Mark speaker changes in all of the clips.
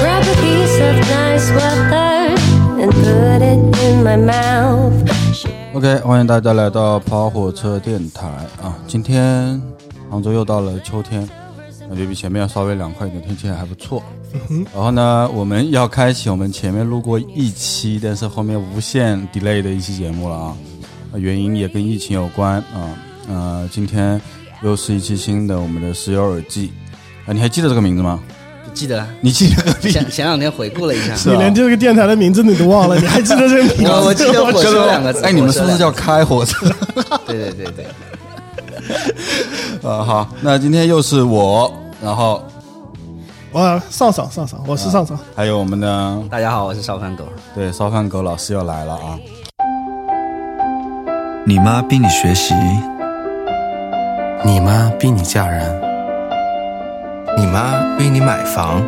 Speaker 1: Grab a piece of nice weather and put it in my mouth.
Speaker 2: OK，欢迎大家来到跑火车电台啊！今天杭州又到了秋天，感觉比前面要稍微凉快一点，天气还不错。然后呢，我们要开启我们前面录过一期，但是后面无限 delay 的一期节目了啊，呃原因也跟疫情有关啊。呃，今天又是一期新的我们的石油耳记啊，你还记得这个名字吗？
Speaker 3: 记 得了，啊
Speaker 2: 你记得个屁！
Speaker 3: 前前两天回顾了一下，
Speaker 2: 是
Speaker 4: 你连这个电台的名字你都忘了，你还记得这个名字？
Speaker 3: 啊我我记得火车两个字，
Speaker 2: 哎，你们是不是叫
Speaker 3: 火
Speaker 2: 开火车？
Speaker 3: 车两个字？对对对对，
Speaker 2: 呃，好，那今天又是我，然后
Speaker 4: 我上上上上，我是上上。
Speaker 2: 还有我们的
Speaker 3: 大家好，我是烧饭狗，
Speaker 2: 对烧饭狗老师又来了啊！
Speaker 5: 你妈逼你学习，
Speaker 6: 你妈逼你嫁人，你妈逼你买房，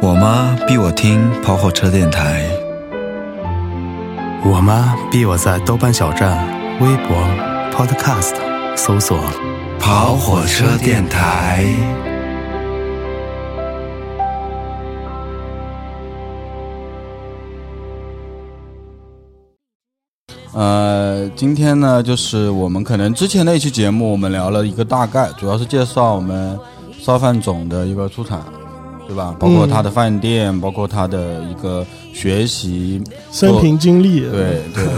Speaker 5: 我妈逼我听跑火车电台，
Speaker 6: 我妈逼我在豆瓣小站、微博、Podcast 搜索
Speaker 5: 跑火车电台。
Speaker 2: 呃，今天呢，就是我们可能之前的一期节目，我们聊了一个大概，主要是介绍我们烧饭总的一个出场，对吧？包
Speaker 3: 嗯
Speaker 2: 括他的饭店，包括他的一个学习
Speaker 4: 生，平经历，
Speaker 2: 做对 对，无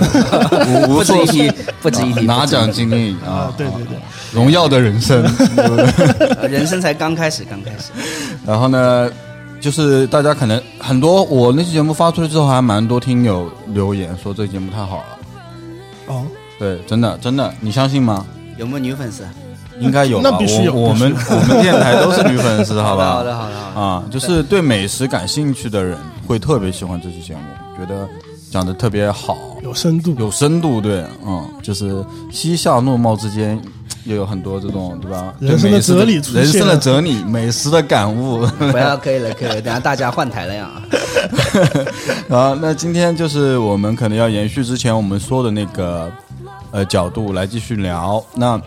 Speaker 3: 嗯不啊
Speaker 2: 无
Speaker 3: 值
Speaker 2: 所
Speaker 3: 一提，不值一提，哦
Speaker 2: 拿
Speaker 3: 不值一
Speaker 2: 奖经历啊
Speaker 4: 啊，，对对对，
Speaker 2: 荣耀的人生。
Speaker 3: 提，呃人生才刚开始，刚开始，
Speaker 2: 然后呢，就是大家可能很多，我那期节目发出去之后，还蛮多听友留言说这节目太好了。
Speaker 4: 哦，
Speaker 2: 对，真的真的，你相信 吗？
Speaker 3: 有没有女粉丝？
Speaker 2: 应该有吧？
Speaker 4: 那必须有
Speaker 2: 我我们我们电台都是女粉 丝，好
Speaker 3: 好的
Speaker 2: 吧？
Speaker 3: 好的好的 好的，
Speaker 2: 啊，就是对美食感兴趣的人会特别喜欢这期节目，觉得讲的特别好，
Speaker 4: 有深度，
Speaker 2: 有深度，对，嗯，就是嬉笑怒骂之间也有很多这种，对吧？对
Speaker 4: 人生的
Speaker 2: 美食
Speaker 4: 哲理出现
Speaker 2: 人
Speaker 4: 了
Speaker 2: 生的哲理，美食的感悟。
Speaker 3: 不要可以了可以了，等下大家换台了呀啊，
Speaker 2: 好，啊那今天就是我们可能要延续之前我们说的那个呃角度来继续聊。那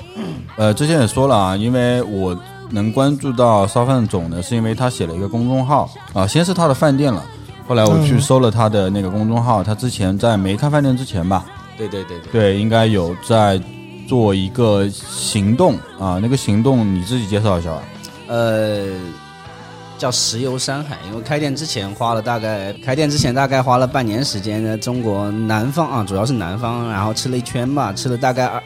Speaker 2: 呃之前也说了啊，因为我能关注到烧饭总呢，是因为他写了一个公众号啊，先是他的饭店了，后来我去搜了他的那个公众号，他之前在没开饭店之前吧，
Speaker 3: 对对对对，
Speaker 2: 对，应该有在做一个行动啊，那个行动你自己介绍一下吧。
Speaker 3: 呃。叫石油山海，因为开店之前花了大概开店之前大概花了半年时间在中国南方啊，主要是南方，然后吃了一圈吧，吃了大概二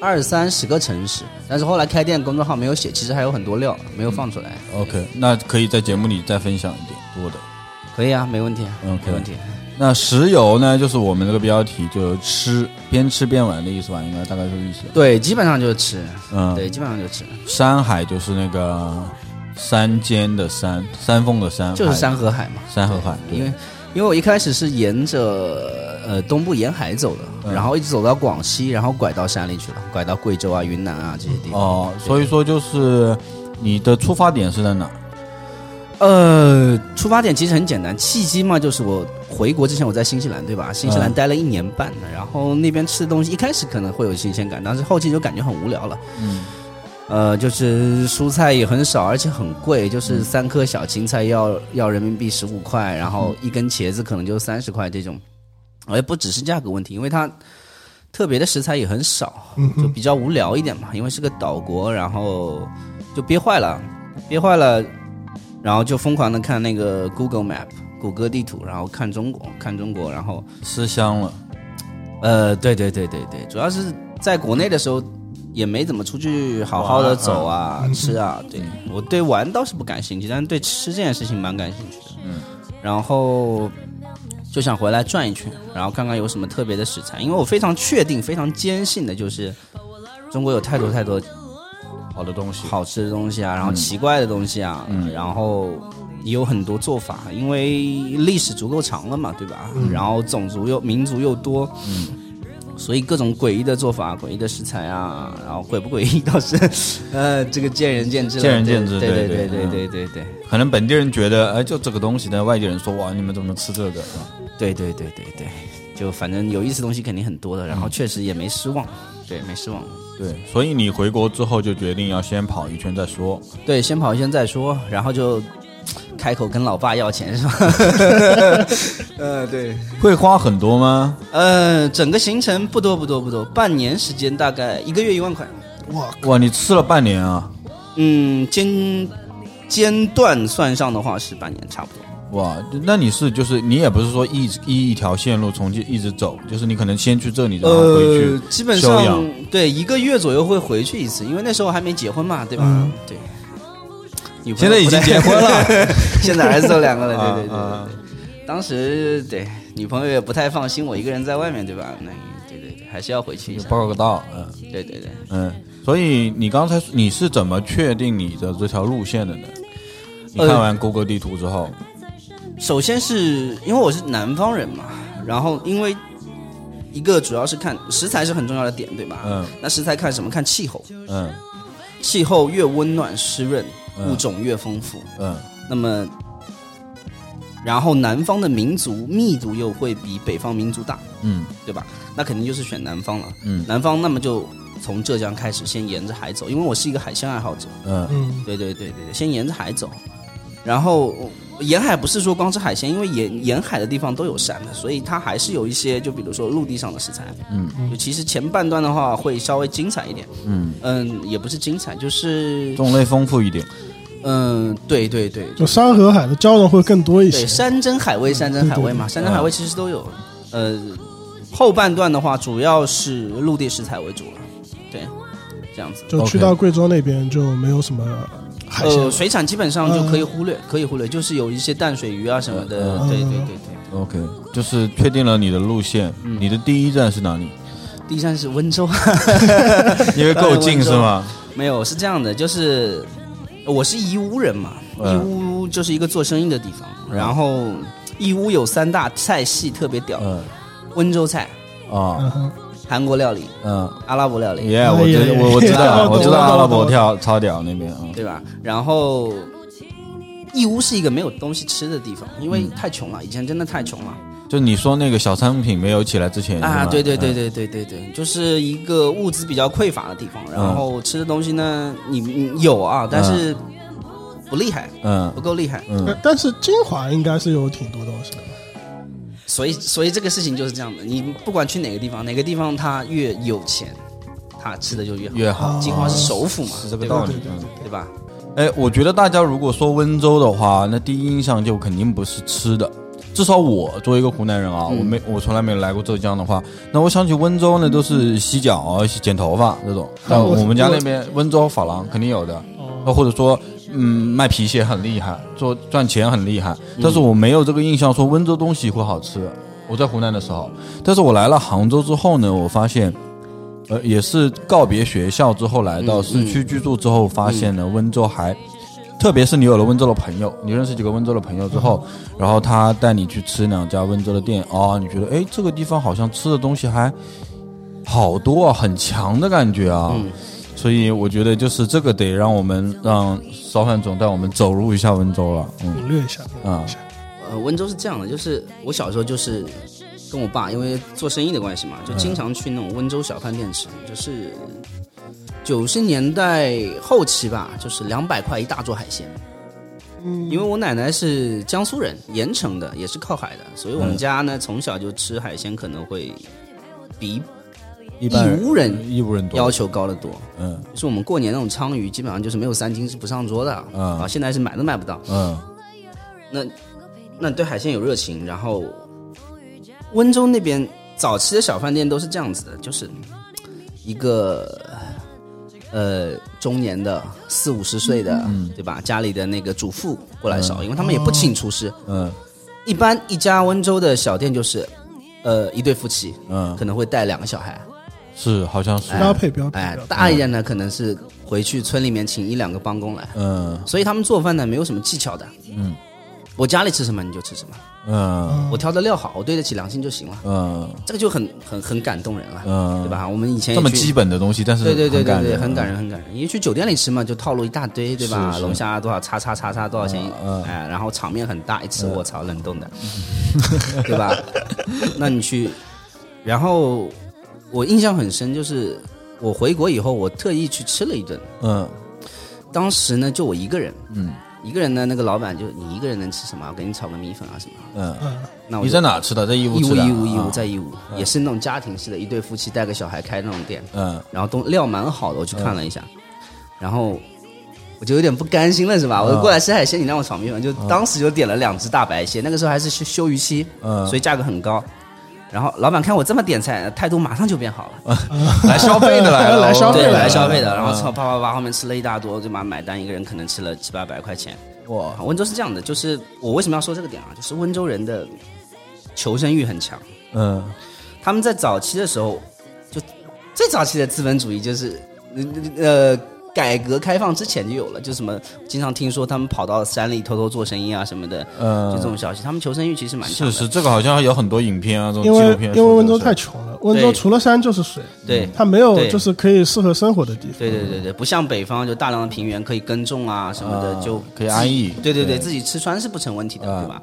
Speaker 3: 二三十个城市，但是后来开店公众号没有写，其实还有很多料没有放出来。
Speaker 2: OK，那可以在节目里再分享一点多的。
Speaker 3: 可以啊，没问题啊，
Speaker 2: 嗯 OK
Speaker 3: 没问题。
Speaker 2: 那石油呢，就是我们这个标题，就吃边吃边玩的意思吧，应该大概这个意思。
Speaker 3: 对，基本上就是吃，
Speaker 2: 嗯，
Speaker 3: 对，基本上就吃，
Speaker 2: 山海就是那个山间的山，山峰的山，
Speaker 3: 就是山
Speaker 2: 海
Speaker 3: 和海嘛。
Speaker 2: 山和海，对
Speaker 3: 因为因为我一开始是沿着呃东部沿海走的，
Speaker 2: 嗯
Speaker 3: 然后一直走到广西，然后拐到山里去了，拐到贵州啊、云南啊这些地方。
Speaker 2: 哦，所以说就是你的出发点是在哪？
Speaker 3: 呃，出发点其实很简单，契机嘛，就是我回国之前我在新西兰，对吧？新西兰
Speaker 2: 嗯
Speaker 3: 待了一年半，然后那边吃的东西一开始可能会有新鲜感，但是后期就感觉很无聊了。
Speaker 2: 嗯，
Speaker 3: 呃，就是蔬菜也很少，而且很贵，
Speaker 2: 嗯
Speaker 3: 就是三颗小青菜要要人民币十五块，然后
Speaker 2: 嗯
Speaker 3: 一根茄子可能就三十块这种。而不只是价格问题，因为它特别的食材也很少，
Speaker 2: 嗯
Speaker 3: 就比较无聊一点嘛。因为是个岛国，然后就憋坏了，憋坏了，然后就疯狂的看那个 Google Map 谷歌地图，然后看中国，看中国，然后
Speaker 2: 思乡了。
Speaker 3: 呃，对对对对对，主要是在国内的时候也没怎么出去好好的走啊、吃啊。对我对玩倒是不感兴趣，但是对吃这件事情蛮感兴趣的。嗯，然后就想回来转一圈，然后看看有什么特别的食材，因为我非常确定、非常坚信的就是。中国有太多太多
Speaker 2: 好的东西，
Speaker 3: 好吃的东西啊，然后奇怪的东西啊，然后也有很多做法，因嗯为历史足够长了嘛，对吧？然后种族又民族又多，所以各种诡异的做法、诡异的食材啊，然后诡不诡异倒是， 呃，这个见仁见智了。
Speaker 2: 见仁见智
Speaker 3: 对
Speaker 2: 对
Speaker 3: 对
Speaker 2: 对
Speaker 3: 对
Speaker 2: 嗯
Speaker 3: 对对对
Speaker 2: 可能本地人觉得，哎，就这个东西，但外地人说，哇，你们怎么吃这个？啊
Speaker 3: 对对对对对，就反正有意思的东西肯定很多的，然后确实也没失望，对，没失望。
Speaker 2: 对，所以你回国之后就决定要先跑一圈再说。
Speaker 3: 对，先跑一圈再说，然后就开口跟老爸要钱是吧？ 呃，对，
Speaker 2: 会花很多吗？
Speaker 3: 呃，整个行程不多不多不多，半年时间大概一个月一万块，
Speaker 4: 哇，
Speaker 2: 哇，你吃了半年啊！
Speaker 3: 嗯，间间断算上的话是半年差不多。
Speaker 2: 哇，那你是就是你也不是说一直一一条线路从这一直走，就是你可能先去这里，然后回去、
Speaker 3: 呃，基本
Speaker 2: 休
Speaker 3: 上
Speaker 2: 养
Speaker 3: 对一个月左右会回去一次，因为那时候还没结婚嘛，对吧？对。女
Speaker 2: 嗯
Speaker 3: 朋
Speaker 2: 现
Speaker 3: 友
Speaker 2: 在已
Speaker 3: 不
Speaker 2: 经
Speaker 3: 在
Speaker 2: 结婚，了，
Speaker 3: 现在儿子都两个了，对对对对
Speaker 2: 啊
Speaker 3: 对。当时对女朋友也不太放心我一个人在外面，对吧？那对对对，还是要回去一下。
Speaker 2: 报个到，嗯
Speaker 3: 对对对，
Speaker 2: 嗯。所以你刚才你是怎么确定你的这条路线的呢？你看完谷歌地图之后，
Speaker 3: 首先是因为我是南方人嘛，然后因为一个主要是看食材是很重要的点，对吧？
Speaker 2: 嗯
Speaker 3: 那食材看什么？看气候，
Speaker 2: 嗯
Speaker 3: 气候越温暖湿润，
Speaker 2: 嗯
Speaker 3: 物种越丰富。
Speaker 2: 嗯
Speaker 3: 那么，然后南方的民族密度又会比北方民族大，
Speaker 2: 嗯
Speaker 3: 对吧？那肯定就是选南方了。
Speaker 2: 嗯
Speaker 3: 南方那么就从浙江开始，先沿着海走，因为我是一个海鲜爱好者。
Speaker 2: 嗯
Speaker 4: 嗯，
Speaker 3: 对对对对对，先沿着海走，然后沿海不是说光吃海鲜，因为沿沿海的地方都有山的，所以它还是有一些，就比如说陆地上的食材。
Speaker 2: 嗯，
Speaker 3: 就其实前半段的话会稍微精彩一点，
Speaker 2: 嗯，
Speaker 3: 嗯，也不是精彩，就是
Speaker 2: 种类丰富一点。
Speaker 3: 嗯，对对对，
Speaker 4: 就山和海的交融会更多一
Speaker 3: 对，
Speaker 4: 些。
Speaker 3: 山珍海味，山珍海味嘛，山珍海
Speaker 2: 嗯
Speaker 3: 味其实都有。呃，后半段的话，主要是陆地食材为主了，对，这样子。
Speaker 4: 就
Speaker 2: OK
Speaker 4: 去到贵州那边就没有什么海鲜
Speaker 3: 呃，
Speaker 4: 了，
Speaker 3: 水产基本上就可以忽略，可以忽略，就是有一些淡水鱼啊什么的。
Speaker 2: 嗯
Speaker 3: 对对对对，
Speaker 2: OK，就是确定了你的路线，你的第一站是哪里？
Speaker 3: 第三是温州，
Speaker 2: 因为够近是吗？
Speaker 3: 没有是这样的，就是我是义乌人嘛，义
Speaker 2: 嗯
Speaker 3: 乌就是一个做生意的地方，然后义乌有三大菜系特别屌，
Speaker 2: 嗯
Speaker 3: 温州菜、
Speaker 2: 啊
Speaker 4: 嗯哼
Speaker 3: 韩国料理、
Speaker 2: 嗯，
Speaker 3: 阿拉伯料理。
Speaker 2: 耶，我知我我知道我知道阿拉伯跳超屌那边啊，
Speaker 3: 对吧？然后义乌是一个没有东西吃的地方，因为太穷了，以前真的太穷了
Speaker 2: 就你说那个小商品没有起来之前
Speaker 3: 啊！
Speaker 2: 是吗嗯
Speaker 3: 对对对对对对对，就是一个物资比较匮乏的地方，
Speaker 2: 嗯
Speaker 3: 然后吃的东西呢，你你有啊，但是不厉害，
Speaker 2: 嗯
Speaker 3: 不够厉害，
Speaker 2: 嗯
Speaker 4: 呃但是金华应该是有挺多东西的吧，
Speaker 3: 所以所以这个事情就是这样的，你不管去哪个地方，哪个地方它越有钱，它吃的就越好。
Speaker 2: 越好
Speaker 3: 金华是首府嘛，
Speaker 2: 嗯是这个
Speaker 3: 对吧
Speaker 2: 道理。嗯
Speaker 3: 对吧？
Speaker 2: 哎，我觉得大家如果说温州的话，那第一印象就肯定不是吃的。至少我作为一个湖南人啊，我没我从来没有来过浙江的话，那我想起温州呢，都是洗脚、啊洗剪头发这种。但
Speaker 4: 我
Speaker 2: 我们家
Speaker 4: 我
Speaker 2: 那边温州发廊肯定有的，那或者说，嗯，卖皮鞋很厉害，做赚钱很厉害。但是我没有这个印象，说温州东西会好吃。我在湖南的时候，但是我来了杭州之后呢，我发现，呃，也是告别学校之后来到市区居住之后，发现呢，温州还，特别是你有了温州的朋友，你认识几个温州的朋友之后，然后他带你去吃两家温州的店，哦，你觉得，哎，这个地方好像吃的东西还好多啊，很强的感觉啊。所以我觉得就是这个得让我们让烧饭总带我们走入一下温州了，嗯
Speaker 4: 领略一下，领略一下。
Speaker 3: 呃，温州是这样的，就是我小时候就是跟我爸，因为做生意的关系嘛，就经常去那种温州小饭店吃，就是九十年代后期吧，就是两百块一大桌海鲜。嗯，因为我奶奶是江苏人，盐城的，也是靠海的，所以
Speaker 2: 嗯
Speaker 3: 我们家呢、从小就吃海鲜，可能会比
Speaker 2: 一般
Speaker 3: 义乌人
Speaker 2: 义乌人多，
Speaker 3: 要求高得多。
Speaker 2: 嗯
Speaker 3: 就是我们过年那种鲳鱼，基本上就是没有三斤是不上桌的、
Speaker 2: 嗯
Speaker 3: 啊，现在是买都买不到。
Speaker 2: 嗯
Speaker 3: 那那对海鲜有热情，然后温州那边早期的小饭店都是这样子的，就是一个呃中年的四五十岁的，
Speaker 2: 嗯
Speaker 3: 对吧？家里的那个主妇过来烧，因为他们也不请厨师。
Speaker 2: 嗯
Speaker 3: 一般一家温州的小店就是，呃，一对夫妻
Speaker 2: 嗯，
Speaker 3: 可能会带两个小孩，
Speaker 2: 是好像是，
Speaker 4: 标配标配，
Speaker 3: 哎
Speaker 4: 标，配
Speaker 3: 大一点的可能是回去村里面请一两个帮工来，
Speaker 2: 嗯
Speaker 3: 所以他们做饭呢没有什么技巧的，
Speaker 2: 嗯，
Speaker 3: 我家里吃什么你就吃什么，
Speaker 2: 嗯
Speaker 3: 我挑的料好，我对得起良心就行了。
Speaker 2: 嗯，
Speaker 3: 这个就很很很感动人了，
Speaker 2: 嗯
Speaker 3: 对吧？我们以前也
Speaker 7: 这么
Speaker 3: 去
Speaker 7: 基本的东西，但是
Speaker 3: 对对对对
Speaker 2: 啊
Speaker 3: 对，很
Speaker 7: 很感
Speaker 3: 感人，很感人。因为去酒店里吃嘛，就套路一大堆，对吧？
Speaker 2: 是是
Speaker 3: 龙虾多少，叉叉叉叉多少钱
Speaker 2: 嗯嗯？嗯
Speaker 3: 哎，然后场面很大，一吃我操，冷 冻的，对吧？那你去，然后我印象很深，就是我回国以后，我特意去吃了一顿。
Speaker 2: 嗯
Speaker 3: 当时呢，就我一个人，嗯，一个人呢，那个老板就你一个人能吃什么？我给你炒个米粉啊什么。
Speaker 2: 嗯，
Speaker 3: 那我
Speaker 2: 你
Speaker 3: 就
Speaker 2: 在哪吃的？在义乌
Speaker 3: 义乌
Speaker 2: 吃的啊？
Speaker 3: 义乌义乌
Speaker 2: 啊
Speaker 3: 在义乌，也是那种家庭式的，一对夫妻带个小孩开那种店。
Speaker 2: 嗯
Speaker 3: 然后东料蛮好的，我去看了一下，然后我就有点不甘心了，是
Speaker 2: 嗯
Speaker 3: 吧？我过来吃海鲜，你让我炒米粉，就当时就点了两只大白蟹，那个时候还是休休渔期，
Speaker 2: 嗯
Speaker 3: 所以价格很高。然后老板看我这么点菜，态度马上就变好
Speaker 2: 嗯
Speaker 3: 了，
Speaker 2: 来消费的来了，哦嗯
Speaker 4: 来消费
Speaker 3: 对，
Speaker 2: 啊
Speaker 4: 了
Speaker 3: 来消费的。然后操啪啪啪，后面吃了一大桌，就嘛买单，一个人可能吃了七八百块钱。
Speaker 2: 哇，
Speaker 3: 温州是这样的，就是我为什么要说这个点啊？就是温州人的求生欲很强，
Speaker 2: 嗯
Speaker 3: 他们在早期的时候，就最早期的资本主义就是呃改革开放之前就有了，就什么经常听说他们跑到山里偷偷做生意啊什么的，就
Speaker 2: 嗯，
Speaker 3: 这种消息，他们求生欲其实蛮强
Speaker 7: 是
Speaker 3: 的。
Speaker 7: 是，这个好像有很多影片啊，这种
Speaker 4: 因
Speaker 7: 纪
Speaker 4: 为
Speaker 7: 录片说的是，
Speaker 4: 因为温州太穷了，温州
Speaker 3: 对
Speaker 4: 除了山就是水，
Speaker 3: 对
Speaker 4: 它没有
Speaker 3: 对
Speaker 4: 就是可以适合生活的地方。
Speaker 3: 对对对对，不像北方就大量的平原可以耕种啊什么的，
Speaker 2: 啊
Speaker 3: 就
Speaker 2: 可以
Speaker 3: 自己
Speaker 2: 安逸
Speaker 3: 对对对，
Speaker 2: 对
Speaker 3: 自己吃穿是不成问题的，
Speaker 2: 啊
Speaker 3: 对吧？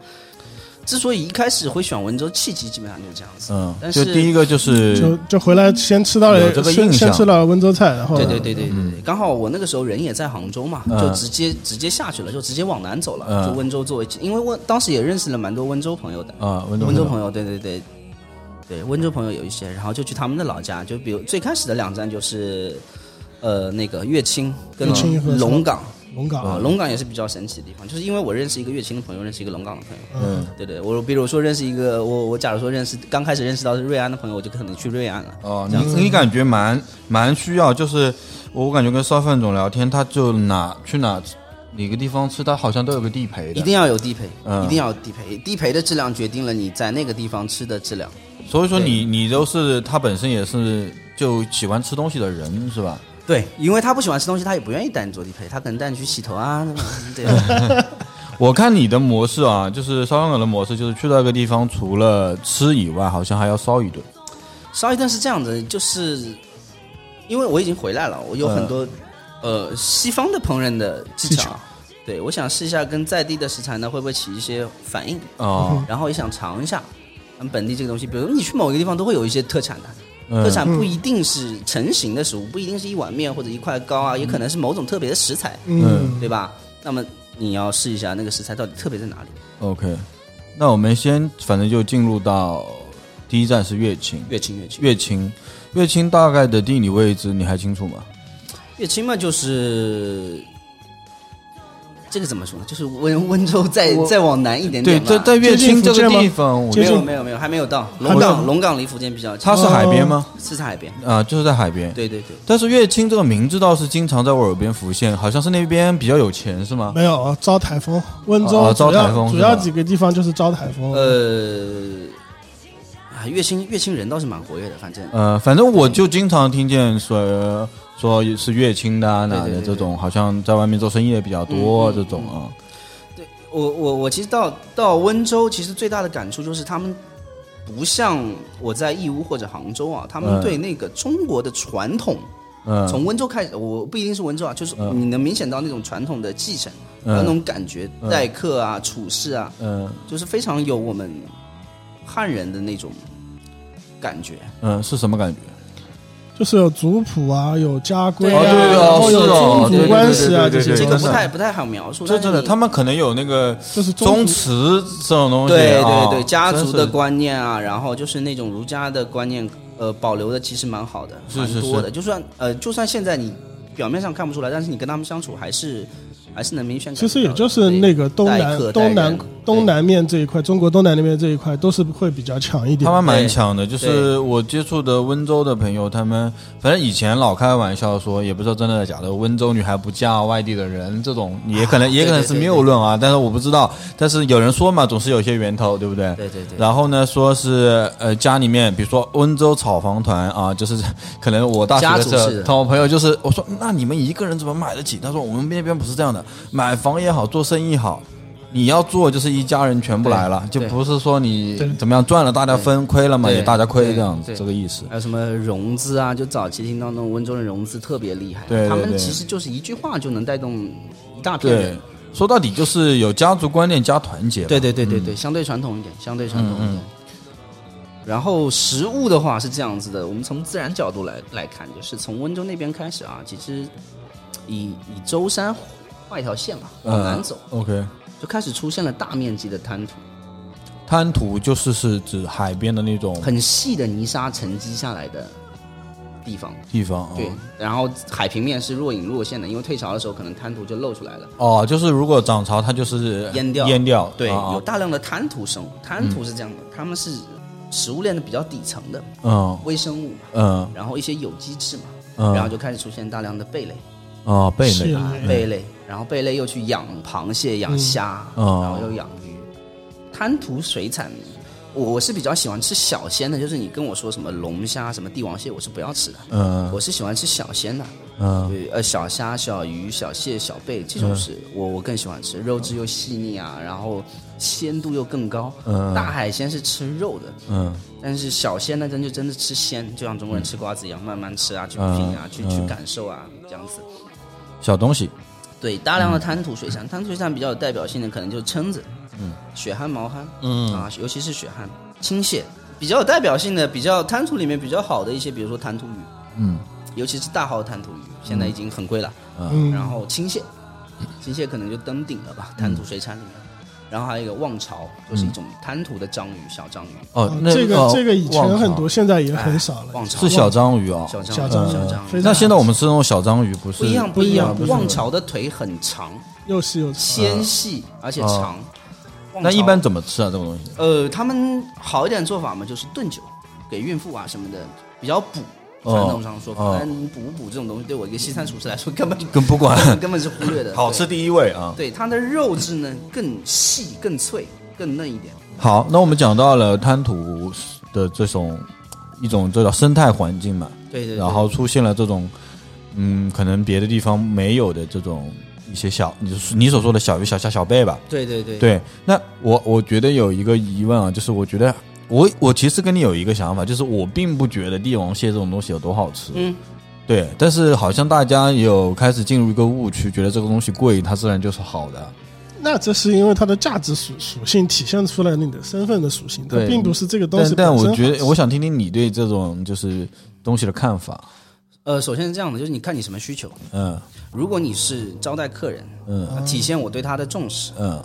Speaker 3: 之所以一开始会选温州，契机基本上就是这样子。但
Speaker 2: 嗯，
Speaker 3: 是
Speaker 2: 就第一个就是
Speaker 4: 就就回来先吃到
Speaker 2: 有
Speaker 4: 了
Speaker 2: 这个
Speaker 4: 先
Speaker 2: 印象
Speaker 4: 先吃到了温州菜，然
Speaker 2: 嗯
Speaker 4: 后
Speaker 3: 对对对对对，对，刚好我那个时候人也在杭州嘛，就直接直接下去了，就直接往南走了，
Speaker 2: 嗯
Speaker 3: 就温州作为，因为温当时也认识了蛮多温州朋友的，
Speaker 2: 啊，温州
Speaker 3: 温州朋
Speaker 2: 友，
Speaker 3: 友，对对对，对温州朋友有一些，然后就去他们的老家，就比如最开始的两站就是，呃，那个乐清跟
Speaker 4: 乐清和
Speaker 3: 龙岗
Speaker 2: 嗯
Speaker 4: 龙
Speaker 3: 啊，
Speaker 4: 岗
Speaker 3: 龙岗也是比较神奇的地方，就是因为我认识一个乐清的朋友，认识一个龙岗的朋友，
Speaker 2: 嗯
Speaker 3: 对对，我比如说认识一个我我假如说认识刚开始认识到是瑞安的朋友，我就可能去瑞安了，
Speaker 2: 哦，你你感觉蛮蛮需要，就是我感觉跟烧饭总聊天，他就哪去哪哪个地方吃，他好像都有个地陪的，
Speaker 3: 一定要有地陪，
Speaker 2: 嗯
Speaker 3: 一定要有地陪，地陪的质量决定了你在那个地方吃的质量。
Speaker 2: 所以说你你都是他本身也是就喜欢吃东西的人是吧？
Speaker 3: 对，因为他不喜欢吃东西，他也不愿意带你做地陪，他可能带你去洗头啊，那种对
Speaker 2: 我看你的模式啊，就是烧香港的模式，就是去到一个地方，除了吃以外，好像还要烧一顿。
Speaker 3: 烧一顿是这样子，就是因为我已经回来了，我有很多、呃西方的烹饪的技
Speaker 4: 技
Speaker 3: 巧，对我想试一下跟在地的食材呢会不会起一些反应，
Speaker 2: 哦，
Speaker 3: 然后也想尝一下。嗯本地这个东西，比如你去某一个地方都会有一些特产的，
Speaker 2: 嗯
Speaker 3: 特产不一定是成型的食物，不一定是一碗面或者一块糕啊，也可能是某种特别的食材。
Speaker 4: 嗯，
Speaker 3: 对吧？那么你要试一下那个食材到底特别在哪里。
Speaker 2: OK，那我们先反正就进入到第一站是乐清，
Speaker 3: 乐清，乐清，
Speaker 2: 乐清，乐清大概的地理位置你还清楚吗？
Speaker 3: 乐清嘛，就是这个怎么说呢？就是温温州再再往南一点
Speaker 2: 对，
Speaker 3: 点吧。
Speaker 2: 在在乐
Speaker 4: 接近
Speaker 2: 清这
Speaker 4: 福
Speaker 2: 个
Speaker 4: 建吗
Speaker 2: 地方，我
Speaker 4: 接
Speaker 3: 没
Speaker 4: 近
Speaker 3: 有没有没有，还没有到龙
Speaker 4: 还没
Speaker 3: 岗，
Speaker 4: 有
Speaker 3: 龙岗离福建比较近，
Speaker 2: 它是海边吗？
Speaker 3: 是在海边。
Speaker 2: 啊，就是在海边。
Speaker 3: 对对对，
Speaker 2: 但是乐清这个名字倒是经常在我耳边浮现，好像是那边比较有钱是吗？
Speaker 4: 没有遭台风，温
Speaker 2: 哦
Speaker 4: 州
Speaker 2: 遭
Speaker 4: 主
Speaker 2: 台
Speaker 4: 要
Speaker 2: 风
Speaker 4: 主
Speaker 2: 是吧
Speaker 4: 要几个地方就是遭台风。
Speaker 3: 呃，啊，乐清乐清人倒是蛮活跃的，反正
Speaker 2: 呃，反正我就经常听见说说是乐清的啊哪
Speaker 3: 对对
Speaker 2: 的
Speaker 3: 对
Speaker 2: 这种，好像在外面做生意的比较多这种啊。
Speaker 3: 我我我其实到到温州，其实最大的感触就是他们不像我在义乌或者杭州啊，他们
Speaker 2: 嗯
Speaker 3: 对那个中国的传统。
Speaker 2: 嗯，
Speaker 3: 从温州开始，我不一定是温州啊，就是你能明显到那种传统的继承，
Speaker 2: 嗯
Speaker 3: 那种感觉，待客啊、处事啊，
Speaker 2: 嗯
Speaker 3: 就是非常有我们汉人的那种感觉。
Speaker 2: 嗯，是什么感觉？
Speaker 4: 就是有族谱啊，有家规啊，
Speaker 3: 对啊对啊
Speaker 4: 然后有
Speaker 3: 是哦对
Speaker 4: 宗
Speaker 3: 对
Speaker 4: 族
Speaker 3: 对
Speaker 4: 关系啊，这些
Speaker 3: 这
Speaker 4: 真
Speaker 3: 个
Speaker 4: 的
Speaker 3: 不太不太好描述，
Speaker 2: 这真的，他
Speaker 3: 们
Speaker 2: 们可能有那个
Speaker 4: 就是宗
Speaker 2: 宗
Speaker 4: 族
Speaker 2: 祠这种东西，
Speaker 3: 对
Speaker 2: 啊
Speaker 3: 对对家族的
Speaker 2: 真是
Speaker 3: 观念啊，然后就是那种儒家的观念，呃，保留的其实蛮好的，
Speaker 2: 是
Speaker 3: 蛮
Speaker 2: 是
Speaker 3: 多
Speaker 2: 是
Speaker 3: 的。就算呃，就算现在你表面上看不出来，但是你跟他们相处还是还是能明显感觉
Speaker 4: 其
Speaker 3: 到的。
Speaker 4: 实也就是
Speaker 3: 对
Speaker 4: 那个东
Speaker 3: 待客待
Speaker 4: 南东南
Speaker 3: 人
Speaker 4: 东南面这一块，中国东南那边这一块都是会比较强一点
Speaker 2: 他。们蛮
Speaker 3: 对
Speaker 2: 强的，就是我接触的温州的朋友，他们反正以前老开玩笑说，也不知道真的假的，温州女孩不嫁外地的人，这种也可能也可能是
Speaker 3: 啊对对对
Speaker 2: 谬论啊，但是我不知道，但是有人说嘛，总是有些源头，对不对？
Speaker 3: 对对对
Speaker 2: 然后呢，说是呃家里面，比如说温州炒房团啊，就是 可能我大学的时
Speaker 3: 家族
Speaker 2: 候
Speaker 3: 式的，
Speaker 2: 看我朋友就是我说，那你们一个人怎么买得起？他说我们那边不是这样的，买房也好，做生意好。你要做就是一家人全部来了，就
Speaker 3: 对
Speaker 2: 不是说你
Speaker 4: 对
Speaker 2: 怎么样赚了大家分，亏了嘛
Speaker 3: 对
Speaker 2: 也大家亏
Speaker 3: 对
Speaker 2: 这样子
Speaker 3: 对
Speaker 2: 这个意思。
Speaker 3: 还有什么融资啊？就早期听到那种温州的融资特别厉害，
Speaker 2: 对对
Speaker 3: 他们
Speaker 2: 对
Speaker 3: 其实就是一句话就能带动一大片
Speaker 2: 对
Speaker 3: 人。，
Speaker 2: 说到底就是有家族观念加团结吧。
Speaker 3: 对对对对
Speaker 2: 嗯
Speaker 3: 对，相对传统一点，相对传统一点。然后食物的话是这样子的，我们从自然角度来来看，就是从温州那边开始啊，其实以以舟山画一条线吧，往
Speaker 2: 嗯
Speaker 3: 南走、
Speaker 2: 呃 OK，
Speaker 3: 就开始出现了大面积的滩涂，
Speaker 2: 滩涂就是是指海边的那种
Speaker 3: 很细的泥沙沉积下来的地方。
Speaker 2: 地方。
Speaker 3: 对，然后海平面是若隐若现的，因为退潮的时候可能滩涂就露出来了。
Speaker 2: 哦，哦，就是如果涨潮，它就是
Speaker 3: 淹掉，
Speaker 2: 淹掉。
Speaker 3: 对，
Speaker 2: 啊
Speaker 3: 有大量的滩涂生物，滩涂是这样的，它们是食物链的比较底层的
Speaker 2: 嗯
Speaker 3: 微生物嘛，
Speaker 2: 嗯
Speaker 3: 然后一些有机质嘛，
Speaker 2: 嗯，
Speaker 3: 然后就开始出现大量的贝类，
Speaker 2: 哦贝
Speaker 4: 是
Speaker 2: 类
Speaker 4: 啊
Speaker 3: 啊贝类，然后贝类又去养螃蟹、养虾，
Speaker 2: 哦
Speaker 3: 然后又养鱼，滩涂水产。我我是比较喜欢吃小鲜的，就是你跟我说什么龙虾、什么帝王蟹，我是不要吃的。
Speaker 2: 嗯
Speaker 3: 我是喜欢吃小鲜的，
Speaker 2: 嗯
Speaker 3: 对，呃，小虾、小鱼、小蟹、小贝这种是、我我更喜欢吃，肉质又细腻啊，然后鲜度又更高。
Speaker 2: 嗯
Speaker 3: 大海鲜是吃肉的，
Speaker 2: 嗯
Speaker 3: 但是小鲜呢，咱就真的吃鲜，就像中国人吃瓜子一样，慢慢吃啊，去
Speaker 2: 嗯
Speaker 3: 品啊，去去感受啊，这样子。
Speaker 2: 小东西。
Speaker 3: 对，大量的滩涂水产，滩涂水产比较有代表性的可能就是蛏子，嗯，雪蛤、毛蛤，嗯啊，尤其是雪蛤、青蟹，比较有代表性的，比较滩涂里面比较好的一些，比如说滩涂鱼，
Speaker 2: 嗯，
Speaker 3: 尤其是大号滩涂鱼，现在已经很贵了。
Speaker 4: 嗯，
Speaker 3: 然后青蟹，青蟹可能就登顶了吧，滩涂水产里面。然后还有一个望潮，就是一种滩涂的章鱼，小章鱼。
Speaker 2: 哦，那
Speaker 4: 啊这个
Speaker 2: 哦
Speaker 4: 这个以前很
Speaker 2: 忘
Speaker 4: 多，
Speaker 2: 了
Speaker 4: 现在也很少了。
Speaker 3: 望潮
Speaker 2: 是小章鱼哦。
Speaker 3: 小章
Speaker 4: 小嗯章
Speaker 3: 章
Speaker 4: 鱼
Speaker 3: 小章
Speaker 4: 非
Speaker 3: 鱼。
Speaker 4: 常
Speaker 2: 那现在我们吃那种小章鱼，不是
Speaker 3: 不一样，不
Speaker 4: 不一
Speaker 3: 一
Speaker 4: 样
Speaker 3: 样
Speaker 4: 不。是
Speaker 3: 望潮的腿很长，
Speaker 4: 又细又长，
Speaker 3: 纤细而且长。望
Speaker 2: 那
Speaker 3: 潮
Speaker 2: 一般怎么吃啊？这种东西？
Speaker 3: 呃，他们好一点做法嘛，就是炖酒，给孕妇啊什么的比较补。
Speaker 2: 哦
Speaker 3: 传统上说法
Speaker 2: 哦，
Speaker 3: 但你补不补这种东西，对我一个西餐厨师来说，根本就
Speaker 2: 跟不管
Speaker 3: 根本是忽略 的。
Speaker 2: 好吃
Speaker 3: 对
Speaker 2: 第一位啊！
Speaker 3: 对它的肉质呢更细、更脆、更嫩一点。
Speaker 2: 好，那我们讲到了滩涂的这种一种这叫生态环境嘛，
Speaker 3: 对对对。
Speaker 2: 然后出现了这种嗯，可能别的地方没有的这种一些小，你就是你所说的小鱼、小虾、小贝吧？
Speaker 3: 对对对
Speaker 2: 对，那我我觉得有一个疑问啊，就是我觉得我我其实跟你有一个想法，就是我并不觉得帝王蟹这种东西有多好吃，
Speaker 3: 嗯，
Speaker 2: 对，但是好像大家有开始进入一个误区，觉得这个东西贵，它自然就是好的，啊
Speaker 4: 那这是因为它的价值属属性体现出来你的身份的属性，它
Speaker 2: 对
Speaker 4: 并不是这个东
Speaker 2: 但
Speaker 4: 西
Speaker 2: 但
Speaker 4: 本身
Speaker 2: 我
Speaker 4: 好
Speaker 2: 觉得，
Speaker 4: 吃
Speaker 2: 我想听听你对这种就是东西的看法。
Speaker 3: 呃，首先是这样的，就是你看你什么需求。
Speaker 2: 嗯
Speaker 3: 如果你是招待客人，
Speaker 2: 嗯
Speaker 3: 体现我对他的重视，
Speaker 2: 嗯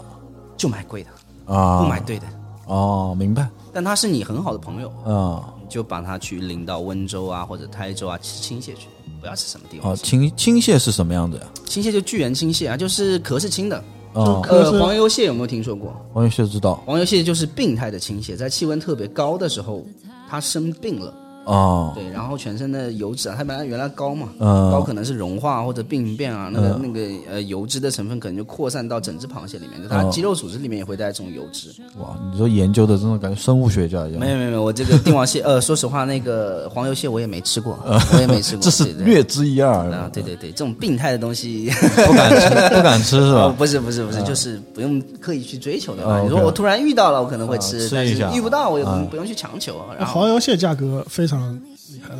Speaker 3: 就买贵的，
Speaker 2: 啊，
Speaker 3: 不买对的。
Speaker 2: 哦，明白。
Speaker 3: 但他是你很好的朋友，
Speaker 2: 嗯，
Speaker 3: 你就把他去领到温州啊或者台州啊吃青蟹去，不要吃什么地
Speaker 2: 好，
Speaker 3: 方。
Speaker 2: 青青蟹是什么样子呀？
Speaker 3: 青蟹就巨源青蟹啊，就是壳是青的。
Speaker 2: 哦，
Speaker 4: 壳
Speaker 3: 呃，
Speaker 4: 是
Speaker 3: 黄油蟹有没有听说过？
Speaker 2: 黄鱼蟹知道。
Speaker 3: 黄油蟹就是病态的青蟹，在气温特别高的时候，它生病了，
Speaker 2: 哦，
Speaker 3: 对，然后全身的油脂啊，它本来原来高嘛，
Speaker 2: 嗯
Speaker 3: 高可能是融化或者病变啊，那个、那个呃油脂的成分可能就扩散到整只螃蟹里面，就它
Speaker 2: 哦嗯
Speaker 3: 肌肉组织里面也会带这种油脂。
Speaker 2: 哇，你说研究的真的感觉生物学家一样。
Speaker 3: 没有没有没有，我这个帝王蟹，呃，说实话，那个黄油蟹我也没吃过，我也没吃过，
Speaker 2: 嗯 这是
Speaker 3: 对对
Speaker 2: 略知一二
Speaker 3: 啊，对对对，这种病态的东西，
Speaker 2: 不敢吃，不敢吃是
Speaker 3: 哦
Speaker 2: 吧？
Speaker 3: 不是不是不是，就是不用刻意去追求的吧
Speaker 2: 啊。
Speaker 3: 你说
Speaker 2: OK
Speaker 3: 我突然遇到了，我可能会
Speaker 2: 啊
Speaker 3: 吃，
Speaker 2: 吃
Speaker 3: 但
Speaker 2: 一
Speaker 3: 是
Speaker 2: 下
Speaker 3: 遇不到我也
Speaker 2: 啊
Speaker 3: 不用去强求。然后
Speaker 4: 黄油蟹价格非常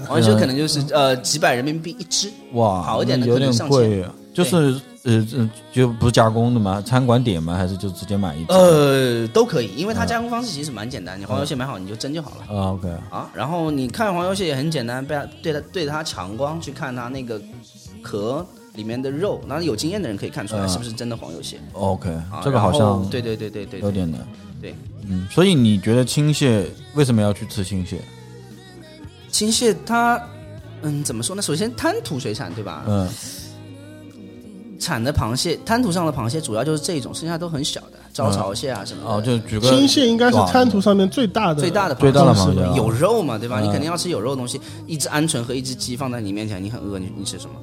Speaker 3: 黄油蟹可能就是呃几百人民币一只，
Speaker 2: 哇，
Speaker 3: 好一点的
Speaker 2: 有
Speaker 3: 可
Speaker 2: 点
Speaker 3: 能上千。
Speaker 2: 贵，啊 就是呃呃，就不是加工的吗？餐馆点吗？还是就直接买一只？
Speaker 3: 呃，都可以，因为它加工方式其实蛮简
Speaker 2: 嗯
Speaker 3: 单，你黄油蟹买好你就蒸就好了。
Speaker 2: 啊，OK，
Speaker 3: 啊，然后你看黄油蟹也很简单，被它对它对它强光去看它那个壳里面的肉，那有经验的人可以看出来
Speaker 2: 嗯
Speaker 3: 是不是真的黄油蟹。
Speaker 2: OK，
Speaker 3: 啊
Speaker 2: 这个好
Speaker 3: 然后
Speaker 2: 像
Speaker 3: 对对对对对，
Speaker 2: 有点难。
Speaker 3: 对。
Speaker 2: 嗯，所以你觉得青蟹为什么要去吃青蟹？
Speaker 3: 青蟹它，嗯，怎么说呢？首先滩涂水产对吧？
Speaker 2: 嗯
Speaker 3: 产的螃蟹，滩涂上的螃蟹主要就是这一种，剩下都很小的，招潮蟹啊什么的。
Speaker 2: 哦，就举个
Speaker 4: 青蟹应该是滩涂上面最大的
Speaker 3: 最大的
Speaker 2: 最大的螃蟹
Speaker 4: 蟹
Speaker 2: 啊
Speaker 3: 有肉嘛，对吧？你肯定要吃有肉的东西。一只鹌鹑和一只鸡放在你面前，你很饿，你你吃什么？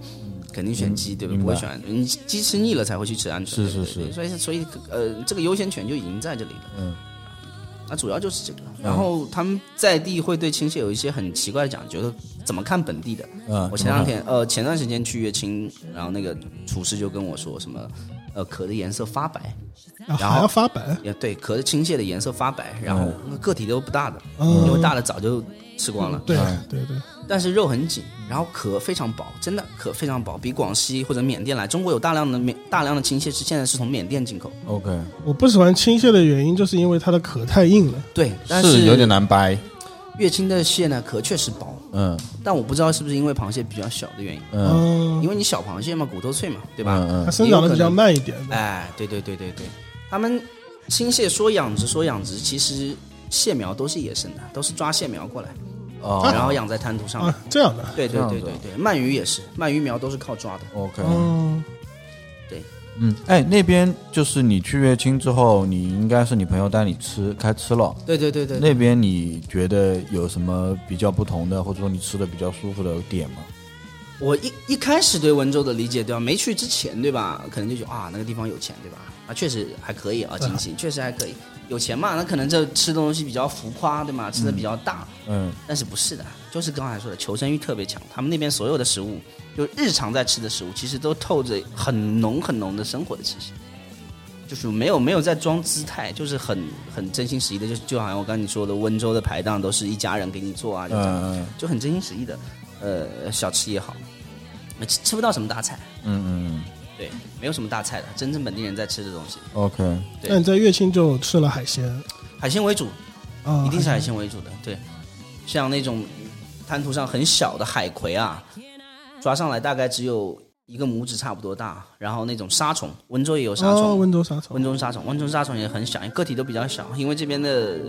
Speaker 3: 肯定选鸡，对吧？
Speaker 2: 嗯明
Speaker 3: 不
Speaker 2: 白
Speaker 3: 会选鹌鹑，你鸡吃腻了才会去吃鹌鹑。
Speaker 2: 是
Speaker 3: 对对
Speaker 2: 是
Speaker 3: 对
Speaker 2: 是
Speaker 3: 所以所以呃，这个优先权就已经在这里了。
Speaker 2: 嗯。
Speaker 3: 那主要就是这个，然后他们在地会对青蟹有一些很奇怪的讲究，怎么看本地的？
Speaker 2: 嗯，
Speaker 3: 我前两天呃前段时间去乐清，然后那个厨师就跟我说什么，呃壳的颜色发白，
Speaker 4: 啊
Speaker 3: 然
Speaker 4: 还
Speaker 3: 后
Speaker 4: 要发白，
Speaker 3: 也对壳的青蟹的颜色发白，然后个体都不大的，
Speaker 2: 哦
Speaker 4: 嗯
Speaker 3: 因为大的早就吃光了。
Speaker 2: 嗯
Speaker 4: 对对对，
Speaker 3: 但是肉很紧，然后壳非常薄，真的壳非常薄，比广西或者缅甸来，中国有大量的缅大量的青蟹是现在是从缅甸进口，
Speaker 2: OK，
Speaker 4: 我不喜欢青蟹的原因就是因为它的壳太硬了，
Speaker 3: 对，但
Speaker 2: 是有点难掰。
Speaker 3: 月清的蟹呢壳确实薄，
Speaker 2: 嗯
Speaker 3: 但我不知道是不是因为螃蟹比较小的原因，
Speaker 2: 嗯
Speaker 4: 嗯
Speaker 3: 因，为你小螃蟹嘛骨头脆嘛，对吧？
Speaker 2: 嗯嗯，
Speaker 4: 它生长的比较慢一点的，
Speaker 3: 哎，对对对对对，他们青蟹说养殖说养殖，其实蟹苗都是野生的，都是抓蟹苗过来，
Speaker 2: 哦
Speaker 3: 然后养在滩涂上的。
Speaker 4: 啊，这样的，
Speaker 3: 对对
Speaker 2: 这样
Speaker 3: 对
Speaker 2: 子
Speaker 3: 对对，鳗鱼也是，鳗鱼苗都是靠抓的。
Speaker 2: ，OK，
Speaker 4: 嗯，
Speaker 2: 嗯，哎，那边就是你去乐清之后，你应该是你朋友带你吃开吃了。
Speaker 3: 对对对对，
Speaker 2: 那边你觉得有什么比较不同的，或者说你吃的比较舒服的点吗？
Speaker 3: 我一一开始对温州的理解，对吧？没去之前，对吧？可能就觉得啊，那个地方有钱，对吧？啊，确实还可以啊，经济确实还可以，有钱嘛，那可能这吃的东西比较浮夸，对吗？吃的比较大，
Speaker 2: 嗯，
Speaker 3: 但是不是的，就是刚才说的，求生欲特别强。他们那边所有的食物，就日常在吃的食物，其实都透着很浓很浓的生活的气息，就是没有没有在装姿态，就是很很真心实意的，就就好像我跟你说的，温州的排档都是一家人给你做啊，就这样
Speaker 2: 嗯嗯
Speaker 3: 就很真心实意的，呃，小吃也好，呃吃吃不到什么大菜，
Speaker 2: 嗯嗯
Speaker 3: 对，没有什么大菜的，真正本地人在吃的东西，
Speaker 2: ，OK，
Speaker 3: 对
Speaker 4: 那你在乐清就吃了海鲜
Speaker 3: 海鲜为主，
Speaker 4: 啊，
Speaker 3: 一定是海鲜为主的，对，像那种滩涂上很小的海葵啊，抓上来大概只有一个拇指差不多大，然后那种沙虫，温州也有沙
Speaker 4: 啊，
Speaker 3: 虫，
Speaker 4: 温州沙虫，
Speaker 3: 温州沙虫，温州沙虫也很小，个体都比较小，因为这边的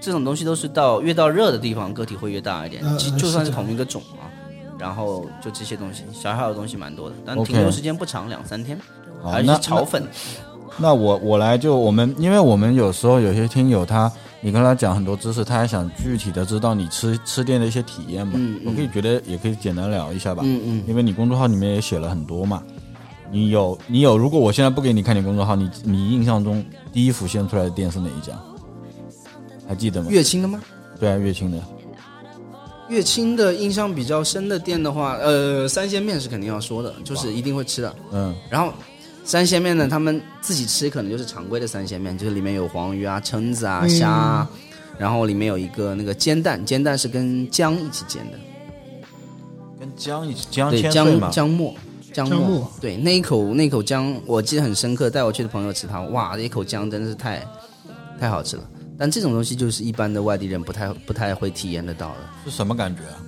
Speaker 3: 这种东西都是到越到热的地方，个体会越大一点，
Speaker 4: 嗯
Speaker 3: 就
Speaker 4: 嗯
Speaker 3: 就算是
Speaker 4: 是的
Speaker 3: 同一个种啊。然后就这些东西，小小的东西蛮多的，但
Speaker 2: OK
Speaker 3: 停留时间不长，两三天，
Speaker 2: 好
Speaker 3: 还是
Speaker 2: 那
Speaker 3: 炒粉，
Speaker 2: 那我我来就我们，因为我们有时候有些听友他，你跟他讲很多知识，他还想具体的知道你吃吃店的一些体验嘛。
Speaker 3: 嗯嗯
Speaker 2: 我可以觉得也可以简单聊一下吧。
Speaker 3: 嗯嗯，
Speaker 2: 因为你公众号里面也写了很多嘛，你有你有，如果我现在不给你看你公众号，你你印象中第一浮现出来的店是哪一家？还记得吗？
Speaker 3: 乐清的吗？
Speaker 2: 对啊，乐清的。
Speaker 3: 乐清的印象比较深的店的话，呃，三鲜面是肯定要说的，就是一定会吃的。
Speaker 2: 嗯
Speaker 3: 然后三鲜面呢，他们自己吃可能就是常规的三鲜面，就是里面有黄鱼啊、蛏子啊、虾啊，然后里面有一个那个煎蛋，煎蛋是跟姜一起煎的，
Speaker 2: 跟江一起江
Speaker 3: 对，
Speaker 2: 千岁嘛
Speaker 3: 姜，姜末。姜
Speaker 4: 姜
Speaker 3: 末
Speaker 4: 末，
Speaker 3: 对那一口那口姜，我记得很深刻。带我去的朋友吃它，哇，那一口姜真的是太太好吃了。但这种东西就是一般的外地人不太不太会体验得到的，
Speaker 2: 是什么感觉啊？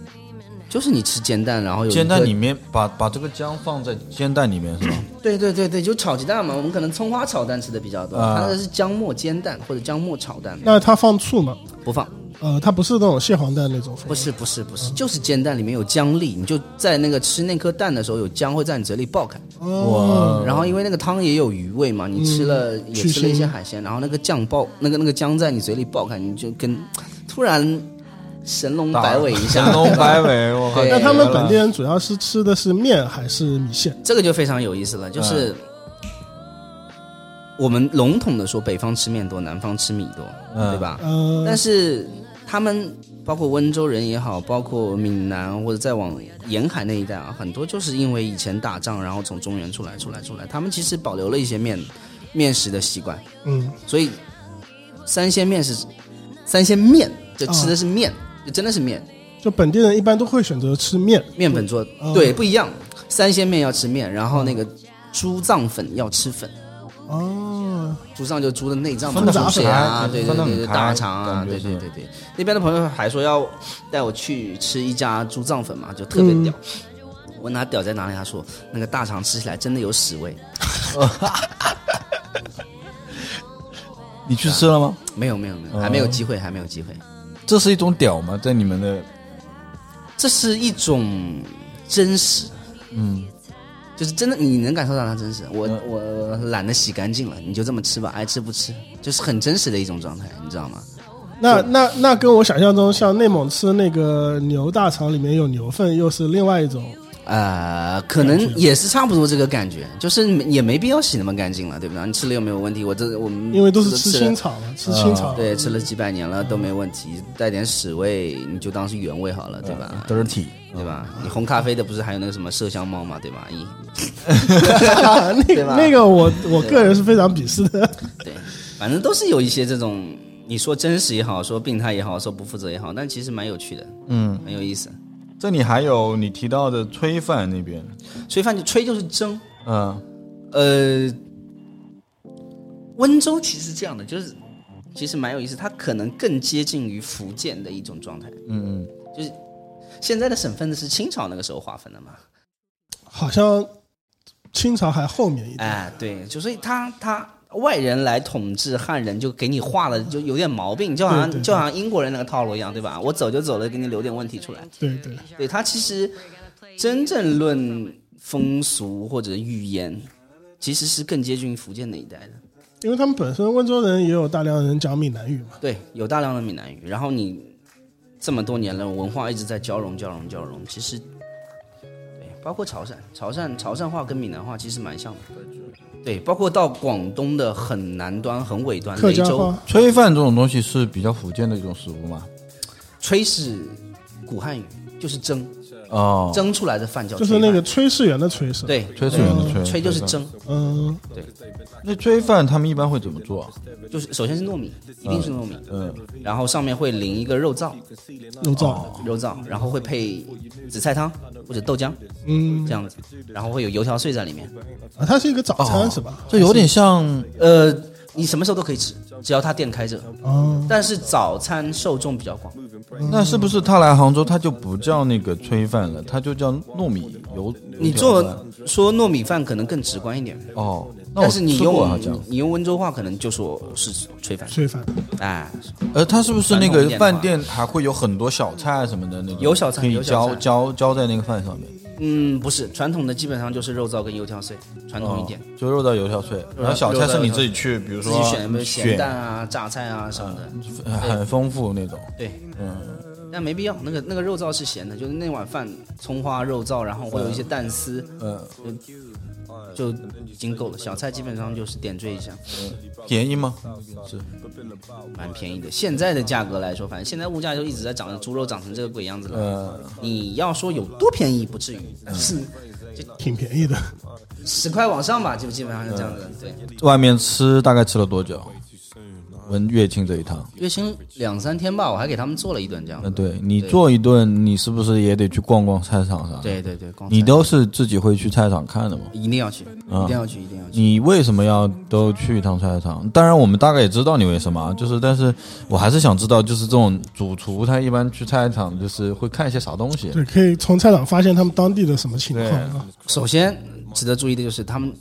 Speaker 3: 就是你吃煎蛋，然后有一
Speaker 2: 煎
Speaker 3: 个
Speaker 2: 蛋里面把把这个姜放在煎蛋里面是吧？
Speaker 3: 对对对对，就炒鸡蛋嘛，我们可能葱花炒蛋吃的比较多，
Speaker 2: 啊
Speaker 3: 它那个是姜末煎蛋或者姜末炒蛋，
Speaker 4: 那它放醋吗？
Speaker 3: 不放，
Speaker 4: 呃，它不是那种蟹黄蛋那种，
Speaker 3: 不是不是不是，就是煎蛋里面有姜粒，你就在那个吃那颗蛋的时候，有姜会在你嘴里爆开，
Speaker 2: 嗯
Speaker 4: 哦，
Speaker 3: 然后因为那个汤也有鱼味嘛，你吃了、也吃了一
Speaker 4: 去
Speaker 3: 些
Speaker 4: 腥
Speaker 3: 海鲜，然后那个酱爆那个那个姜在你嘴里爆开，你就跟突然神龙摆尾一下，
Speaker 2: 神龙摆尾，我靠！
Speaker 3: 对
Speaker 4: 那他们本地人主要是吃的是面还是米线？
Speaker 3: 这个就非常有意思
Speaker 2: 嗯
Speaker 3: 了，就是、我们笼统的说北方吃面多，南方吃米多，
Speaker 2: 嗯
Speaker 3: 对吧？
Speaker 4: 呃，
Speaker 3: 但是他们包括温州人也好，包括闽南或者再往沿海那一带啊，很多就是因为以前打仗，然后从中原出来，出来，出来，他们其实保留了一些面面食的习惯，
Speaker 4: 嗯，
Speaker 3: 所以三鲜面是三鲜面，就吃的是面，就真的是面，
Speaker 4: 就本地人一般都会选择吃面，
Speaker 3: 面粉做
Speaker 4: 哦
Speaker 3: 对不一样，三鲜面要吃面，然后那个猪脏粉要吃粉。
Speaker 4: 哦，
Speaker 3: 猪上就猪的内脏嘛，
Speaker 2: 分得很
Speaker 3: 猪血啊，
Speaker 2: 开
Speaker 3: 对对
Speaker 2: 分得很
Speaker 3: 对对，
Speaker 2: 开
Speaker 3: 大肠啊，
Speaker 2: 感觉
Speaker 3: 对
Speaker 2: 是
Speaker 3: 对对对。那边的朋友还说要带我去吃一家猪脏粉嘛，就特别
Speaker 2: 嗯
Speaker 3: 屌。我问他屌在哪里，他说那个大肠吃起来真的有屎味。
Speaker 2: 你去吃了吗？
Speaker 3: 没有没有
Speaker 2: 哦
Speaker 3: 没有，还没有机会，还没有机会。
Speaker 2: 这是一种屌吗？在你们的
Speaker 3: 这是一种真实，
Speaker 2: 嗯，
Speaker 3: 就是真的你能感受到它真实。我我我懒得洗干净了，你就这么吃吧，爱吃不吃，就是很真实的一种状态，你知道吗？
Speaker 4: 那那那跟我想象中像内蒙吃那个牛大肠里面有牛粪，又是另外一种
Speaker 3: 呃，可能也是差不多这个感觉，就是也没必要洗那么干净了，对不对？你吃了又没有问题，我这我们
Speaker 4: 因为都是
Speaker 3: 吃
Speaker 4: 吃
Speaker 3: 了
Speaker 4: 青草嘛，吃青草，
Speaker 3: 对，吃了几百年了都没问题，带点屎味你就当是原味好了，对
Speaker 4: 啊
Speaker 3: 吧？
Speaker 2: dirty，
Speaker 3: 对吧？你红咖啡的不是还有那个什么麝香猫嘛，对吧？一
Speaker 4: 啊， 那
Speaker 3: 对吧
Speaker 4: 那个我我个人是非常鄙视的。
Speaker 3: 对，反正都是有一些这种，你说真实也好，说病态也好，说不负责也好，但其实蛮有趣的，嗯，很有意思。
Speaker 2: 这里还有你提到的炊饭那边，
Speaker 3: 炊饭就炊就是蒸，
Speaker 2: 嗯，
Speaker 3: 呃，温州其实这样的，就是其实蛮有意思，它可能更接近于福建的一种状态。嗯嗯，就是现在的省份呢是清朝那个时候划分的嘛。
Speaker 4: 好像清朝还后面一点，
Speaker 3: 哎，对，就所以他他外人来统治汉人，就给你画了就有点毛病，就好像
Speaker 4: 对对对
Speaker 3: 就好像英国人那个套路一样，对吧？我走就走了，给你留点问题出来。
Speaker 4: 对对，
Speaker 3: 对他其实真正论风俗或者语言，其实是更接近于福建那一带的。
Speaker 4: 因为他们本身温州人也有大量人讲闽南语嘛，
Speaker 3: 对，有大量的闽南语，然后你这么多年了，文化一直在交融、交融、交融。其实，对，包括潮汕，潮汕潮汕话跟闽南话其实蛮像的。对，包括到广东的很南端、很尾端，
Speaker 4: 客
Speaker 3: 雷
Speaker 4: 家
Speaker 3: 州
Speaker 4: 话
Speaker 2: 炊饭这种东西是比较福建的一种食物嘛？
Speaker 3: 炊是古汉语，就是蒸
Speaker 2: 哦，
Speaker 3: 蒸出来的饭叫炊
Speaker 4: 就是那个
Speaker 3: 饭
Speaker 4: 炊事员的炊事。，
Speaker 3: 对
Speaker 2: 炊是圆的炊，
Speaker 3: 炊就是。蒸，
Speaker 4: 嗯，
Speaker 2: 那炊饭他们一般会怎么做？
Speaker 3: 就是首先是糯米，一定是糯米，
Speaker 2: 嗯，
Speaker 3: 然后上面会淋一个肉燥，
Speaker 4: 肉燥，
Speaker 3: 肉燥，然后会配紫菜汤或者豆浆
Speaker 4: 嗯
Speaker 3: 这，样子，然后会有油条碎在里面。
Speaker 4: 啊，它是一个早
Speaker 3: 哦
Speaker 4: 餐是吧？
Speaker 2: 这有点像
Speaker 3: 呃，你什么时候都可以吃，只要他店开着。
Speaker 4: 哦，
Speaker 3: 但是早餐受众比较广，
Speaker 2: 嗯那是不是他来杭州，他就不叫那个炊饭了，他就叫糯米油？
Speaker 3: 你
Speaker 2: 油
Speaker 3: 做
Speaker 2: 条饭
Speaker 3: 说糯米饭可能更直观一点，
Speaker 2: 哦，那我
Speaker 3: 但是你
Speaker 2: 吃过啊
Speaker 3: 用
Speaker 2: 好像。
Speaker 3: 你用温州话可能就说是炊饭，
Speaker 4: 炊饭，
Speaker 3: 哎，
Speaker 2: 呃，他是不是那
Speaker 3: 传统
Speaker 2: 个
Speaker 3: 一点的话
Speaker 2: 饭店还会有很多小菜什么的那种？
Speaker 3: 有小菜
Speaker 2: 可以
Speaker 3: 有小
Speaker 2: 浇
Speaker 3: 菜
Speaker 2: 浇浇在那个饭上面，
Speaker 3: 嗯，不是传统的基本上就是肉燥跟油条碎，传统一点，
Speaker 2: 哦就肉燥油条碎，然后小菜是你自己去，比如
Speaker 3: 自
Speaker 2: 说
Speaker 3: 己选什么
Speaker 2: 选嗯
Speaker 3: 咸蛋啊、榨菜啊什么的，
Speaker 2: 很丰富那种。
Speaker 3: 对，嗯，但没必要，那个那个肉燥是咸的，就是那碗饭葱花肉燥，然后会有一些蛋丝，
Speaker 2: 嗯，
Speaker 3: 就已经够了。小菜基本上就是点缀一下，
Speaker 2: 便宜吗？
Speaker 3: 蛮便宜的。现在的价格来说，反正现在物价就一直在涨，猪肉涨成这个鬼样子了。
Speaker 2: 嗯
Speaker 3: 你要说有多便宜，不至于，但是
Speaker 4: 挺便宜的。
Speaker 3: 十块往上吧，就基本上是这样子。对，
Speaker 2: 外面吃大概吃了多久？文乐清这一趟，
Speaker 3: 月薪两三天吧，我还给他们做了一顿这样
Speaker 2: 嗯，
Speaker 3: 子。
Speaker 2: 对你做一顿，你是不是也得去逛逛菜场啥？，
Speaker 3: 对对对，光
Speaker 2: 你
Speaker 3: 菜
Speaker 2: 都嗯是自己会去菜场看的吗？
Speaker 3: 一定要去，一定要去，一定要去。
Speaker 2: 你为什么要都去一趟菜场？当然，我们大概也知道你为什么啊，就是，但是我还是想知道，就是这种主厨他一般去菜场就是会看一些啥东西？
Speaker 4: 对，可以从菜场发现他们当地的什么情况啊？
Speaker 3: 首先值得注意的就是，他们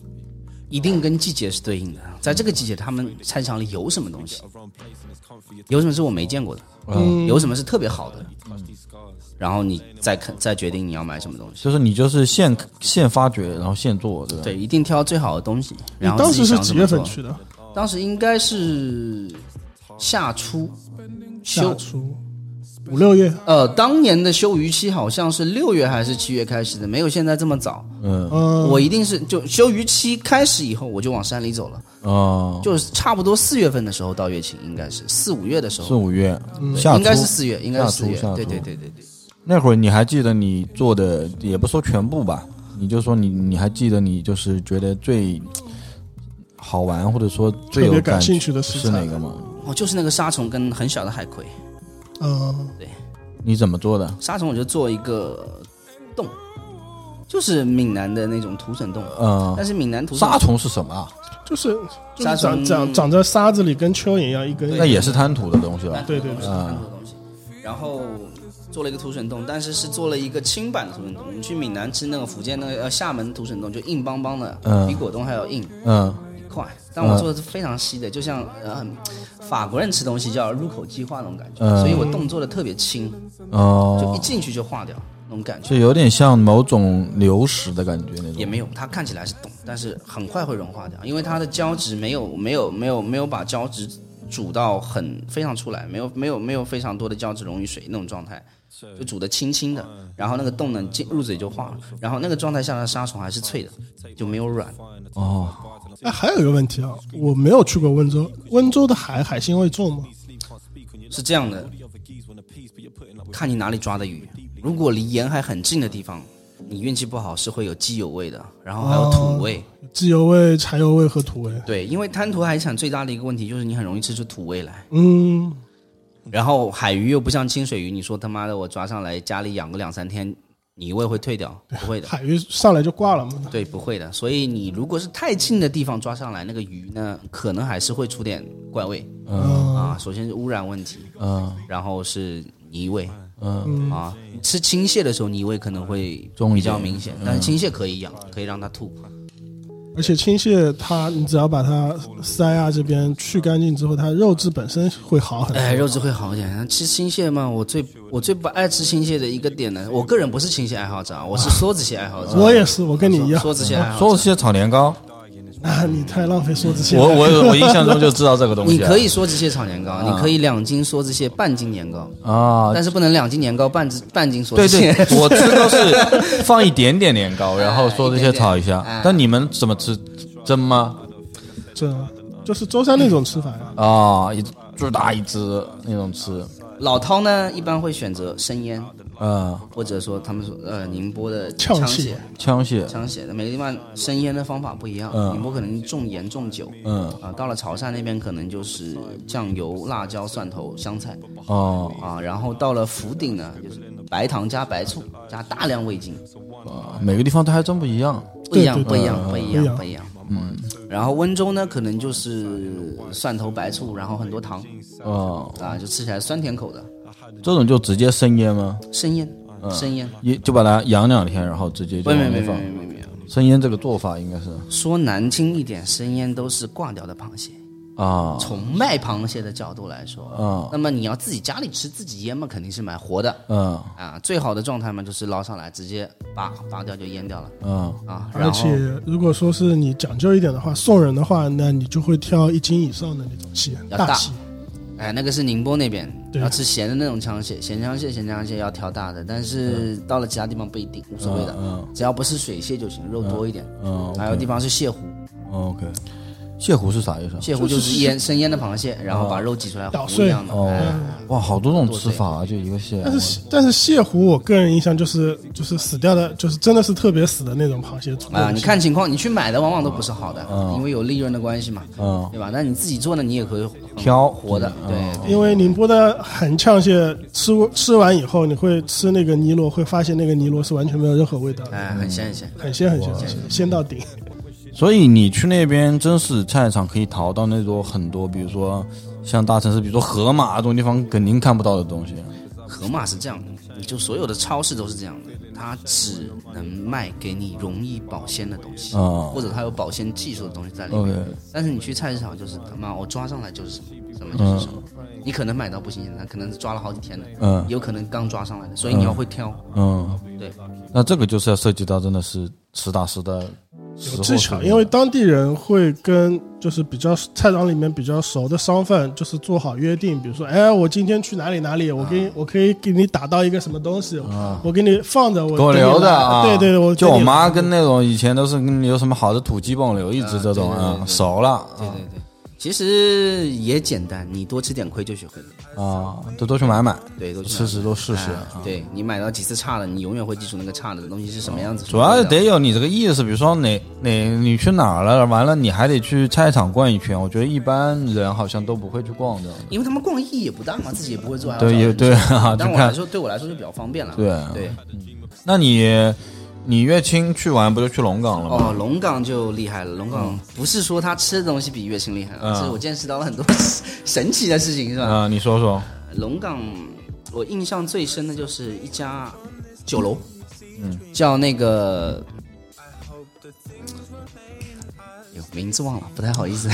Speaker 3: 一定跟季节是对应的。在这个季节，他们菜场里有什么东西，有什么是我没见过的，
Speaker 2: 嗯
Speaker 3: 有什么是特别好的，然后你再看，再决定你要买什么东西。
Speaker 2: 就是你就是现现发掘，然后现做，对吧？
Speaker 3: 对，一定挑最好的东西。
Speaker 4: 你
Speaker 3: 然后
Speaker 4: 当
Speaker 3: 自
Speaker 4: 时
Speaker 3: 己
Speaker 4: 是
Speaker 3: 想
Speaker 4: 几
Speaker 3: 怎么
Speaker 4: 月份
Speaker 3: 做
Speaker 4: 去的？
Speaker 3: 当时应该是夏初
Speaker 4: 夏
Speaker 3: 休，
Speaker 4: 初五六月，
Speaker 3: 呃，当年的休渔期好像是六月还是七月开始的，没有现在这么早。
Speaker 2: 嗯，
Speaker 4: 嗯，
Speaker 3: 我一定是就休渔期开始以后，我就往山里走了。
Speaker 4: 嗯
Speaker 2: 哦、
Speaker 3: 就是差不多四月份的时候到月琴，应该是四五月的时
Speaker 2: 四
Speaker 3: 候，
Speaker 2: 五月，夏初
Speaker 3: 应该是四月，应该是四月
Speaker 2: 夏初夏初，
Speaker 3: 对对对对对，
Speaker 2: 那会儿你还记得你做的，也不说全部吧，你就说你你还记得你就是觉得最好玩或者说最
Speaker 4: 特
Speaker 2: 有
Speaker 4: 别
Speaker 2: 感
Speaker 4: 感兴趣的食
Speaker 2: 是
Speaker 4: 材
Speaker 2: 哪个吗？
Speaker 3: 哦，就是那个沙虫跟很小的海葵，
Speaker 4: 嗯，
Speaker 2: 你怎么做的？
Speaker 3: 沙虫我就做一个洞，就是闽南的那种土笋洞，
Speaker 2: 嗯、
Speaker 3: 但是闽南土笋
Speaker 2: 沙虫是什么啊？
Speaker 4: 就是就是
Speaker 3: 沙
Speaker 4: 长
Speaker 3: 虫
Speaker 4: 长长在沙子里，跟蚯蚓一样一根一根。
Speaker 2: 那也是滩涂的啊东西吧？
Speaker 4: 对对对
Speaker 3: 很多东西，然后做了一个土笋冻，但是是做了一个轻版的土笋冻。我们去闽南吃那个福建那个呃厦门土笋冻，就硬邦邦的，
Speaker 2: 嗯
Speaker 3: 比果冻还要硬
Speaker 2: 嗯，
Speaker 3: 一块，但我做的是非常稀的，就像呃法国人吃东西叫入口即化那种感觉，
Speaker 2: 嗯
Speaker 3: 所以我冻做的特别轻，就一
Speaker 2: 哦，
Speaker 3: 进去就化掉那种感觉。
Speaker 2: 就有点像某种流食的感觉那种。
Speaker 3: 也没有，它看起来是冻，但是很快会融化掉，因为它的胶质没有没有没有没有把胶质煮到很非常出来，没有没有没有非常多的胶质溶于水那种状态，
Speaker 2: 是
Speaker 3: 就煮的轻轻的，然后那个冻呢进入嘴就化了，然后那个状态下的沙虫还是嗯脆的，就没有软。
Speaker 2: 哦，
Speaker 4: 哎，还有一个问题啊，我没有去过温州，温州的海海鲜会重吗？
Speaker 3: 是这样的，看你哪里抓的鱼。如果离沿海很近的地方，你运气不好是会有鸡油味的，然后还有土味。
Speaker 4: 鸡油味、柴油味和土味。
Speaker 3: 对，因为滩涂海产最大的一个问题就是你很容易吃出土味来。
Speaker 4: 嗯，
Speaker 3: 然后海鱼又不像清水鱼，你说他妈的我抓上来家里养个两三天，泥味会退掉？不 会的，
Speaker 4: 海鱼上来就挂了嘛。
Speaker 3: 对，不会的。所以你如果是太近的地方抓上来那个鱼呢，可能还是会出点怪味
Speaker 4: 嗯，
Speaker 3: 啊。首先是污染问题，
Speaker 2: 嗯
Speaker 3: 然后是泥味
Speaker 2: 嗯，
Speaker 4: 嗯
Speaker 3: 啊。你吃青蟹的时候泥味可能会
Speaker 2: 重一
Speaker 3: 比较
Speaker 2: 点
Speaker 3: 明显，但是青蟹可以养，可以让它吐。
Speaker 4: 而且青蟹它，你只要把它鳃啊这边去干净之后，它肉质本身会好很多。
Speaker 3: 哎，肉质会好一点。吃青蟹嘛，我最我最不爱吃青蟹的一个点呢，我个人不是青蟹爱好者，啊，我是梭子蟹爱好者。啊
Speaker 4: 我也是，我跟你一样。
Speaker 3: 梭子蟹爱好者。
Speaker 2: 说是炒年糕，
Speaker 4: 啊，你太浪费梭子蟹了。
Speaker 2: 我我我印象中就知道这个东西啊。
Speaker 3: 你可以梭子蟹炒年糕，你可以两斤梭子蟹半斤年糕，
Speaker 2: 啊，
Speaker 3: 但是不能两斤年糕半斤半斤梭
Speaker 2: 对
Speaker 3: 子蟹。
Speaker 2: 对，我吃都是放一点点年糕，然
Speaker 3: 啊
Speaker 2: 后说这些炒一下。但你们怎么吃？蒸吗？
Speaker 4: 这就是舟山那种吃法呀。
Speaker 2: 啊，一最大一只那种吃。
Speaker 3: 老饕呢一般会选择生腌，
Speaker 2: 嗯，
Speaker 3: 或者说他们说呃宁波的
Speaker 4: 呛蟹
Speaker 3: 蟹，
Speaker 2: 枪蟹，
Speaker 3: 枪蟹，每个地方生腌的方法不一样，
Speaker 2: 嗯
Speaker 3: 宁波可能重盐重酒。
Speaker 2: 嗯，
Speaker 3: 啊，到了潮汕那边可能就是酱油、辣椒、蒜头、香菜
Speaker 2: 哦，
Speaker 3: 啊，然后到了福鼎呢，就是白糖加白醋加大量味精，
Speaker 2: 每个地方它还真不一样。
Speaker 3: 不一样，
Speaker 4: 对
Speaker 3: 不
Speaker 4: 对
Speaker 3: 一
Speaker 4: 对
Speaker 3: 样，不一
Speaker 4: 不一
Speaker 3: 样，
Speaker 4: 样
Speaker 3: 不一样。嗯，然后温州呢，可能就是蒜头、白醋，然后很多糖
Speaker 2: 哦，
Speaker 3: 啊，就吃起来酸甜口的
Speaker 2: 这种就直接生腌吗？
Speaker 3: 生腌，生腌。
Speaker 2: 也就把它养两天，然后直接就
Speaker 3: 嗯没
Speaker 2: 往里
Speaker 3: 没没没
Speaker 2: 放。
Speaker 3: 没没没，
Speaker 2: 生腌这个做法应该是
Speaker 3: 说难听一点，生腌都是挂掉的螃蟹。
Speaker 2: 啊，
Speaker 3: 从卖螃蟹的角度来说，
Speaker 2: 嗯
Speaker 3: 那么你要自己家里吃自己腌嘛，肯定是买活的
Speaker 2: 嗯
Speaker 3: 啊。最好的状态嘛，就是捞上来直接扒扒掉就腌掉了
Speaker 2: 嗯，
Speaker 3: 啊。然后
Speaker 4: 而且如果说是你讲究一点的话，送人的话，那你就会挑一斤以上的那种蟹，
Speaker 3: 要大
Speaker 4: 蟹。
Speaker 3: 哎，那个是宁波那边
Speaker 4: 对
Speaker 3: 要吃咸的那种枪蟹，咸枪蟹、咸枪蟹要挑大的，但是到了其他地方不一定，无所谓的，只要不是水蟹就行，肉多一点。
Speaker 2: 嗯
Speaker 3: 还有地方是蟹糊，
Speaker 2: 哦 OK，蟹糊是啥意思啊？
Speaker 3: 蟹糊就是腌生腌的螃蟹，然后把肉挤出来
Speaker 4: 捣
Speaker 3: 糊一样的。
Speaker 2: 哦
Speaker 3: 哎，
Speaker 2: 哇，好多种吃法啊，就一个 蟹。
Speaker 4: 但是但是蟹糊，我个人印象就是就是死掉的，就是真的是特别死的那种螃蟹做的
Speaker 3: 啊，你看情况，你去买的往往都不是好的，因为有利润的关系嘛，
Speaker 2: 嗯
Speaker 3: 对吧？那你自己做的，你也可以很
Speaker 2: 挑
Speaker 3: 活的，对，
Speaker 4: 因为宁波的很呛蟹，吃过吃完以后，你会吃那个泥螺，会发现那个泥螺是完全没有任何味道的，
Speaker 3: 哎，很鲜很鲜。
Speaker 4: 很鲜很鲜很鲜，鲜到顶。
Speaker 2: 所以你去那边真是菜市场可以淘到那种很多，比如说像大城市，比如说河马这种地方肯定看不到的东西。
Speaker 3: 河马是这样的，就所有的超市都是这样的，它只能卖给你容易保鲜的东西，
Speaker 2: 哦
Speaker 3: 或者它有保鲜技术的东西在里面。
Speaker 2: OK，
Speaker 3: 但是你去菜市场就是他妈我抓上来就是什么，什么就是什么，你可能买到不新鲜的，可能是抓了好几天的，
Speaker 2: 嗯
Speaker 3: 有可能刚抓上来的，所以你要会挑。
Speaker 2: 嗯，
Speaker 3: 对，
Speaker 2: 那这个就是要涉及到真的是实打实的实货
Speaker 4: 技巧，因为当地人会跟就是比较菜场里面比较熟的商贩，就是做好约定，比如说，哎，我今天去哪里哪里，我
Speaker 2: 啊
Speaker 4: 给、我可以给你打到一个什么东西，我给你放着，我
Speaker 2: 给我
Speaker 4: 等你
Speaker 2: 留的
Speaker 4: 来
Speaker 2: 啊，
Speaker 4: 对对，对我
Speaker 2: 就
Speaker 4: 等
Speaker 2: 我
Speaker 4: 你
Speaker 2: 妈跟那种以前都是跟你有什么好的土鸡帮我留一只这种啊，熟了
Speaker 3: 对对对，其实也简单，你多吃点亏就学会了。
Speaker 2: 啊，就多去买买，
Speaker 3: 对，都去
Speaker 2: 吃吃
Speaker 3: 买
Speaker 2: 都试试。啊
Speaker 3: 哎对你买到几次差的，你永远会记住那个差的东西是什么样子。
Speaker 2: 啊主要
Speaker 3: 是
Speaker 2: 是得有你这个意识，比如说哪哪你去哪儿了，完了你还得去菜市场逛一圈。我觉得一般人好像都不会去逛这样的。
Speaker 3: 因为他们逛意义也不大嘛，自己也不会做爱好
Speaker 2: 对
Speaker 3: 者
Speaker 2: 也对啊
Speaker 3: 但
Speaker 2: 就
Speaker 3: 我来
Speaker 2: 看
Speaker 3: 说，对我来说就比较方便了。
Speaker 2: 对啊
Speaker 3: 对，
Speaker 2: 那你你乐清去玩不就去龙岗了吗？
Speaker 3: 哦，龙岗就厉害了。龙岗不是说他吃的东西比乐清厉害
Speaker 2: 嗯
Speaker 3: 了，是我见识到了很多神奇的事情，是
Speaker 2: 啊、
Speaker 3: 吧？
Speaker 2: 你说说，
Speaker 3: 龙岗我印象最深的就是一家酒楼，嗯，叫那个。有名字忘了，不太好意 思。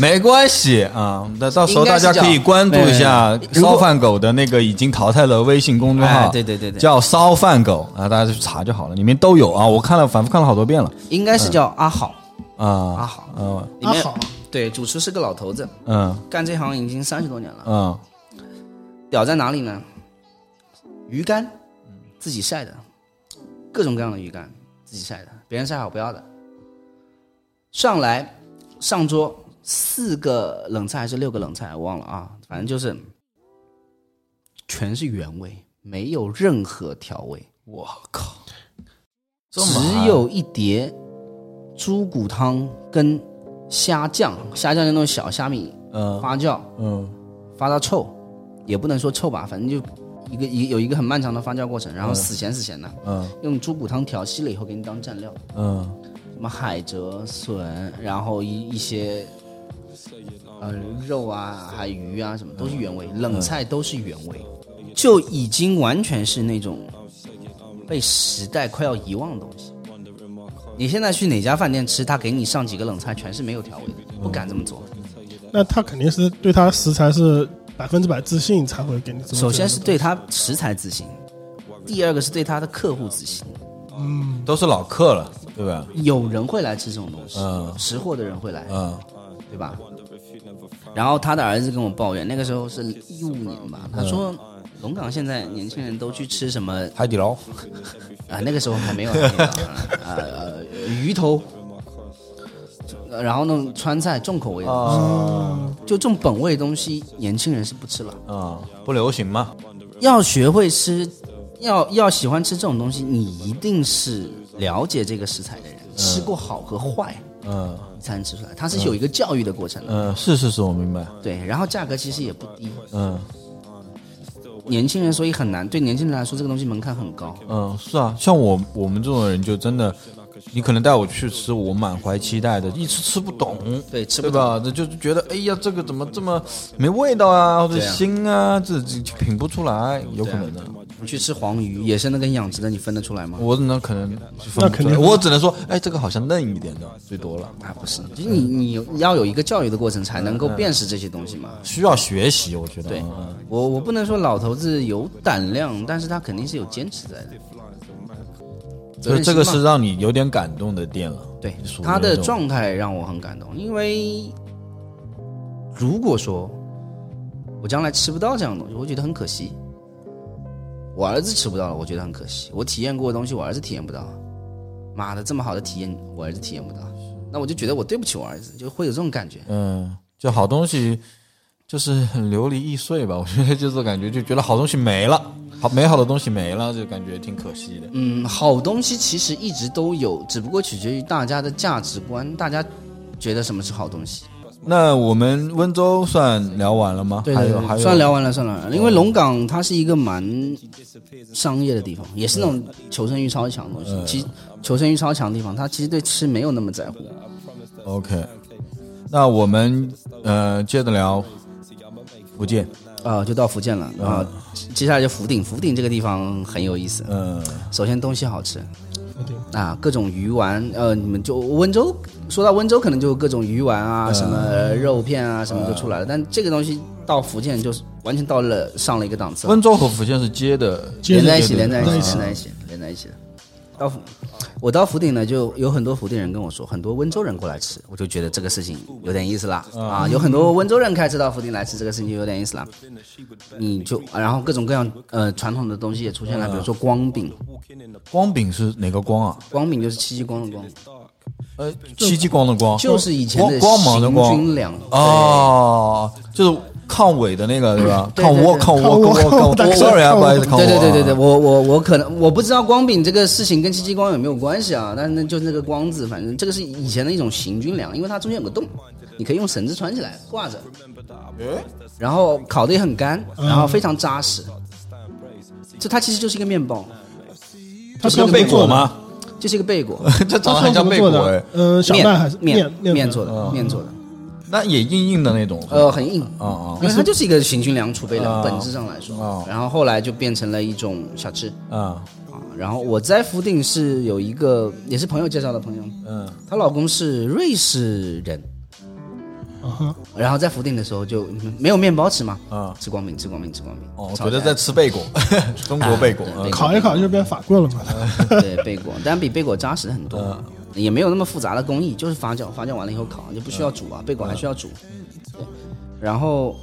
Speaker 2: 没关系啊，那到时候
Speaker 3: 应
Speaker 2: 大
Speaker 3: 该是
Speaker 2: 家可以
Speaker 3: 叫
Speaker 2: 关注
Speaker 3: 没有
Speaker 2: 一下
Speaker 3: 没有如果
Speaker 2: 烧饭狗的那个已经淘汰了微信公众号，
Speaker 3: 哎对对对对
Speaker 2: 啊叫烧饭狗啊，大家去查就好了，里面都有啊，我看了反复看了好多遍了
Speaker 3: 应该是叫阿好，
Speaker 2: 啊
Speaker 3: 阿
Speaker 2: 啊
Speaker 3: 好，
Speaker 2: 嗯
Speaker 3: 里面
Speaker 4: 阿好
Speaker 3: 对主厨是个老头子，
Speaker 2: 嗯
Speaker 3: 干这行已经三十多年了。
Speaker 2: 嗯
Speaker 3: 屌在哪里呢？鱼竿，自己晒的，各种各样的鱼竿自己晒的，别人晒好不要的。上来上桌四个冷菜还是六个冷菜，我忘了啊，反正就是全是原味，没有任何调味。
Speaker 2: 我靠，这么
Speaker 3: 只
Speaker 2: 嗨
Speaker 3: 有一碟猪骨汤跟虾酱，虾酱就那种小虾米
Speaker 2: 嗯
Speaker 3: 发酵
Speaker 2: 嗯
Speaker 3: 发到臭，也不能说臭吧，反正就一个一有一个很漫长的发酵过程，然后
Speaker 2: 嗯
Speaker 3: 死咸死咸的，
Speaker 2: 嗯
Speaker 3: 用猪骨汤调稀了以后给你当蘸料，
Speaker 2: 嗯，
Speaker 3: 什么海蜇、笋，然后一一些。呃，肉啊，还有鱼啊，什么都是原味，
Speaker 2: 嗯
Speaker 3: 冷菜都是原味，就已经完全是那种被时代快要遗忘的东西。你现在去哪家饭店吃，他给你上几个冷菜，全是没有调味的，不敢这么做。
Speaker 4: 那他肯定是对他食材是百分之百自信才会给你这么做。
Speaker 3: 首先是对他食材自信，第二个是对他的客户自信。
Speaker 2: 都是老客了，对吧？
Speaker 3: 有人会来吃这种东西，
Speaker 2: 嗯
Speaker 3: 识货的人会来，
Speaker 2: 嗯
Speaker 3: 对吧？然后他的儿子跟我抱怨，那个时候是一五年吧，他
Speaker 2: 嗯
Speaker 3: 说龙岗现在年轻人都去吃什么啊、
Speaker 2: 海底捞，
Speaker 3: 那个时候还没有海底捞啊呃鱼头，呃然后那种川菜重口味的东西，
Speaker 2: 哦
Speaker 3: 就这种本味的东西，年轻人是不吃了。
Speaker 2: 嗯，不流行嘛，
Speaker 3: 要学会吃，要要喜欢吃这种东西，你一定是了解这个食材的人，吃过好和坏，
Speaker 2: 嗯
Speaker 3: 你才能吃出来。它是有一个教育的过程的，
Speaker 2: 嗯，是是是，我明白，
Speaker 3: 对。然后价格其实也不低，
Speaker 2: 嗯
Speaker 3: 年轻人所以很难，对年轻人来说这个东西门槛很高。
Speaker 2: 嗯，是啊，像我我们这种人就真的，你可能带我去吃，我满怀期待的，一吃吃不懂，
Speaker 3: 对，吃不
Speaker 2: 对
Speaker 3: 到。
Speaker 2: 吧？这就是觉得，哎呀，这个怎么这么没味道啊，或者
Speaker 3: 对啊
Speaker 2: 腥啊，这这这品不出来，
Speaker 3: 啊
Speaker 2: 有可能的。
Speaker 3: 你去吃黄鱼，野生的跟养殖的，你分得出来吗？
Speaker 2: 我那可能是分
Speaker 4: 那
Speaker 2: 不
Speaker 4: 肯
Speaker 2: 出来
Speaker 4: 定
Speaker 2: 我只能说，哎，这个好像嫩一点的最多了，
Speaker 3: 啊，不是，就是你你有你要有一个教育的过程，才能够辨识这些东西嘛。
Speaker 2: 需要学习，我觉得。
Speaker 3: 对
Speaker 2: 嗯
Speaker 3: 我，我不能说老头子有胆量，但是他肯定是有坚持在的。责
Speaker 2: 就
Speaker 3: 任
Speaker 2: 这
Speaker 3: 心
Speaker 2: 个
Speaker 3: 嘛
Speaker 2: 是让你有点感动的店了。
Speaker 3: 对
Speaker 2: 你属于
Speaker 3: 他
Speaker 2: 那
Speaker 3: 的
Speaker 2: 种
Speaker 3: 状态让我很感动，因为如果说我将来吃不到这样的东西，我觉得很可惜。我儿子吃不到了，我觉得很可惜。我体验过的东西，我儿子体验不到。妈的，这么好的体验，我儿子体验不到，那我就觉得我对不起我儿子，就会有这种感觉。
Speaker 2: 嗯，就好东西就是很流离易碎吧，我 觉得就是感觉就觉得好东西没了，好美好的东西没了，就感觉挺可惜的。
Speaker 3: 嗯，好东西其实一直都有，只不过取决于大家的价值观，大家觉得什么是好东西。
Speaker 2: 那我们温州算聊完了吗？
Speaker 3: 对
Speaker 2: 还
Speaker 3: 对
Speaker 2: 有还有
Speaker 3: 对，算聊完了，算聊完了。因为龙岗它是一个蛮商业的地方，也是那种求生欲超强的东西。其实求生欲超强的地方，它其实对吃没有那么在乎。
Speaker 2: OK，那我们呃接着聊福建，
Speaker 3: 啊、就到福建了啊、接下来就福鼎，福鼎这个地方很有意思。
Speaker 2: 嗯、
Speaker 3: 首先东西好吃，啊，各种鱼丸，呃，你们就温州，说到温州可能就各种鱼丸啊，
Speaker 2: 嗯
Speaker 3: 什么肉片啊，什么就出来了。但这个东西到福建就是完全到了上了一个档次了。
Speaker 2: 温州和福建是接的，
Speaker 4: 接
Speaker 3: 连
Speaker 4: 着
Speaker 3: 在一起，
Speaker 4: 接着
Speaker 3: 连在一
Speaker 2: 嗯
Speaker 4: 连
Speaker 3: 起，连在一起，连在一起的。到福，我到福鼎呢，就有很多福鼎人跟我说，很多温州人过来吃，我就觉得这个事情有点意思啦。
Speaker 2: 嗯
Speaker 3: 啊，有很多温州人开车到福鼎来吃，这个事情就有点意思啦。你就然后各种各样呃传统的东西也出
Speaker 2: 嗯
Speaker 3: 现了，比如说光饼，
Speaker 2: 光饼是哪个光啊？
Speaker 3: 光饼就是戚继光的光，
Speaker 2: 呃，戚继光的光，
Speaker 3: 就是以前的
Speaker 2: 哦光光芒的光
Speaker 3: 行军粮
Speaker 2: 哦，就是抗伪的那个对吧？
Speaker 3: 对
Speaker 2: 抗倭
Speaker 3: 对对
Speaker 2: 抗倭
Speaker 4: 抗倭
Speaker 2: 抗倭
Speaker 4: 抗
Speaker 2: 抗倭
Speaker 4: 倭
Speaker 2: ，sorry 啊，
Speaker 4: 抗倭
Speaker 2: 不好意思，抗倭
Speaker 3: 对
Speaker 2: 啊。
Speaker 3: 对对对对，我我我可能我不知道光饼这个事情跟戚继光有没有关系啊，但是那就是那个光字，反正这个是以前的一种行军粮，因为它中间有个洞，你可以用绳子穿起来挂着，然后烤的也很干，
Speaker 2: 嗯
Speaker 3: 然后非常扎实，就它其实就是一个面包，
Speaker 4: 他
Speaker 2: 像贝果
Speaker 4: 做的？
Speaker 2: 吗？
Speaker 3: 就是一个 贝果，
Speaker 2: 这长得
Speaker 4: 他
Speaker 2: 很像
Speaker 4: 是怎么
Speaker 2: 贝
Speaker 4: 做
Speaker 2: 果哎
Speaker 4: 的，？嗯，小麦还
Speaker 3: 面
Speaker 4: 是
Speaker 3: 面
Speaker 4: 面
Speaker 3: 做
Speaker 2: 哦
Speaker 3: 的面做的，
Speaker 2: 那也硬硬的那种。
Speaker 3: 呃，很硬，
Speaker 2: 啊
Speaker 3: 因为它就是一个行军粮储备粮，
Speaker 2: 啊
Speaker 3: 本质上来说
Speaker 2: 啊，
Speaker 3: 然后后来就变成了一种小吃。
Speaker 2: 啊啊
Speaker 3: 啊，然后我在福鼎是有一个也是朋友介绍的朋友，
Speaker 2: 嗯
Speaker 3: 她老公是瑞士人，
Speaker 4: 啊哈
Speaker 3: 然后在福鼎的时候就没有面包吃嘛，
Speaker 2: 啊！
Speaker 3: 吃光饼，吃光饼，吃光饼。
Speaker 2: 哦，我
Speaker 3: 炒
Speaker 2: 觉得
Speaker 3: 起来
Speaker 2: 在吃贝果， 中国贝果。
Speaker 3: 啊
Speaker 2: 嗯
Speaker 4: 烤一烤就变法棍了嘛。
Speaker 3: 对贝果，但比贝果扎实很多，也没有那么复杂的工艺，就是发酵，发酵完了以后烤，就不需要煮啊，贝果还需要煮。对，然后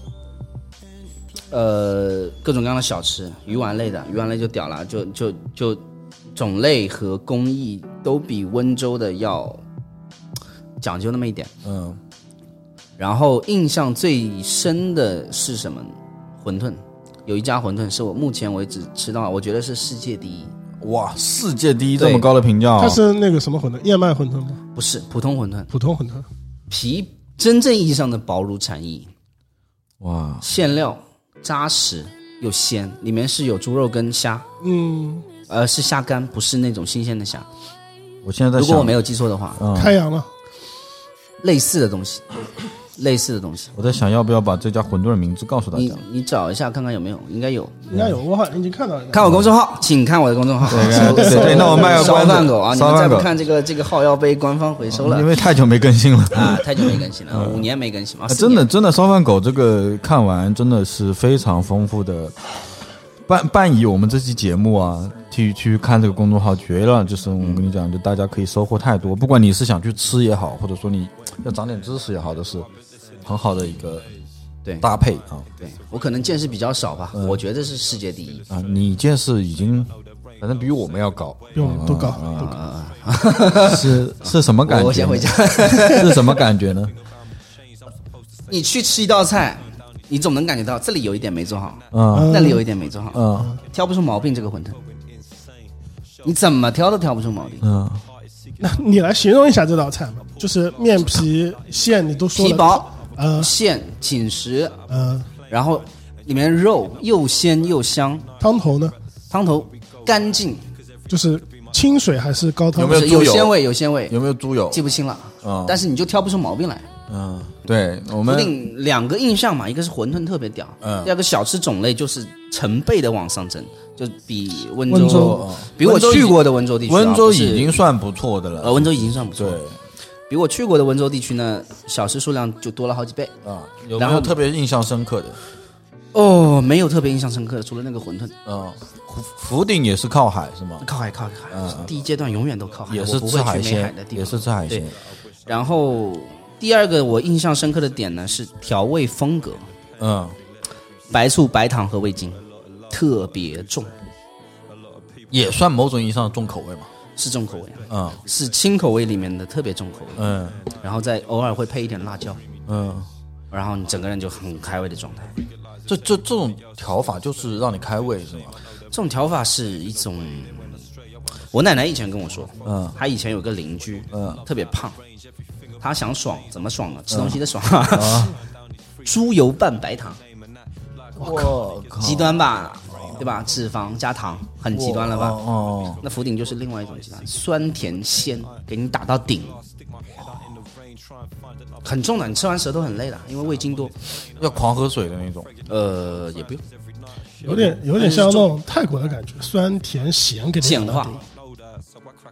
Speaker 3: 呃各种各样的小吃，鱼丸类的，鱼丸类就屌了，就就就种类和工艺都比温州的要讲究那么一点。
Speaker 2: 嗯，
Speaker 3: 然后印象最深的是什么？馄饨，有一家馄饨是我目前为止吃到，我觉得是世界第一，
Speaker 2: 哇，世界第一这
Speaker 3: 对
Speaker 2: 么高的评价、哦
Speaker 4: 它，是那个什么馄饨，燕麦馄饨吗？
Speaker 3: 不是普通馄饨，
Speaker 4: 普通馄饨。
Speaker 3: 皮真正意义上的薄如蝉翼，
Speaker 2: 哇，
Speaker 3: 馅料扎实又鲜，里面是有猪肉跟虾，
Speaker 4: 嗯，
Speaker 3: 呃，是虾干，不是那种新鲜的虾。
Speaker 2: 我现在在
Speaker 3: 如
Speaker 2: 想，
Speaker 3: 果我没有记错的话，
Speaker 2: 嗯
Speaker 4: 开阳了，
Speaker 3: 类似的东西，类似的东西，
Speaker 2: 我在想要不要把这家馄饨的名字告诉大
Speaker 3: 你
Speaker 2: 家。
Speaker 3: 你找一下看看有没有，应该有。
Speaker 4: 应该有，我好像已经看到了。
Speaker 3: 看我公众号，请看我的公众号。
Speaker 2: 嗯对 对对对那我卖个
Speaker 3: 烧
Speaker 2: 关子
Speaker 3: 饭狗啊！你
Speaker 2: 烧
Speaker 3: 们
Speaker 2: 饭
Speaker 3: 再不
Speaker 2: 狗
Speaker 3: 看这个这个号要被官方回收了
Speaker 2: 因为太久没更新了。
Speaker 3: 啊！太久没更新了，五年没更新了，
Speaker 2: 啊
Speaker 3: 四
Speaker 2: 真的，
Speaker 3: 年
Speaker 2: 真的，烧饭狗这个看完真的是非常丰富的，伴伴以我们这期节目啊，去去看这个公众号，绝了！就是我跟你讲，就大家可以收获太多，不管你是想去吃也好，或者说你要长点知识也好，都是很好的一个
Speaker 3: 对
Speaker 2: 搭配啊
Speaker 3: 对我可能见识比较少吧，
Speaker 2: 嗯
Speaker 3: 我觉得是世界第一。
Speaker 2: 啊！你见识已经，反正比我们要高，
Speaker 4: 比我
Speaker 3: 啊
Speaker 4: 们都高，都高。
Speaker 2: 是是什么感觉呢？
Speaker 3: 我我先回家
Speaker 2: 是什么感觉 呢？
Speaker 3: 你去吃一道菜，你总能感觉到这里有一点没做好，
Speaker 2: 嗯
Speaker 3: 那里有一点没做好，
Speaker 2: 嗯
Speaker 3: 挑不出毛病。这个馄饨，你怎么挑都挑不出毛病。
Speaker 2: 嗯，
Speaker 4: 那你来形容一下这道菜吧，就是面皮馅你都说了，
Speaker 3: 皮薄，
Speaker 2: 嗯
Speaker 4: 呃
Speaker 3: 馅紧实，
Speaker 4: 呃，
Speaker 3: 然后里面肉又鲜又香，
Speaker 4: 汤头呢，
Speaker 3: 汤头干净，
Speaker 4: 就是清水还是高汤？
Speaker 2: 有没有
Speaker 3: 是
Speaker 2: 猪
Speaker 3: 有
Speaker 2: 油
Speaker 3: 鲜味，有鲜味，
Speaker 2: 有没有猪油？
Speaker 3: 记不清了，
Speaker 2: 嗯
Speaker 3: 但是你就挑不出毛病来。
Speaker 2: 嗯，对我
Speaker 3: 固
Speaker 2: 们
Speaker 3: 定两个印象嘛，一个是馄饨特别屌，
Speaker 2: 嗯
Speaker 3: 第二个小吃种类就是成倍的往上增，就比温州
Speaker 4: 温州
Speaker 3: 比我
Speaker 2: 温州已
Speaker 3: 去过的温州地区啊、
Speaker 2: 温州
Speaker 3: 不是
Speaker 2: 已经算不错的了。
Speaker 3: 呃温州已经算不错，
Speaker 2: 对，
Speaker 3: 比我去过的温州地区呢，小吃数量就多了好几倍。
Speaker 2: 啊，有没
Speaker 3: 然
Speaker 2: 有
Speaker 3: 后
Speaker 2: 特别印象深刻的？
Speaker 3: 哦，没有特别印象深刻的，除了那个馄饨，
Speaker 2: 嗯，福福鼎也是靠海是吗？
Speaker 3: 靠海靠海靠海，
Speaker 2: 嗯
Speaker 3: 第一阶段永远都靠海，
Speaker 2: 也
Speaker 3: 我
Speaker 2: 是
Speaker 3: 不
Speaker 2: 吃
Speaker 3: 会
Speaker 2: 海
Speaker 3: 去没海
Speaker 2: 鲜
Speaker 3: 的，地方，
Speaker 2: 也是吃海鲜
Speaker 3: 对。然后第二个我印象深刻的点呢是调味风格，
Speaker 2: 嗯，
Speaker 3: 白醋、白糖和味精，特别重，
Speaker 2: 也算某种意义上的重口味嘛。
Speaker 3: 是重口味啊，
Speaker 2: 嗯
Speaker 3: 是轻口味里面的特别重口味，
Speaker 2: 嗯
Speaker 3: 然后再偶尔会配一点辣椒，
Speaker 2: 嗯，
Speaker 3: 然后你整个人就很开胃的状态。
Speaker 2: 这这这种调法就是让你开胃是吗？
Speaker 3: 这种调法是一种，我奶奶以前跟我说，
Speaker 2: 嗯，
Speaker 3: 她以前有个邻居，
Speaker 2: 嗯，
Speaker 3: 特别胖，她想爽，怎么爽啊呢？吃东西的爽，
Speaker 2: 啊
Speaker 3: 猪油拌白糖，
Speaker 2: 哦我靠
Speaker 3: 极端吧，对吧？脂肪加糖，很极端了吧？
Speaker 2: 哦，
Speaker 3: 那福鼎就是另外一种鸡蛋，酸甜鲜，给你打到顶，很重的，你吃完舌头很累的，因为味精多。
Speaker 2: 要狂喝水的那种。
Speaker 3: 呃，也不用
Speaker 4: 有点有点像那种泰国的感觉，酸甜咸给你
Speaker 3: 简
Speaker 4: 打
Speaker 3: 嗯化
Speaker 4: 到底，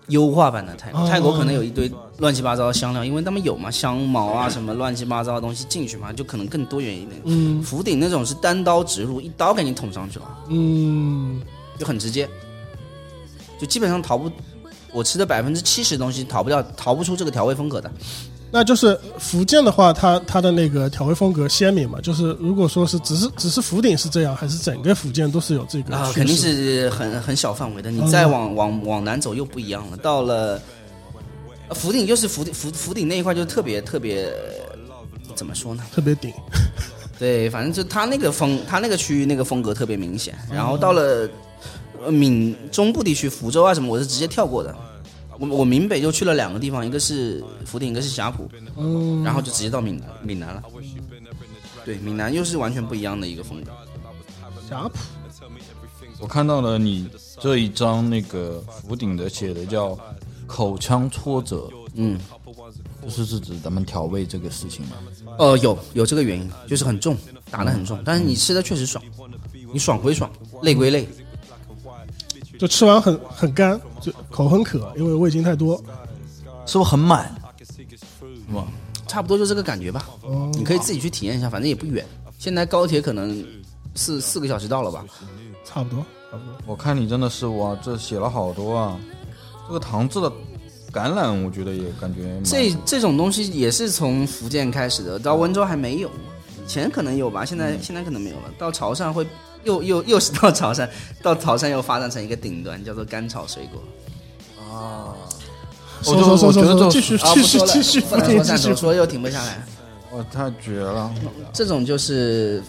Speaker 3: 优化版的泰国，
Speaker 4: 哦
Speaker 3: 泰国可能有一堆乱七八糟的香料，因为他们有嘛，香茅啊什么乱七八糟的东西进去嘛，就可能更多元一点。
Speaker 4: 嗯
Speaker 3: 福鼎那种是单刀直入，一刀给你捅上去了，
Speaker 4: 嗯，
Speaker 3: 就很直接，就基本上逃不。我吃的百分之七十东西逃不掉，逃不出这个调味风格的。
Speaker 4: 那就是福建的话，它它的那个调味风格鲜明嘛，就是如果说是只是只是福鼎是这样，还是整个福建都是有这个趋
Speaker 3: 啊，
Speaker 4: 势
Speaker 3: 肯定是很很小范围的。你再往往往南走又不一样了，到了呃福鼎就是福鼎福福鼎那一块就特别特别呃怎么说呢？
Speaker 4: 特别 顶，
Speaker 3: 对，反正就它那个风，它那个区域那个风格特别明显。然后到了呃闽中部地区，福州啊什么，我是直接跳过的。我我闽北就去了两个地方，一个是福鼎，一个是霞浦，
Speaker 4: 嗯，
Speaker 3: 然后就直接到闽南闽南了。对，闽南又是完全不一样的一个风格。
Speaker 4: 霞浦
Speaker 2: 我看到了你这一张那个福鼎的写的叫口腔挫折，
Speaker 3: 嗯，
Speaker 2: 就是是指咱们调味这个事情嘛。
Speaker 3: 呃，有有这个原因，就是很重，打得很重，但是你吃的确实爽，你爽归爽，累归累，
Speaker 4: 就吃完很很干，就口很渴，因为味精太多，
Speaker 2: 是不是很满？
Speaker 3: 差不多就这个感觉吧。你可以自己去体验一下，反正也不远，现在高铁可能四四个小时到了吧。
Speaker 4: 差不多。
Speaker 2: 我看你真的是哇，这写了好多啊！这个糖制的橄榄，我觉得也感觉蛮
Speaker 4: 嗯
Speaker 3: 这这种东西也是从福建开始的，到温州还没有。前可能有吧，现在、现在可能没有了。到潮汕会又又又是到潮汕， 到潮汕又发展成一个顶端，叫做干炒水果。
Speaker 4: 收
Speaker 2: 我就
Speaker 4: 收收
Speaker 2: 我觉
Speaker 4: 收
Speaker 2: 得
Speaker 4: 收，
Speaker 2: 就
Speaker 4: 继续
Speaker 3: 啊，
Speaker 4: 继
Speaker 3: 不
Speaker 4: 续
Speaker 3: 说了
Speaker 4: 继续，
Speaker 3: 不
Speaker 4: 不
Speaker 3: 能
Speaker 4: 停
Speaker 3: 说
Speaker 4: 继
Speaker 3: 站
Speaker 4: 续
Speaker 3: 着，说又停不下来。
Speaker 2: 哇，太绝了！
Speaker 3: 这种就是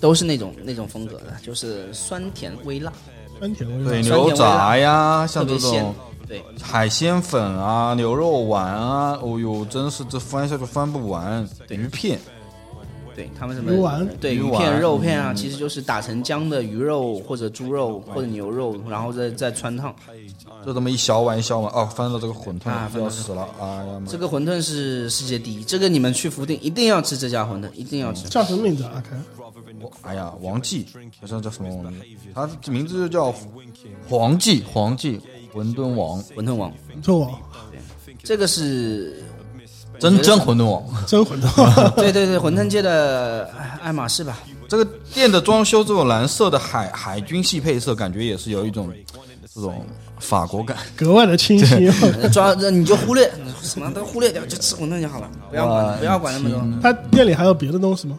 Speaker 3: 都是那种那种风格的，就是酸甜微辣，
Speaker 4: 酸甜味。
Speaker 2: 对，
Speaker 3: 酸
Speaker 2: 牛
Speaker 3: 甜味辣
Speaker 2: 杂呀，
Speaker 3: 特
Speaker 2: 像
Speaker 3: 别
Speaker 2: 这
Speaker 3: 鲜
Speaker 2: 种。
Speaker 3: 对，
Speaker 2: 海鲜粉啊，牛肉丸啊，哦呦，真是这翻下去翻不完。鱼片，
Speaker 3: 对他们什么
Speaker 4: 鱼丸嗯
Speaker 3: 对
Speaker 2: 鱼
Speaker 3: 鱼
Speaker 2: 丸
Speaker 3: 片、肉片啊，其实就是打成浆的鱼肉或者猪肉或者牛肉，然后再再穿烫。
Speaker 2: 就这么一小碗一小碗，哦，翻到这个馄饨
Speaker 3: 啊
Speaker 2: 了
Speaker 3: 翻到
Speaker 2: 要死了！哎呀妈
Speaker 3: 这，个馄饨是世界第一，这个你们去福定一定要吃这家馄饨，一定要吃。
Speaker 4: 叫什么名字啊？阿开，
Speaker 2: 我哎呀，王记，好像叫什么王记，他这名字就叫黄记，黄记馄饨王，
Speaker 3: 馄饨王，
Speaker 4: 臭王，
Speaker 3: 这个是
Speaker 2: 真真馄饨王。
Speaker 4: 真混蛋！
Speaker 3: 对对对，馄饨界的哎爱马仕吧，
Speaker 2: 这个店的装修，这种蓝色的海海军系配色，感觉也是有一种这种法国感。
Speaker 4: 格外的清晰。
Speaker 3: 抓这你就忽略什么都忽略掉，就吃馄饨就好了，不要管不要管那么多。
Speaker 4: 他店里还有别的东西吗？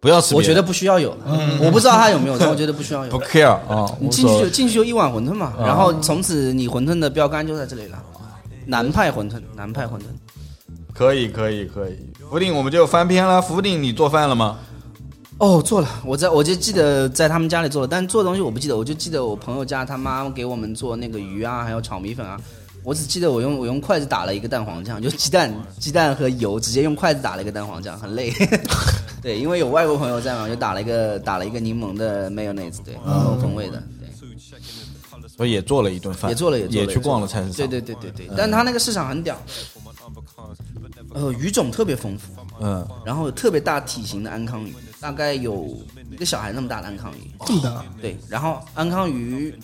Speaker 2: 不要吃别的，
Speaker 3: 我觉得不需要有，我不知道他有没有，但我觉得不需要有
Speaker 2: 不。care 啊，
Speaker 3: 你
Speaker 2: 无
Speaker 3: 进
Speaker 2: 所
Speaker 3: 去
Speaker 2: 谓
Speaker 3: 就进去就一碗馄饨嘛，然后从此你馄饨的标杆就在这里了。南派馄饨，南派馄饨，
Speaker 2: 可以可以可以，福鼎我们就翻篇了。福鼎，你做饭了吗？
Speaker 3: 哦，做了，我在我就记得在他们家里做了，但做的东西我不记得，我就记得我朋友家他妈给我们做那个鱼啊，还有炒米粉啊，我只记得我用我用筷子打了一个蛋黄酱，就鸡蛋鸡蛋和油直接用筷子打了一个蛋黄酱，很累。 对，因为有外国朋友在嘛，我就打了一个打了一个柠檬的 mayonnaise，对，
Speaker 2: 嗯
Speaker 3: 柠檬风味的，对。
Speaker 2: 我也做了一顿饭，
Speaker 3: 也做了，也做了，
Speaker 2: 啊去逛了菜市场。嗯
Speaker 3: 对对对对对，但他那个市场很屌，呃，鱼种特别丰富，
Speaker 2: 嗯，
Speaker 3: 然后有特别大体型的安康鱼，大概有一个小孩那么大的安康鱼，
Speaker 4: 这么大，
Speaker 3: 对，然后安康鱼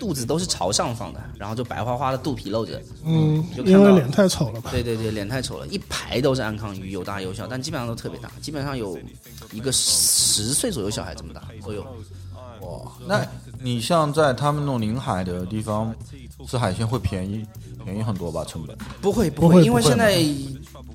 Speaker 3: 肚子都是朝上放的，然后就白花花的肚皮露着，
Speaker 4: 嗯
Speaker 3: 就，看
Speaker 4: 因
Speaker 3: 到
Speaker 4: 为
Speaker 3: 了
Speaker 4: 脸太丑了吧？
Speaker 3: 对对对，脸太丑了，一排都是安康鱼，有大有小，但基本上都特别大，基本上有一个十岁左右小孩这么大左右。
Speaker 2: 那你像在他们那种临海的地方吃海鲜会便宜，便宜很多吧？成本？
Speaker 3: 不会不
Speaker 4: 不会
Speaker 3: 因为
Speaker 4: 不会
Speaker 3: 现在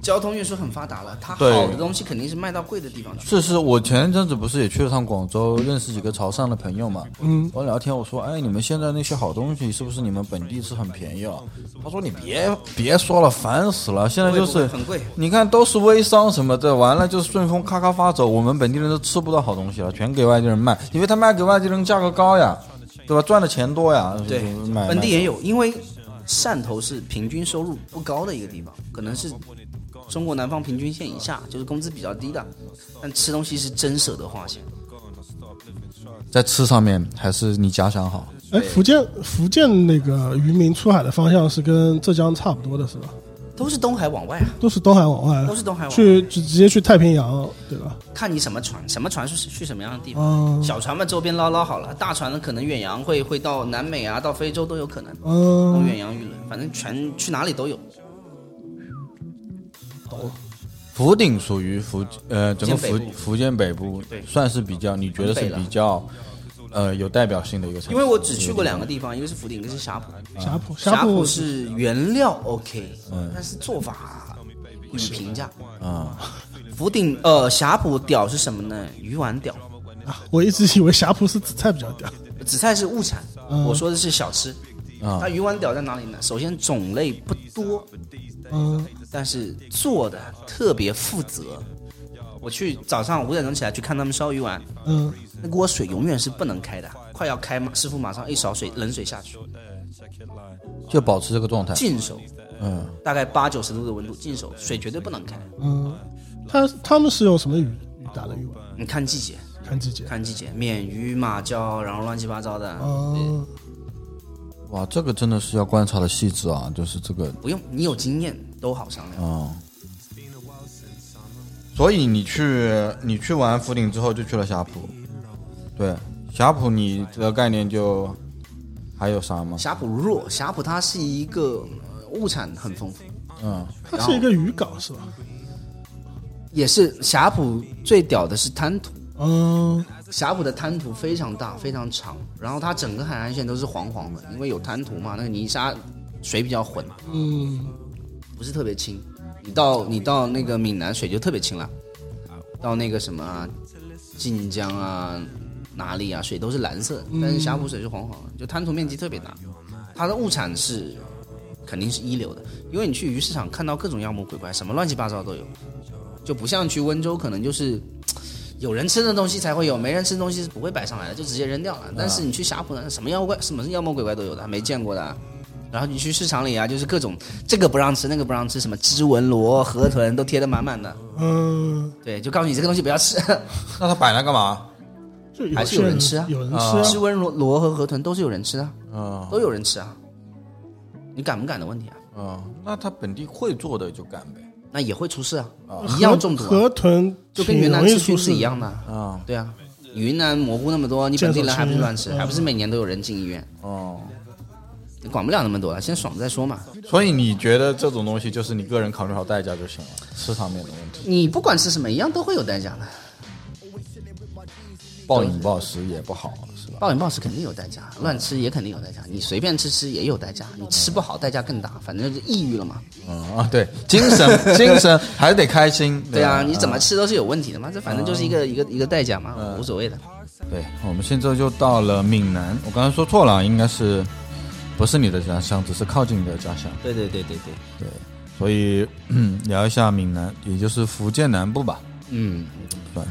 Speaker 3: 交通运输很发达了，它
Speaker 2: 对
Speaker 3: 好的东西肯定是卖到贵的地方去。
Speaker 2: 是是，我前一阵子不是也去了趟广州，认识几个潮汕的朋友嘛。嗯，我聊天我说，哎，你们现在那些好东西是不是你们本地是很便宜啊？他说你别别说了，烦死了，现在就
Speaker 3: 不会
Speaker 2: 是
Speaker 3: 不会很贵
Speaker 2: 你看都是微商什么的，完了就是顺丰咔咔发走，我们本地人都吃不到好东西了，全给外地人卖，因为他卖给外地人价格高呀，对吧？赚的钱多呀，
Speaker 3: 对
Speaker 2: 就是买，
Speaker 3: 本地
Speaker 2: 卖
Speaker 3: 也有，因为汕头是平均收入不高的一个地方，可能是中国南方平均线以下，就是工资比较低的，但吃东西是真舍得花钱。
Speaker 2: 在吃上面还是你家乡好。
Speaker 4: 哎，福建福建那个渔民出海的方向是跟浙江差不多的，是吧？
Speaker 3: 都是东海往外啊，
Speaker 4: 都是东海往外，
Speaker 3: 都是东海往外
Speaker 4: 去直直接去太平洋，对吧？
Speaker 3: 看你什么船，什么船是去什么样的地方。
Speaker 2: 哦
Speaker 4: 嗯
Speaker 3: 小船嘛，周边捞捞好了；大船呢，可能远洋会会到南美啊，到非洲都有可能。
Speaker 2: 哦
Speaker 3: 东
Speaker 4: 嗯，
Speaker 3: 远洋渔轮，反正全去哪里都有。
Speaker 2: 福鼎属于福呃整个
Speaker 3: 福
Speaker 2: 福
Speaker 3: 建北部
Speaker 2: 福建北部
Speaker 3: 对，
Speaker 2: 算是比较你觉得是
Speaker 3: 很北了
Speaker 2: 比较呃有代表性的一个城市。
Speaker 3: 因为我只去过两个地
Speaker 2: 嗯
Speaker 3: 方，一个是福鼎，一个是霞浦。
Speaker 2: 哦
Speaker 4: 峡浦
Speaker 3: 霞
Speaker 4: 浦
Speaker 3: 浦是原料 OK，、但是做法不予评价
Speaker 2: 嗯啊。
Speaker 3: 福鼎呃，霞浦屌是什么呢？鱼丸屌，
Speaker 4: 啊，我一直以为峡浦是紫菜比较屌，
Speaker 3: 紫菜是物产，我说的是小吃。
Speaker 2: 嗯啊
Speaker 3: 它鱼丸屌在哪里呢？首先种类不多，
Speaker 4: 嗯，
Speaker 3: 但是做的特别负责。我去早上五点钟起来去看他们烧鱼丸，
Speaker 4: 嗯，
Speaker 3: 那锅水永远是不能开的，快要开嘛，师傅马上一勺水冷水下去，
Speaker 2: 就保持这个状态，
Speaker 3: 净手，
Speaker 2: 嗯，
Speaker 3: 大概八九十度的温度净手，水绝对不能开。
Speaker 4: 嗯，他他们是用什么鱼鱼打的鱼丸？
Speaker 3: 你看季节，
Speaker 4: 看季节。
Speaker 3: 看季节，免鱼、马鲛，然后乱七八糟的，
Speaker 4: 嗯，
Speaker 2: 哇，这个真的是要观察的细致啊，就是这个
Speaker 3: 不用你有经验都好商量。
Speaker 2: 啊。所以你去你去完福鼎之后就去了霞浦，对，霞浦你的概念就还有啥吗？
Speaker 3: 霞浦弱，霞浦它是一个呃物产很丰富，
Speaker 2: 嗯，
Speaker 4: 它是一个渔港是吧？
Speaker 3: 也是霞浦最屌的是滩涂，
Speaker 4: 嗯，
Speaker 3: 霞浦的滩涂非常大非常长，然后它整个海岸线都是黄黄的，因为有滩涂嘛，那个泥沙水比较浑，嗯，不是特别清。你到你到那个闽南水就特别清了，到那个什么啊晋江啊哪里啊，水都是蓝色，但是霞浦水是黄黄的，就滩涂面积特别大，它的物产是肯定是一流的，因为你去鱼市场看到各种妖魔鬼怪，什么乱七八糟都有，就不像去温州可能就是。有人吃的东西才会有，没人吃的东西是不会摆上来的，就直接扔掉了。但是你去霞浦呢，什么妖怪、什么妖魔鬼怪都有的，没见过的啊、然后你去市场里啊，就是各种这个不让吃，那个不让吃，什么织纹螺、河豚都贴得满满的。
Speaker 4: 嗯，
Speaker 3: 对，就告诉你这个东西不要吃。
Speaker 2: 那他摆那干嘛？
Speaker 4: 就有
Speaker 3: 还是
Speaker 4: 些
Speaker 3: 有人吃啊
Speaker 4: 有人吃
Speaker 2: 啊
Speaker 3: 织纹螺、螺和河豚都是有人吃的，
Speaker 2: 嗯
Speaker 3: 都有人吃啊。你敢不敢的问题啊？
Speaker 2: 嗯，那他本地会做的就干呗。
Speaker 3: 那也会出事啊，
Speaker 4: 河
Speaker 3: 一样中毒、啊，
Speaker 4: 河豚
Speaker 3: 就跟云南
Speaker 4: 挺容
Speaker 3: 吃
Speaker 4: 易出
Speaker 3: 菌
Speaker 4: 事
Speaker 3: 是一。样的啊。
Speaker 2: 啊，
Speaker 3: 对啊，云南蘑菇那么多，你本地人还不是乱吃，还不是每年都有人进医院？
Speaker 2: 哦，
Speaker 3: 你管不了那么多了，先爽再说嘛。
Speaker 2: 所以你觉得这种东西就是你个人考虑好代价就行了，市场面的问题，
Speaker 3: 你不管吃什么，一样都会有代价的。
Speaker 2: 暴饮暴食也不好，是吧？
Speaker 3: 暴饮暴食肯定有代价，乱吃也肯定有代价，你随便吃吃也有代价，你吃不好代价更大，反正就抑郁了嘛。
Speaker 2: 嗯啊，对，精 神精神还是得开心。
Speaker 3: 对
Speaker 2: 吧
Speaker 3: 啊，啊你怎么吃都是有问题的嘛，这反正就是一个一个一个代价嘛，无所谓的。
Speaker 2: 对，我们现在就到了闽南，我刚才说错了，应该是不是你的家乡，只是靠近你的家乡。
Speaker 3: 对对对对对，
Speaker 2: 所以嗯聊一下闽南，也就是福建南部吧。
Speaker 3: 嗯，
Speaker 2: 对，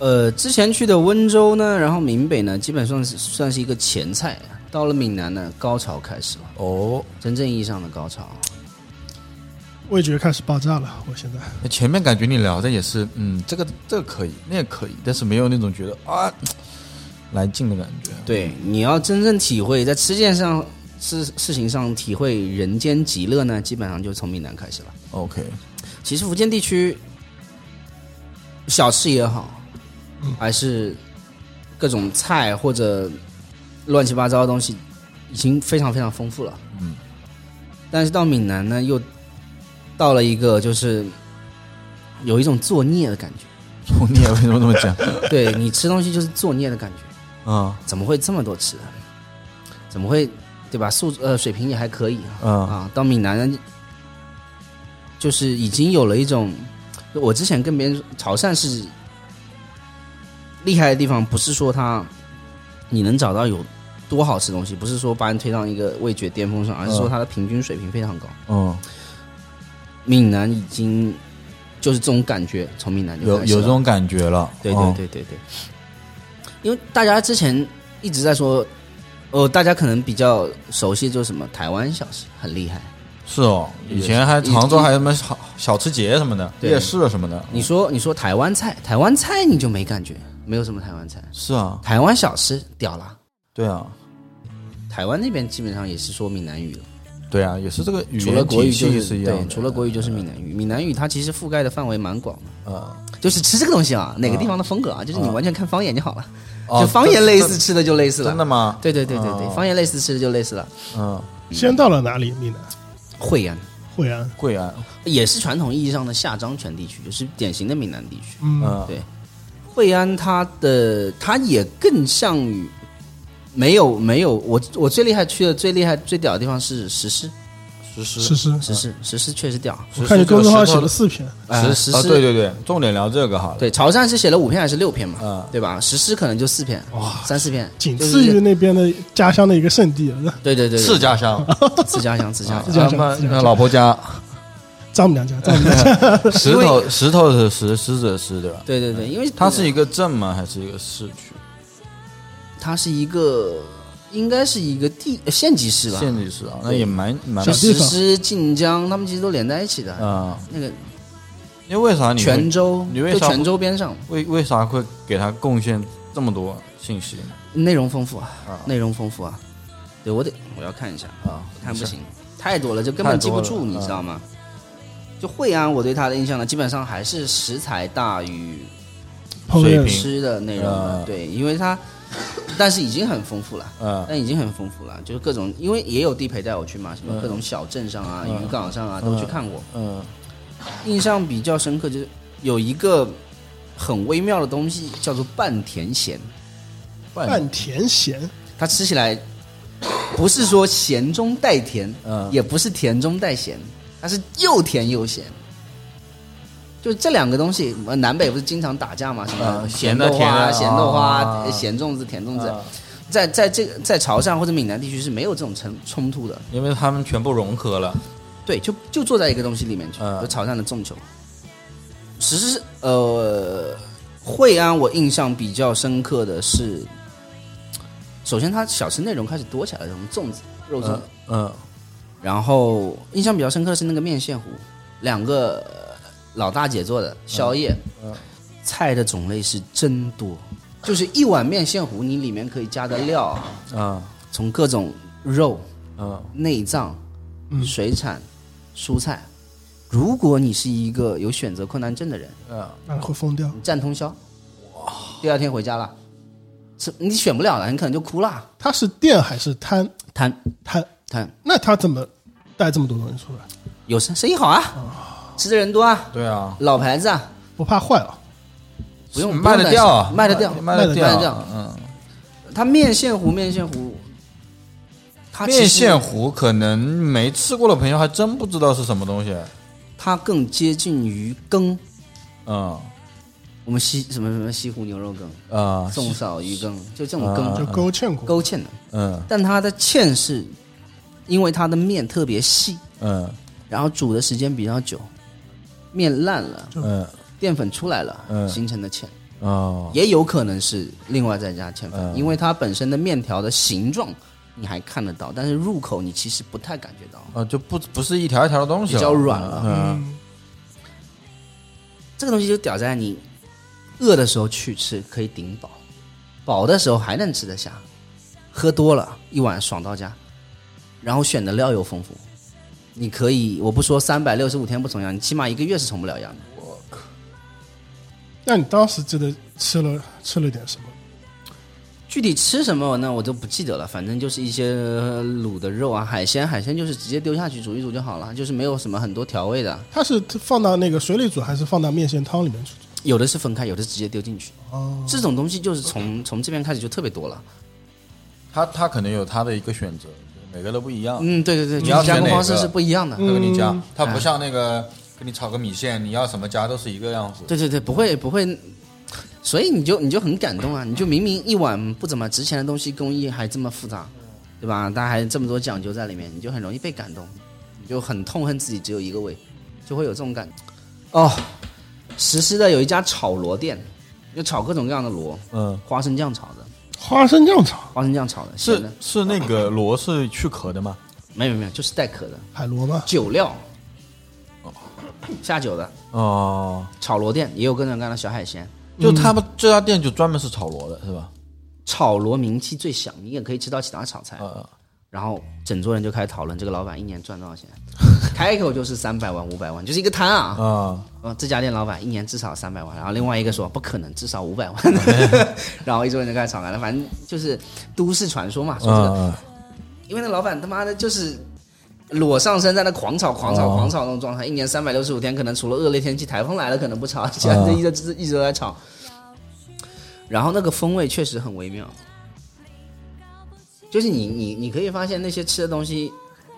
Speaker 3: 呃，之前去的温州呢，然后闽北呢，基本上是算是一个前菜，到了闽南呢，高潮开始了，
Speaker 2: 哦，
Speaker 3: 真正意义上的高潮。
Speaker 4: 味觉开始爆炸了，我现在
Speaker 3: 嗯
Speaker 2: 那前面感觉你聊的也是，嗯，这个这个可以，那个可以，但是没有那种觉得啊来劲的感觉。
Speaker 3: 对，你要真正体会在吃见上事事情上体会人间极乐呢，基本上就从闽南开始了。
Speaker 2: OK，
Speaker 3: 其实福建地区小吃也好，还是各种菜或者乱七八糟的东西，已经非常非常丰富了。嗯，但是到闽南呢，又到了一个就是有一种作孽的感觉。
Speaker 2: 作孽为什么这么 讲？
Speaker 3: 对你吃东西就是作孽的感觉，
Speaker 2: 啊
Speaker 3: 怎么会这么多吃的？怎么会对吧？素呃水平也还可以
Speaker 2: 啊
Speaker 3: 啊。啊，到闽南人就是已经有了一种，我之前跟别人说潮汕是厉害的地方，不是说它你能找到有多好吃的东西，不是说把你推到一个味觉巅峰上，而是说它的平均水平非常高。
Speaker 2: 嗯，
Speaker 3: 闽南已经就是这种感觉，从闽南就
Speaker 2: 有
Speaker 3: 开始
Speaker 2: 有
Speaker 3: 了
Speaker 2: 这种感觉了。
Speaker 3: 对对
Speaker 2: 嗯，
Speaker 3: 对对对，因为大家之前一直在说，哦，大家可能比较熟悉就是什么台湾小吃很厉害。
Speaker 2: 是哦，以前还常州还有什么小小吃节什么的，
Speaker 3: 对
Speaker 2: 夜市啊什么的。
Speaker 3: 你说你说台湾菜，台湾菜你就没感觉，没有什么台湾菜，
Speaker 2: 是啊，
Speaker 3: 台湾小吃屌啦。
Speaker 2: 对啊，
Speaker 3: 台湾那边基本上也是说闽南语的，
Speaker 2: 对啊，也是这个语
Speaker 3: 除了
Speaker 2: 言
Speaker 3: 国
Speaker 2: 体
Speaker 3: 语就
Speaker 2: 系
Speaker 3: 是
Speaker 2: 一样的。
Speaker 3: 对，除了国语就是闽南语。闽南语它其实覆盖的范围蛮广的，
Speaker 2: 啊，
Speaker 3: 就是吃这个东西啊，哪个地方的风格啊，就是你完全看方言就好了，就
Speaker 2: 哦
Speaker 3: 方言
Speaker 2: 这
Speaker 3: 类
Speaker 2: 这哦
Speaker 3: 似吃的就类似了。
Speaker 2: 真的？吗？
Speaker 3: 对对对对对，方言类似吃的就类似了。啊
Speaker 2: 嗯，
Speaker 4: 先到了哪里？闽南
Speaker 3: 惠安
Speaker 4: 惠
Speaker 3: 嗯
Speaker 4: 安，
Speaker 2: 贵啊安，
Speaker 3: 也是传统意义上的下漳泉地区，就是典型的闽南地区。
Speaker 4: 嗯，
Speaker 2: 嗯，
Speaker 3: 对，惠安它的它也更像于没有没有我我最厉害去的最厉害最屌的地方是石狮，
Speaker 2: 实施
Speaker 4: 是是，
Speaker 3: 石狮石狮确实屌。
Speaker 4: 我看你公众号写了四篇，
Speaker 3: 呃
Speaker 2: 实
Speaker 3: 实
Speaker 2: 啊，
Speaker 3: 施
Speaker 2: 对对对，重点聊这个好了。
Speaker 3: 对，潮汕是写了五篇还是六篇嘛？
Speaker 2: 嗯
Speaker 3: 对吧？石狮可能就四篇，三四篇，
Speaker 4: 仅
Speaker 3: 就
Speaker 4: 次
Speaker 3: 是
Speaker 4: 于那边的家乡的一个圣地，呃
Speaker 3: 对对对，对
Speaker 2: 是家 乡，
Speaker 3: 自家乡自家乡。
Speaker 4: 家乡
Speaker 2: 啊
Speaker 4: 自家乡
Speaker 2: 老婆 家，
Speaker 4: 丈母娘家，丈母娘家，
Speaker 2: 石头石头的石，狮子的狮，对吧？
Speaker 3: 对对对，因为
Speaker 2: 它是一个镇吗？还是一个市区？
Speaker 3: 它是一个应该是一个地呃县级市吧？
Speaker 2: 县级市啊，那
Speaker 3: 对
Speaker 2: 也蛮蛮
Speaker 4: 小
Speaker 3: 石
Speaker 4: 地方
Speaker 3: 狮、晋江，他们其实都连在一起的。
Speaker 2: 啊。
Speaker 3: 那个
Speaker 2: 因为为啥你会
Speaker 3: 泉州，
Speaker 2: 你为
Speaker 3: 就
Speaker 2: 啥
Speaker 3: 泉州边上，
Speaker 2: 为为啥会给他贡献这么多信息呢？
Speaker 3: 内容丰富啊，
Speaker 2: 啊
Speaker 3: 内容丰富啊。对我得我要看一下，
Speaker 2: 啊，
Speaker 3: 看不行，太多了就根本记不
Speaker 2: 太多
Speaker 3: 住，
Speaker 2: 了嗯
Speaker 3: 你知道吗？就惠安，我对它的印象呢，基本上还是食材大于
Speaker 4: 朋
Speaker 2: 水
Speaker 4: 友
Speaker 2: 平
Speaker 3: 吃的内容了。
Speaker 2: 啊
Speaker 3: 对，因为它，但是已经很丰富了。
Speaker 2: 啊
Speaker 3: 但已经很丰富了，就是各种，因为也有地陪带我去嘛，什么各种小镇上啊、渔港上啊都去看过。
Speaker 2: 嗯
Speaker 3: 印象比较深刻就是有一个很微妙的东西叫做半甜咸，
Speaker 4: 半甜咸，
Speaker 3: 它吃起来不是说咸中带甜，
Speaker 2: 嗯
Speaker 3: 也不是甜中带咸，它是又甜又咸。就这两个东西，呃南北不是经常打架嘛？什么
Speaker 8: 嗯咸的
Speaker 3: 豆花啊、
Speaker 8: 甜的
Speaker 3: 咸豆花
Speaker 8: 啊
Speaker 3: 啊、咸粽子、甜粽子，在在这个在潮汕或者闽南地区是没有这种冲冲突的。
Speaker 9: 因为他们全部融合了。
Speaker 3: 对，就就坐在一个东西里面去，
Speaker 9: 嗯
Speaker 3: 就潮汕的粽球。其实是呃，惠安我印象比较深刻的是，首先它小吃内容开始多起来了，什么粽子、肉粽，
Speaker 9: 嗯嗯
Speaker 3: 然后印象比较深刻的是那个面线糊，两个呃老大姐做
Speaker 9: 嗯
Speaker 3: 的宵夜，菜的种类是真多，就是一碗面线糊，你里面可以加的料，啊
Speaker 9: 嗯
Speaker 3: 从各种肉、
Speaker 9: 嗯
Speaker 3: 内脏、
Speaker 2: 嗯
Speaker 3: 水产、蔬菜。如果你是一个有选择困难症的人，
Speaker 4: 那会疯掉。
Speaker 3: 你站通宵，第二天回家了，是你选不了了，你可能就哭了。
Speaker 4: 他是店还是摊？
Speaker 3: 摊
Speaker 4: 摊。
Speaker 3: 摊
Speaker 4: 那他怎么带这么多东西出来？
Speaker 3: 有生生意好啊，吃的人多啊，
Speaker 2: 对啊，
Speaker 3: 老牌子啊，
Speaker 4: 不怕坏啊？
Speaker 3: 不用
Speaker 2: 卖得掉啊，
Speaker 3: 卖得掉，
Speaker 2: 卖
Speaker 4: 卖得
Speaker 2: 得
Speaker 4: 掉
Speaker 3: 卖得掉
Speaker 2: 嗯，
Speaker 3: 它面线糊，面线糊，它其实
Speaker 2: 面线糊可能没吃过的朋友还真不知道是什么东西。
Speaker 3: 它更接近于羹，
Speaker 2: 嗯
Speaker 3: 我们西什么什么西湖牛肉羹、
Speaker 2: 啊，
Speaker 3: 粽少鱼羹，就这种羹
Speaker 4: 就勾芡过。
Speaker 3: 勾芡的，
Speaker 2: 嗯
Speaker 3: 但它的芡是因为它的面特别细，
Speaker 2: 嗯
Speaker 3: 然后煮的时间比较久，面烂了，
Speaker 2: 嗯
Speaker 3: 淀粉出来了，
Speaker 2: 嗯
Speaker 3: 形成的芡，
Speaker 2: 哦，
Speaker 3: 也有可能是另外再加芡粉，
Speaker 2: 嗯
Speaker 3: 因为它本身的面条的形状你还看得到，但是入口你其实不太感觉到。
Speaker 2: 啊，就不不是一条一条的东西，啊
Speaker 3: 比较软了
Speaker 2: 嗯
Speaker 4: 嗯，
Speaker 3: 这个东西就屌在你饿的时候去吃可以顶饱，饱的时候还能吃得下，喝多了一碗爽到家，然后选的料又丰富，你可以我不说三百六十五天不重样，你起码一个月是重不了样的。
Speaker 4: 那你当时记得吃了吃了点什么？
Speaker 3: 具体吃什么呢，我都不记得了，反正就是一些呃卤的肉啊，海鲜，海鲜就是直接丢下去煮一煮就好了，就是没有什么很多调味的，
Speaker 4: 它是放到那个水里煮，还是放到面线汤里面去煮？
Speaker 3: 有的是分开，有的直接丢进去。
Speaker 4: 哦，
Speaker 3: 这种东西就是从从这边开始就特别多了。
Speaker 2: 他他可能有他的一个选择，每个都不一样。
Speaker 3: 嗯，对对对，
Speaker 2: 你要
Speaker 3: 就是加
Speaker 2: 选
Speaker 3: 工
Speaker 2: 哪
Speaker 3: 方式
Speaker 2: 个嗯
Speaker 3: 是不一样的。
Speaker 2: 他给你加，他
Speaker 3: 啊
Speaker 2: 不像那个给你炒个米线，你要什么加都是一个样子。
Speaker 3: 对对对，不会不会，所以你就你就很感动啊！你就明明一碗不怎么值钱的东西，工艺还这么复杂，对吧？它还这么多讲究在里面，你就很容易被感动，你就很痛恨自己只有一个胃，就会有这种感哦，实施的有一家炒螺店，就炒各种各样的螺，
Speaker 2: 嗯，
Speaker 3: 花生酱炒的，
Speaker 4: 花生酱炒
Speaker 3: 花生酱炒的，咸
Speaker 2: 是
Speaker 3: 的，
Speaker 2: 是那个螺是去壳的吗？
Speaker 3: 没有没有，就是带壳的
Speaker 4: 海螺吗？
Speaker 3: 酒料，哦下酒的
Speaker 2: 哦，
Speaker 3: 炒螺店也有各种各样的小海鲜。
Speaker 2: 嗯就他们这家店就专门是炒螺的，是吧？
Speaker 3: 炒螺名气最响，你也可以吃到其他炒菜。
Speaker 2: 呃，
Speaker 3: 然后整桌人就开始讨论这个老板一年赚多少钱， 开口就是三百万、五百万，就是一个摊啊。
Speaker 2: 啊，
Speaker 3: 哦，这家店老板一年至少三百万，然后另外一个说不可能，至少五百万， 然后一桌人就开始吵开了。反正就是都市传说嘛，说这个，
Speaker 2: 嗯
Speaker 3: 因为那老板他妈的就是裸上身在那狂炒、狂炒、狂炒那种状态，一年三百六十五天，可能除了恶劣天气、台风来了可能不炒，其他就一直一直都在炒。然后那个风味确实很微妙，就是你你你可以发现那些吃的东西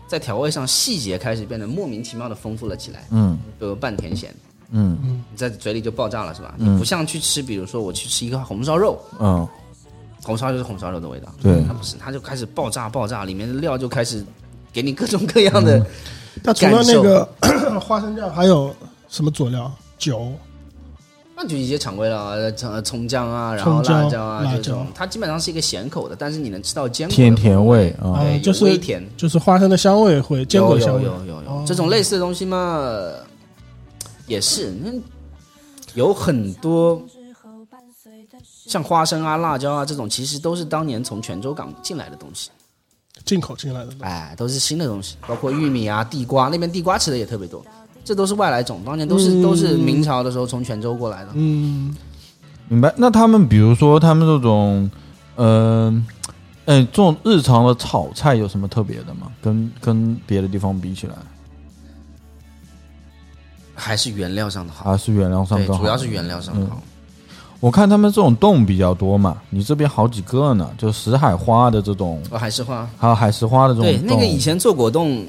Speaker 3: 在调味上细节开始变得莫名其妙的丰富了起来，
Speaker 2: 嗯
Speaker 3: 比如半甜咸，
Speaker 2: 嗯
Speaker 3: 你在嘴里就爆炸了是吧？你不像去吃，比如说我去吃一个红烧肉，
Speaker 2: 嗯，
Speaker 3: 红烧就是红烧肉的味道，
Speaker 2: 对
Speaker 3: 它不是，它就开始爆炸爆炸，里面的料就开始给你各种各样的，
Speaker 4: 它除了那个 花生酱，还有什么佐料？酒、
Speaker 3: 那就一些常规了，呃葱葱姜啊，然后
Speaker 4: 葱姜
Speaker 3: 辣椒啊
Speaker 4: 辣椒
Speaker 3: 这种，它基本上是一个咸口的，但是你能吃到坚果的
Speaker 2: 甜甜味
Speaker 3: 口
Speaker 2: 啊，
Speaker 3: 对
Speaker 4: 啊
Speaker 3: 哎有
Speaker 4: 就是
Speaker 3: 微甜，
Speaker 4: 就是花生的香味会坚果
Speaker 3: 有
Speaker 4: 的香
Speaker 3: 有
Speaker 4: 味。
Speaker 3: 有有有这种类似的东西嘛，呃也是，那有很多像花生啊、辣椒啊这种，其实都是当年从泉州港进来的东西。
Speaker 4: 进口进来的，
Speaker 3: 哎，都是新的东西，包括玉米啊、地瓜，那边地瓜吃的也特别多，这都是外来种，当年都
Speaker 2: 嗯
Speaker 3: 是、都是明朝的时候从泉州过来的。
Speaker 4: 嗯，
Speaker 2: 明白。那他们比如说他们这种，嗯、呃，哎，这种日常的炒菜有什么特别的吗？跟跟别的地方比起来，
Speaker 3: 还是原料上的好，
Speaker 2: 还是原啊料上
Speaker 3: 对，
Speaker 2: 更好？嗯
Speaker 3: 主要是原料上的好。
Speaker 2: 我看他们这种洞比较多嘛，你这边好几个呢，就石海花的这种，
Speaker 3: 哦，海石花，
Speaker 2: 还有海石花的这种
Speaker 3: 对，
Speaker 2: 洞。
Speaker 3: 那个以前做果冻，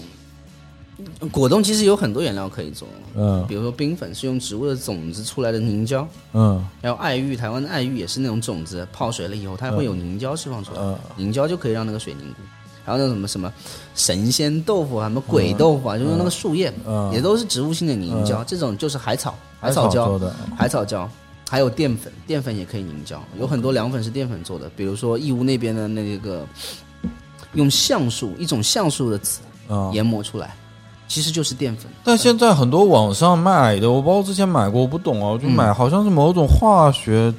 Speaker 3: 果冻其实有很多原料可以做，
Speaker 2: 嗯
Speaker 3: 比如说冰粉是用植物的种子出来的凝胶，
Speaker 2: 嗯
Speaker 3: 还有爱玉，台湾的爱玉也是那种种子泡水了以后，它会有凝胶释放出来，
Speaker 2: 嗯
Speaker 3: 凝胶就可以让那个水凝固。还有那什么什么神仙豆腐啊，什么鬼豆腐啊，就用那个树叶，
Speaker 2: 嗯
Speaker 3: 也都是植物性的凝胶。这种就是海草、海草
Speaker 2: 海草
Speaker 3: 胶
Speaker 2: 做的、
Speaker 3: 海草胶，还有淀粉，淀粉也可以凝胶。
Speaker 2: 嗯
Speaker 3: 有很多凉粉是淀粉做的，比如说义乌那边的那个用橡树一种橡树的籽
Speaker 2: 嗯。
Speaker 3: 研磨出来，其实就是淀粉。
Speaker 2: 但现在很多网上卖的，我包括之前买过，我不懂哦，我
Speaker 3: 嗯
Speaker 2: 就买好像是某种化学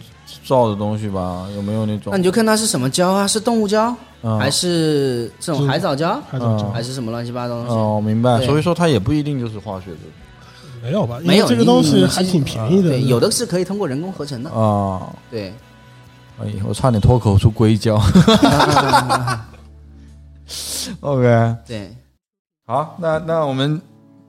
Speaker 2: 造的东西吧？有没有那种
Speaker 3: 那？你就看它是什么胶啊，是动物胶、
Speaker 2: 嗯
Speaker 3: 还是这种海藻胶？
Speaker 4: 还怎么着？
Speaker 3: 还是什么乱七八糟的东西。
Speaker 2: 哦，明白。
Speaker 3: 对
Speaker 2: 所以说它也不一定就是化学
Speaker 4: 没有吧？因
Speaker 3: 没
Speaker 4: 为
Speaker 3: 有
Speaker 4: 这个
Speaker 3: 你
Speaker 4: 东西
Speaker 3: 你
Speaker 4: 还挺便宜的，
Speaker 3: 对，有的是可以通过人工合成的
Speaker 2: 的。啊。
Speaker 3: 对，
Speaker 2: 哎呀，我差点脱口出硅胶。OK，
Speaker 3: 对，
Speaker 2: 好，那那我们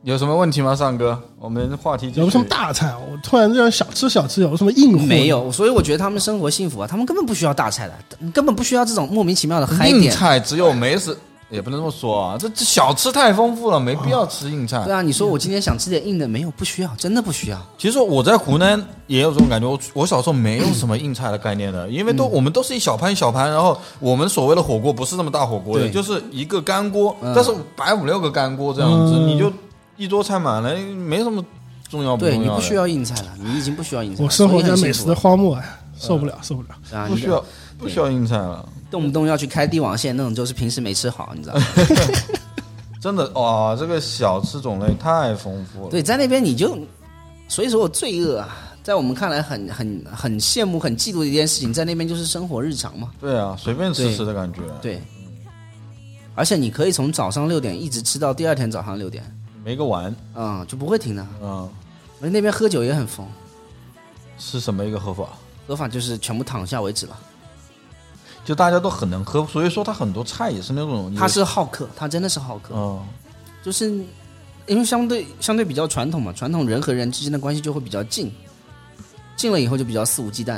Speaker 2: 有什么问题吗，尚哥？我们话题继续
Speaker 4: 有什么大菜？我突然这样小吃小吃有什么硬货？
Speaker 3: 没，有，所以我觉得他们生活幸福啊，他们根本不需要大菜的，根本不需要这种莫名其妙的嗨
Speaker 2: 硬
Speaker 3: 点。
Speaker 2: 菜只有美食，也不能这么说啊，这这小吃太丰富了，没必要吃硬菜
Speaker 3: 对。啊，你说我今天想吃点硬的，没有，不需要，真的不需要。
Speaker 2: 其实我在湖南也有这种感觉，我我小时候没有什么硬菜的概念
Speaker 3: 嗯
Speaker 2: 的，因为都、我们都是一小盘一小盘，然后我们所谓的火锅不是那么大火锅的，
Speaker 3: 对嗯
Speaker 2: 就是一个干锅，但是摆五六个干锅这样子，
Speaker 4: 嗯
Speaker 2: 你就一桌菜满了，没什么重要不重
Speaker 3: 对
Speaker 2: 要的。
Speaker 3: 你不需要硬菜了，你已经不需要硬菜了。
Speaker 4: 我生活在
Speaker 3: 所以很嗯
Speaker 4: 美
Speaker 3: 幸
Speaker 4: 食
Speaker 3: 福
Speaker 4: 的荒漠哎呀，受不了，受不了。
Speaker 3: 啊，
Speaker 2: 不
Speaker 3: 你
Speaker 2: 需要不需要硬菜了，
Speaker 3: 动不动要去开帝王蟹那种，就是平时没吃好，你知道吗？
Speaker 2: 真的哇、这个小吃种类太丰富了。
Speaker 3: 对，在那边你就，所以说我罪恶啊，在我们看来很很很羡慕、很嫉妒的一件事情，在那边就是生活日常嘛。
Speaker 2: 对啊，随便吃
Speaker 3: 对
Speaker 2: 吃的感觉，
Speaker 3: 对，而且你可以从早上六点一直吃到第二天早上六点，
Speaker 2: 没个完
Speaker 3: 嗯，就不会停的。
Speaker 2: 啊、嗯
Speaker 3: 而且那边喝酒也很疯，
Speaker 2: 是什么一个喝法？
Speaker 3: 喝法就是全部躺下为止了。
Speaker 2: 就大家都很能喝，所以说它很多菜也是那种
Speaker 3: 他是好客，他真的是好客，
Speaker 2: 嗯。
Speaker 3: 就是因为相对相对比较传统嘛，传统人和人之间的关系就会比较近，近了以后就比较肆无忌惮，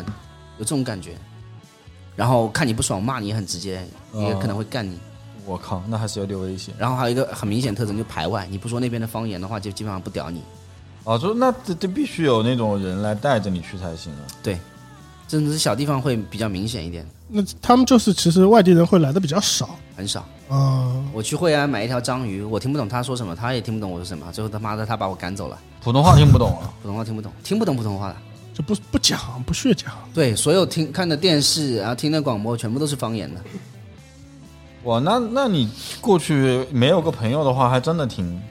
Speaker 3: 有这种感觉。然后看你不爽骂你也很直接，也
Speaker 2: 嗯
Speaker 3: 可能会干你。
Speaker 2: 我靠，那还是有点危险
Speaker 3: 然后还有一个很明显特征就排外，你不说那边的方言的话，就基本上不屌你。
Speaker 2: 啊！就那这这必须有那种人来带着你去才行啊。
Speaker 3: 对，真的是小地方会比较明显一点，
Speaker 4: 那他们就是其实外地人会来的比较少
Speaker 3: 很少。
Speaker 4: 啊，
Speaker 3: 我去惠安买一条章鱼，我听不懂他说什么，他也听不懂我说什么，最后他妈的他把我赶走了，
Speaker 2: 普通话听不懂啊，
Speaker 3: 普通话听不懂，听不懂普通话的。
Speaker 4: 就不不讲不屑讲。
Speaker 3: 对，所有听看的电视啊，听的广播，全部都是方言的。
Speaker 2: 哇，那那你过去没有个朋友的话，还真的挺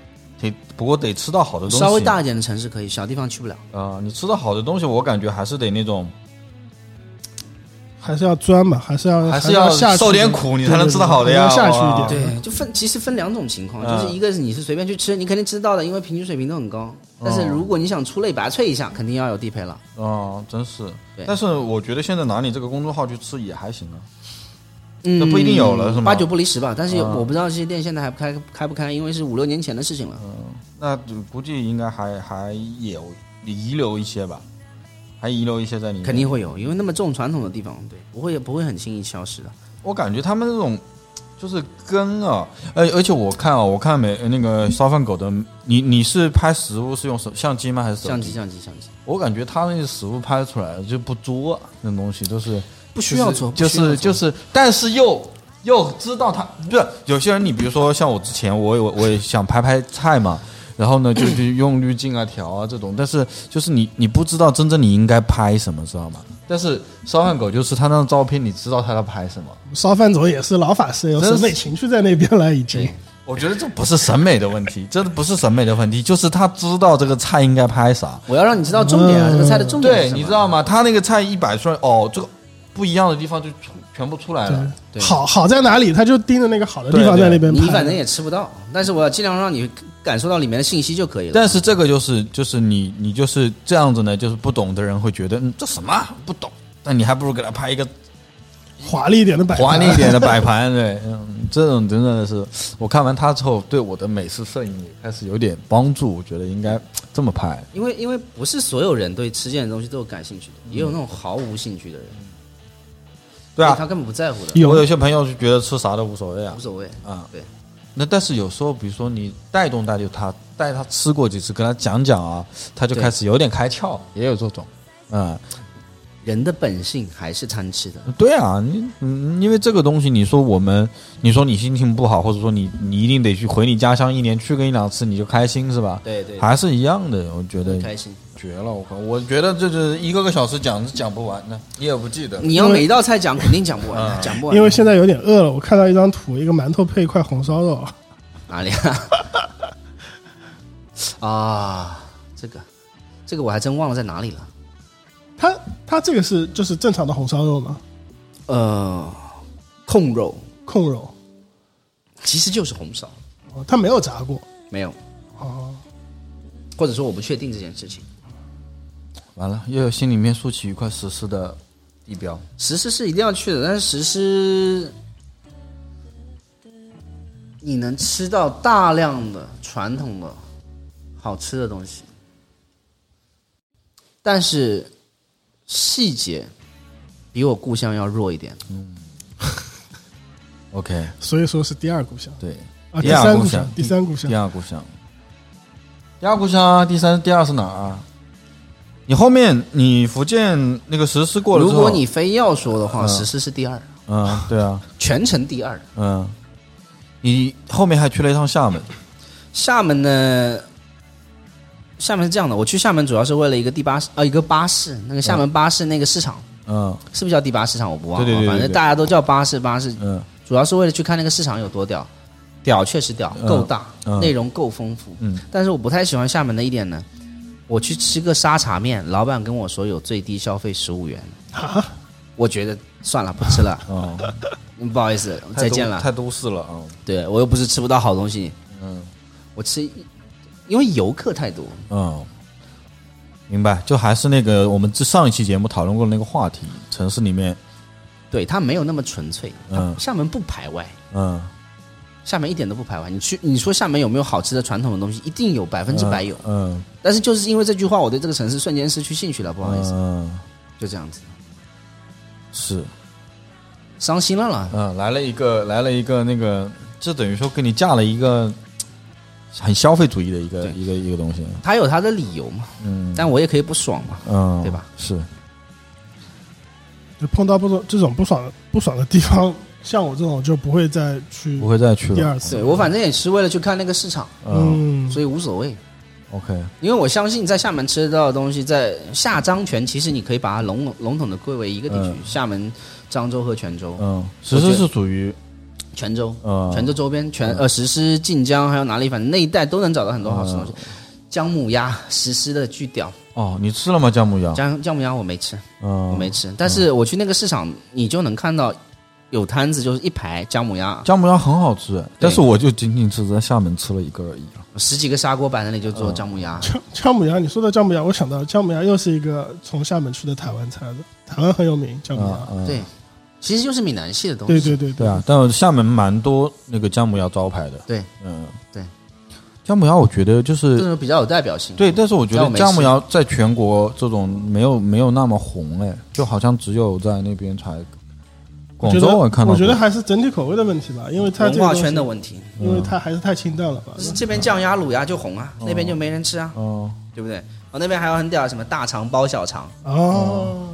Speaker 2: 挺，不过得吃到好的东西。
Speaker 3: 稍微大一点的城市可以，小地方去不了。
Speaker 2: 啊、你吃到好的东西，我感觉还是得那种，
Speaker 4: 还是要钻嘛，还是要
Speaker 2: 还
Speaker 4: 是
Speaker 2: 是要
Speaker 4: 下去
Speaker 2: 受点苦你才能吃得好的呀
Speaker 4: 对对
Speaker 2: 哇
Speaker 4: 对下去一点，
Speaker 3: 对，就分其实分两种情况，
Speaker 2: 嗯哦
Speaker 3: 就是一个是你是随便去吃，你肯定吃到的，因为平均水平都很高。但是如果你想出类拔萃一下，肯定要有地陪了。
Speaker 2: 啊、真是
Speaker 3: 对。
Speaker 2: 但是我觉得现在拿你这个公众号去吃也还行啊。
Speaker 3: 嗯，
Speaker 2: 那不一定有了是吗嗯
Speaker 3: 八九不离十吧。但是有我不知道这些店现在还开开不开，因为是五六年前的事情
Speaker 2: 嗯
Speaker 3: 了。
Speaker 2: 那就估计应该还还有遗留一些吧，还遗留一些在里面。
Speaker 3: 肯定会有，因为那么重传统的地方，对，不会不会很轻易消失的。
Speaker 2: 我感觉他们这种就是根啊，而而且我看啊，我看美那个烧饭狗的，你你是拍食物是用手相机吗？还是手
Speaker 3: 相机？相机相机，
Speaker 2: 我感觉他那个食物拍出来的就不作、那东西都是
Speaker 3: 不需要做，
Speaker 2: 就是就是
Speaker 3: 是
Speaker 2: 就是，但是又又知道他不是有些人，你比如说像我之前，我我我也想拍拍菜嘛。然后呢，就是用滤镜啊、调啊这种，但是就是你你不知道真正你应该拍什么，知道吗？但是烧饭狗就是他那张照片，你知道他要拍什么，
Speaker 4: 烧饭总也是老法师，有
Speaker 2: 真是
Speaker 4: 审美情趣在那边了已经。
Speaker 2: 我觉得这不是审美的问题，这不是审美的问题，就是他知道这个菜应该拍啥。
Speaker 3: 我要让你知道重点啊，这个菜的重点是
Speaker 2: 嗯对，
Speaker 3: 什么
Speaker 2: 你知道吗？他那个菜一摆出来，哦，这个不一样的地方就出全部出来了。
Speaker 3: 对
Speaker 4: 好好在哪里？他就盯着那个好的地
Speaker 2: 对
Speaker 4: 方
Speaker 2: 对
Speaker 4: 在那边拍。
Speaker 3: 你反
Speaker 2: 嗯
Speaker 3: 正也吃不到，但是我要尽量让你感受到里面的信息就可以了。
Speaker 2: 但是这个就是就是你你就是这样子呢，就是不懂的人会觉得，嗯，这什么啊不懂？那你还不如给他拍一个
Speaker 4: 华丽一点的摆
Speaker 2: 华丽一
Speaker 4: 点。
Speaker 2: 点的摆盘，对， 嗯，这种真的是，我看完他之后，对我的美食摄影也开始有点帮助，我觉得应该这么拍。
Speaker 3: 因为因为不是所有人对吃这点东西都有感兴趣的，也有那种毫无兴趣的人，
Speaker 2: 对
Speaker 3: 所以
Speaker 2: 嗯啊嗯
Speaker 3: 他，根本不在乎的，
Speaker 2: 我有些朋友就觉得吃啥都无所谓啊
Speaker 3: 无，所谓。
Speaker 2: 啊，
Speaker 3: 对，
Speaker 2: 那但是有时候，比如说你带动带动他，带他吃过几次，跟他讲讲啊，他就
Speaker 3: 对
Speaker 2: 开始有点开窍，也有这种。嗯，
Speaker 3: 人的本性还是贪吃的，
Speaker 2: 对啊，你嗯，因为这个东西，你说我们，你说你心情不好，或者说你你一定得去回你家乡，一年去个一两次你就开心是吧？
Speaker 3: 对对，
Speaker 2: 还是一样的，我觉得
Speaker 3: 开心。
Speaker 2: 绝了！我靠，我觉得这是一个个小时讲是讲不完的，你也不记得。
Speaker 3: 你要每一道菜讲，肯定讲不完
Speaker 2: 嗯
Speaker 3: 的，讲不完的。
Speaker 4: 因为现在有点饿了，我看到一张图，一个馒头配一块红烧肉，
Speaker 3: 哪里啊？ 啊，这个，这个我还真忘了在哪里了。
Speaker 4: 它它这个是就是正常的红烧肉吗？
Speaker 3: 呃，控肉
Speaker 4: 控肉，
Speaker 3: 其实就是红烧，
Speaker 4: 哦它没有炸过。
Speaker 3: 没有，
Speaker 4: 哦，
Speaker 3: 或者说我不确定这件事情。
Speaker 2: 完了，又有心里面竖起一块石狮的地标。
Speaker 3: 实施是一定要去的，但是实施你能吃到大量的传统的好吃的东西，但是细节比我故乡要弱一点。
Speaker 2: OK，
Speaker 4: 所以说是第二故乡
Speaker 2: 对，
Speaker 4: 啊，
Speaker 2: 第
Speaker 4: 第
Speaker 2: 二
Speaker 4: 三
Speaker 2: 故
Speaker 4: 故
Speaker 2: 乡
Speaker 4: 乡，第三故乡
Speaker 2: 第，二故乡，第二故乡，第三第二是哪儿啊？你后面你福建那个实施过了之
Speaker 3: 如
Speaker 2: 后，
Speaker 3: 果你非要说的话，实施是第二，
Speaker 2: 嗯，对啊，
Speaker 3: 全程第二。
Speaker 2: 嗯，你后面还去了一趟厦门，
Speaker 3: 厦门呢，厦门是这样的，我去厦门主要是为了一个第八呃一个巴士，那个厦门巴士那个市场、
Speaker 2: 嗯
Speaker 3: 是不是叫第八市场？我不忘了，
Speaker 2: 对对对对
Speaker 3: 反正大家都叫巴士巴士，
Speaker 2: 嗯
Speaker 3: 主要是为了去看那个市场有多屌，屌确实屌，
Speaker 2: 嗯
Speaker 3: 够大，
Speaker 2: 嗯
Speaker 3: 内容够丰富。
Speaker 2: 嗯，
Speaker 3: 但是我不太喜欢厦门的一点呢，我去吃个沙茶面，老板跟我说有最低消费十五元，我觉得算了，不吃了，
Speaker 2: 啊哦，
Speaker 3: 嗯 不好意思，
Speaker 2: 太
Speaker 3: 再
Speaker 2: 都
Speaker 3: 见了。
Speaker 2: 太都市了啊，
Speaker 3: 对我又不是吃不到好东西，
Speaker 2: 嗯
Speaker 3: 我吃一，因为游客太多，
Speaker 2: 嗯，明白，就还是那个我们这上一期节目讨论过的那个话题，城市里面，
Speaker 3: 对它没有那么纯粹。
Speaker 2: 嗯
Speaker 3: 厦门不排外，
Speaker 2: 嗯，
Speaker 3: 厦门一点都不排外。你去，你说厦门有没有好吃的传统的东西？一定有，百分之百有。
Speaker 2: 嗯，
Speaker 3: 但是就是因为这句话，我对这个城市瞬间失去兴趣了，不
Speaker 2: 不
Speaker 3: 好意思，
Speaker 2: 嗯，
Speaker 3: 就这样子，
Speaker 2: 是，
Speaker 3: 伤心了啦。
Speaker 2: 嗯，来了一个，来了一个那个，这等于说给你架了一个很消费主义的一个
Speaker 3: 对
Speaker 2: 一个一个东西，
Speaker 3: 他有他的理由嘛，
Speaker 2: 嗯
Speaker 3: 但我也可以不爽嘛。
Speaker 2: 嗯，
Speaker 3: 对吧？
Speaker 2: 是，
Speaker 4: 就碰到不爽这种不爽的不爽的地方，像我这种就不会再去
Speaker 2: 不会再去
Speaker 4: 第
Speaker 2: 了，
Speaker 4: 二次。
Speaker 3: 对我反正也是为了去看那个市场，
Speaker 2: 嗯
Speaker 4: 嗯，
Speaker 3: 所以无所谓。
Speaker 2: ，OK，
Speaker 3: 因为我相信，在厦门吃得到的东西，在下漳泉，其实你可以把它笼笼笼统的归为一个地区：
Speaker 2: 嗯
Speaker 3: 厦门、漳州和泉州。
Speaker 2: 嗯，实
Speaker 3: 我
Speaker 2: 施
Speaker 3: 觉得
Speaker 2: 是属于
Speaker 3: 泉州，
Speaker 2: 呃，
Speaker 3: 泉州周边，泉呃石狮、晋江还有哪里，反正那一带都能找到很多好吃的东西。
Speaker 2: 嗯
Speaker 3: 姜母鸭，石狮的巨屌。
Speaker 2: 哦，你吃了吗？姜母鸭？
Speaker 3: 姜姜母鸭我没吃，
Speaker 2: 嗯，
Speaker 3: 我没吃，但是我去那个市场，你就能看到有摊子，就是一排姜母鸭，
Speaker 2: 姜母鸭很好吃，但是我就仅仅只在厦门吃了一个而已啊。
Speaker 3: 十几个砂锅摆那里就做姜母鸭。
Speaker 4: 姜姜母鸭，你说到姜母鸭，我想到姜母鸭又是一个从厦门去的台湾菜的，台湾很有名姜母鸭。
Speaker 2: 啊，嗯
Speaker 3: 对，其实就是闽南系的东
Speaker 4: 对
Speaker 3: 西。
Speaker 4: 对对
Speaker 2: 对啊，但厦门蛮多那个姜母鸭招牌的。
Speaker 3: 对，
Speaker 2: 嗯，
Speaker 3: 对，
Speaker 2: 姜母鸭我觉得就
Speaker 3: 这
Speaker 2: 是
Speaker 3: 种比较有代表性。
Speaker 2: 对，但是我觉
Speaker 3: 但
Speaker 2: 得
Speaker 3: 我没
Speaker 2: 姜母鸭在全国这种没有没有那么红哎，就好像只有在那边才。
Speaker 4: 我
Speaker 2: 广
Speaker 4: 觉得
Speaker 2: 州我看到
Speaker 4: 我觉得
Speaker 2: 过
Speaker 4: 还是整体口味的问题吧，因为它
Speaker 3: 文
Speaker 4: 这个
Speaker 3: 化
Speaker 4: 东西
Speaker 3: 圈的，问题，
Speaker 4: 因
Speaker 2: 嗯
Speaker 4: 为它还是太清淡了吧。
Speaker 3: 就是这边酱鸭、卤鸭就红啊，那边就没人吃啊，
Speaker 2: 哦，
Speaker 3: 对不对？哦，那边还有很屌的什么大肠包小肠，
Speaker 4: 哦，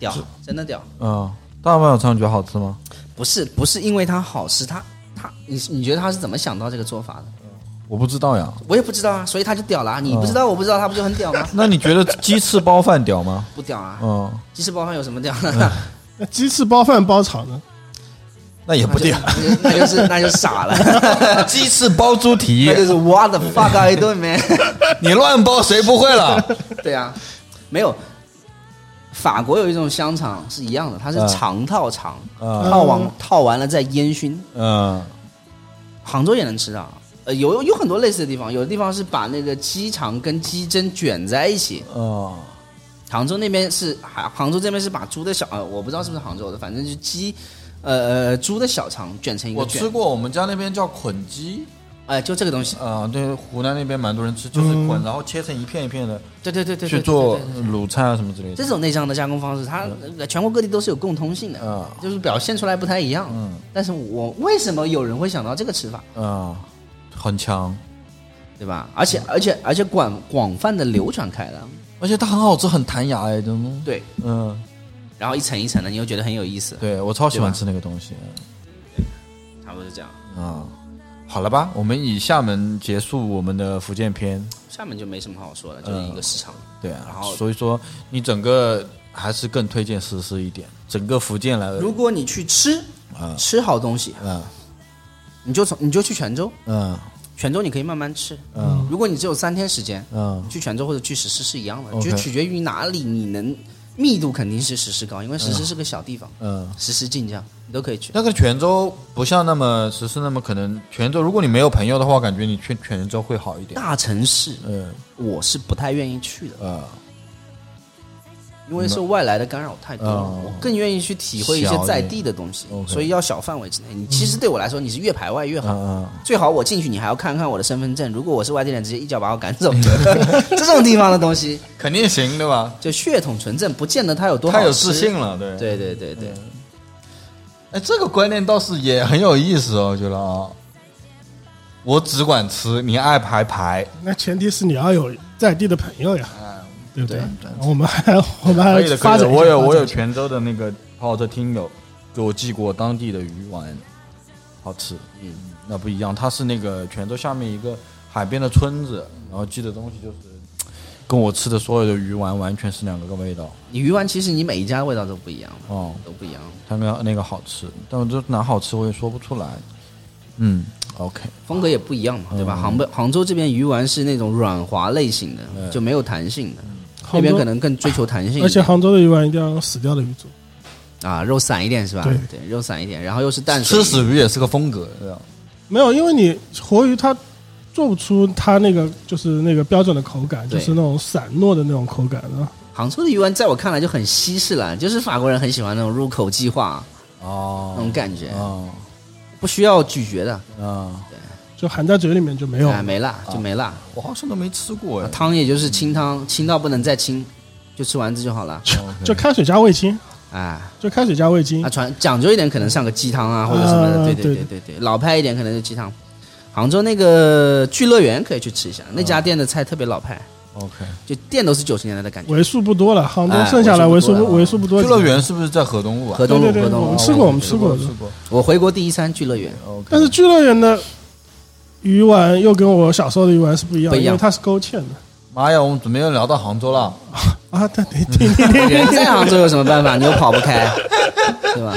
Speaker 3: 屌，真的屌。
Speaker 2: 嗯，大碗小肠觉得好吃吗？
Speaker 3: 不是不是因为它好吃，它它你你觉得他是怎么想到这个做法的？
Speaker 2: 我不知道呀。？
Speaker 3: 我也不知道啊，所以他就屌了啊。你不知道，我不知道，他不就很屌吗
Speaker 2: 那你觉得鸡翅包饭屌吗？
Speaker 3: 不屌 啊，
Speaker 2: 嗯，
Speaker 3: 鸡翅包饭有什么屌的？
Speaker 4: 那鸡翅包饭包肠呢？
Speaker 2: 那也不屌。
Speaker 3: 那就是那就傻了，
Speaker 2: 鸡翅包猪蹄
Speaker 3: 那就是 what the fuck are you doing man？
Speaker 2: 你乱包谁不会了？
Speaker 3: 对啊，没有。法国有一种香肠是一样的，它是
Speaker 2: 嗯
Speaker 3: 长套肠，
Speaker 2: 嗯
Speaker 3: 套完套完了再烟熏。
Speaker 2: 嗯
Speaker 3: 杭州也能吃到，呃，有有很多类似的地方，有的地方是把那个鸡肠跟鸡胗卷在一起。
Speaker 2: 嗯
Speaker 3: 杭州那边是杭杭州这边是把猪的小呃，我不知道是不是杭州的，反正就鸡，呃呃猪的小肠卷成一个
Speaker 2: 我
Speaker 3: 卷。
Speaker 2: 吃过，我们家那边叫捆鸡，
Speaker 3: 啊、哎，就这个东西，
Speaker 2: 啊、对，湖南那边蛮多人吃，就是
Speaker 4: 嗯
Speaker 2: 捆，然后切成一片一片的
Speaker 3: 对对对对，对
Speaker 2: 去
Speaker 3: 对
Speaker 2: 做
Speaker 3: 对对
Speaker 2: 卤菜啊什么之类的。
Speaker 3: 这种内脏的加工方式，它呃全国各地都是有共通性的，
Speaker 2: 啊
Speaker 3: 就是表现出来不太一样。嗯，但是我为什么有人会想到这个吃法，
Speaker 2: 啊、很强，
Speaker 3: 对吧？而且而且而且广广泛的流传开了，
Speaker 2: 而且它很好吃，很弹牙哎，真的。
Speaker 3: 对，
Speaker 2: 嗯，
Speaker 3: 然后一层一层的，你又觉得很有意思，
Speaker 2: 对我超喜欢
Speaker 3: 对吧
Speaker 2: 吃那个东西。
Speaker 3: 差不多是这样。
Speaker 2: 啊、好了吧，我们以厦门结束我们的福建篇。
Speaker 3: 厦门就没什么好
Speaker 2: 嗯
Speaker 3: 说的，就是一个市场。
Speaker 2: 对啊，
Speaker 3: 然后
Speaker 2: 所以说你整个还是更推荐思思一点，整个福建来，
Speaker 3: 如果你去吃，吃好东西，
Speaker 2: 嗯
Speaker 3: 你就从你就去泉州，
Speaker 2: 嗯
Speaker 3: 泉州你可以慢慢吃。嗯，如果你只有三天时间，
Speaker 2: 嗯
Speaker 3: 去泉州或者去石狮是一样的，
Speaker 2: OK
Speaker 3: 就取决于哪里你能密度肯定是石狮高，因为石狮是个小地方，
Speaker 2: 嗯，
Speaker 3: 石狮晋江你都可以去。
Speaker 2: 那个泉州不像那么实施那么可能，泉州如果你没有朋友的话，我感觉你去泉州会好一点。
Speaker 3: 大城市
Speaker 2: 嗯
Speaker 3: 我是不太愿意去的，
Speaker 2: 呃，
Speaker 3: 因为受外来的干扰太多了，
Speaker 2: 嗯
Speaker 3: 我更愿意去体会一些
Speaker 2: 小一
Speaker 3: 在
Speaker 2: 点
Speaker 3: 地的东西，
Speaker 2: OK
Speaker 3: 所以要小范围之内。你其实对我来说，你是越排外越好。
Speaker 2: 嗯
Speaker 3: 最好我进去，你还要看看我的身份证。如果我是外地人，直接一脚把我赶 走。这种地方的东西，
Speaker 2: 肯定行对吧？
Speaker 3: 就血统纯正，不见得它有多好
Speaker 2: 太
Speaker 3: 吃
Speaker 2: 有自信。了，对。
Speaker 3: 对对对对，
Speaker 2: 嗯哎，这个观念倒是也很有意思哦，我觉得啊、我只管吃，你爱排排。
Speaker 4: 那前提是你要有在地的朋友呀，
Speaker 3: 哎
Speaker 4: 对不对？我们还我们
Speaker 2: 可
Speaker 4: 还
Speaker 2: 以的，
Speaker 4: 呃发
Speaker 2: 可以
Speaker 4: 展
Speaker 2: 的。
Speaker 4: 一下
Speaker 2: 我有
Speaker 4: 发展
Speaker 2: 我有
Speaker 4: 一下
Speaker 2: 泉州的那个泡车听友给我寄过当地的鱼丸，好吃。嗯，那不一样，它是那个泉州下面一个海边的村子，然后寄的东西就是跟我吃的所有的鱼丸完全是两个味道。
Speaker 3: 你鱼丸其实你每一家味道都不一样，
Speaker 2: 哦，
Speaker 3: 都不一样。
Speaker 2: 它那个那个好吃，但我这哪好吃我也说不出来。嗯，OK，
Speaker 3: 风格也不一样
Speaker 2: 嗯
Speaker 3: 嘛，对吧？杭北杭州这边鱼丸是那种软滑类型
Speaker 2: 嗯
Speaker 3: 的，就没有弹性的，那
Speaker 4: 杭
Speaker 3: 边
Speaker 4: 州
Speaker 3: 可能更追求弹性一点。
Speaker 4: 而且杭州的鱼丸一定要用死掉的鱼做，
Speaker 3: 啊，肉散一点是吧？
Speaker 4: 对
Speaker 3: 对，肉散一点，然后又是淡水。
Speaker 2: 吃死鱼也是个风格，对吧？
Speaker 4: 没有，因为你活鱼它做不出它那个就是那个标准的口感，
Speaker 3: 对
Speaker 4: 就是那种散糯的那种口感啊。
Speaker 3: 杭州的鱼丸在我看来就很西式了，就是法国人很喜欢那种入口即化那
Speaker 2: 哦
Speaker 3: 种感觉，
Speaker 2: 哦
Speaker 3: 不需要咀嚼的，
Speaker 2: 啊，
Speaker 4: 就含在嘴里面就没有了。
Speaker 3: 哎，没辣
Speaker 4: 哦
Speaker 3: 就没辣，
Speaker 2: 我好像都没吃过哎。
Speaker 3: 汤也就是清汤，清到不能再清，就吃丸子就好了。
Speaker 4: 就就开水加味精，
Speaker 3: 哎，
Speaker 4: 就开水加味精
Speaker 3: 啊，。传讲究一点可能上个鸡汤啊或者什么的，
Speaker 4: 啊
Speaker 3: 对对
Speaker 4: 对
Speaker 3: 对对，老派一点可能是鸡汤。杭州那个聚乐园可以去吃一下，那
Speaker 4: 哦
Speaker 3: 家店的菜特别老派，
Speaker 2: OK，
Speaker 3: 就店都是九十年代的感觉。
Speaker 4: 为数不多了，杭州
Speaker 3: 哎
Speaker 4: 剩下来为
Speaker 3: 为数
Speaker 4: 数
Speaker 3: 不多了
Speaker 4: 不为数不多
Speaker 2: 俱
Speaker 4: 几
Speaker 2: 乐
Speaker 4: 个。
Speaker 2: 园是不是在河东路啊？
Speaker 3: 河东路，
Speaker 4: 对对对
Speaker 3: 河东
Speaker 4: 我
Speaker 3: 路
Speaker 4: 们，吃过我们
Speaker 2: 吃
Speaker 4: 吃过
Speaker 2: 吃过。
Speaker 3: 我回国第一餐聚乐园，
Speaker 2: OK，
Speaker 4: 但是聚乐园的鱼丸又跟我小时候的鱼丸是不一样，
Speaker 3: 不
Speaker 4: 的，
Speaker 3: 一样
Speaker 4: 因为它是勾芡的
Speaker 2: 妈呀，我们准备要聊到杭州了。
Speaker 4: 啊。但你 听听听，
Speaker 3: 人在杭州有什么办法？你又跑不开，对吧？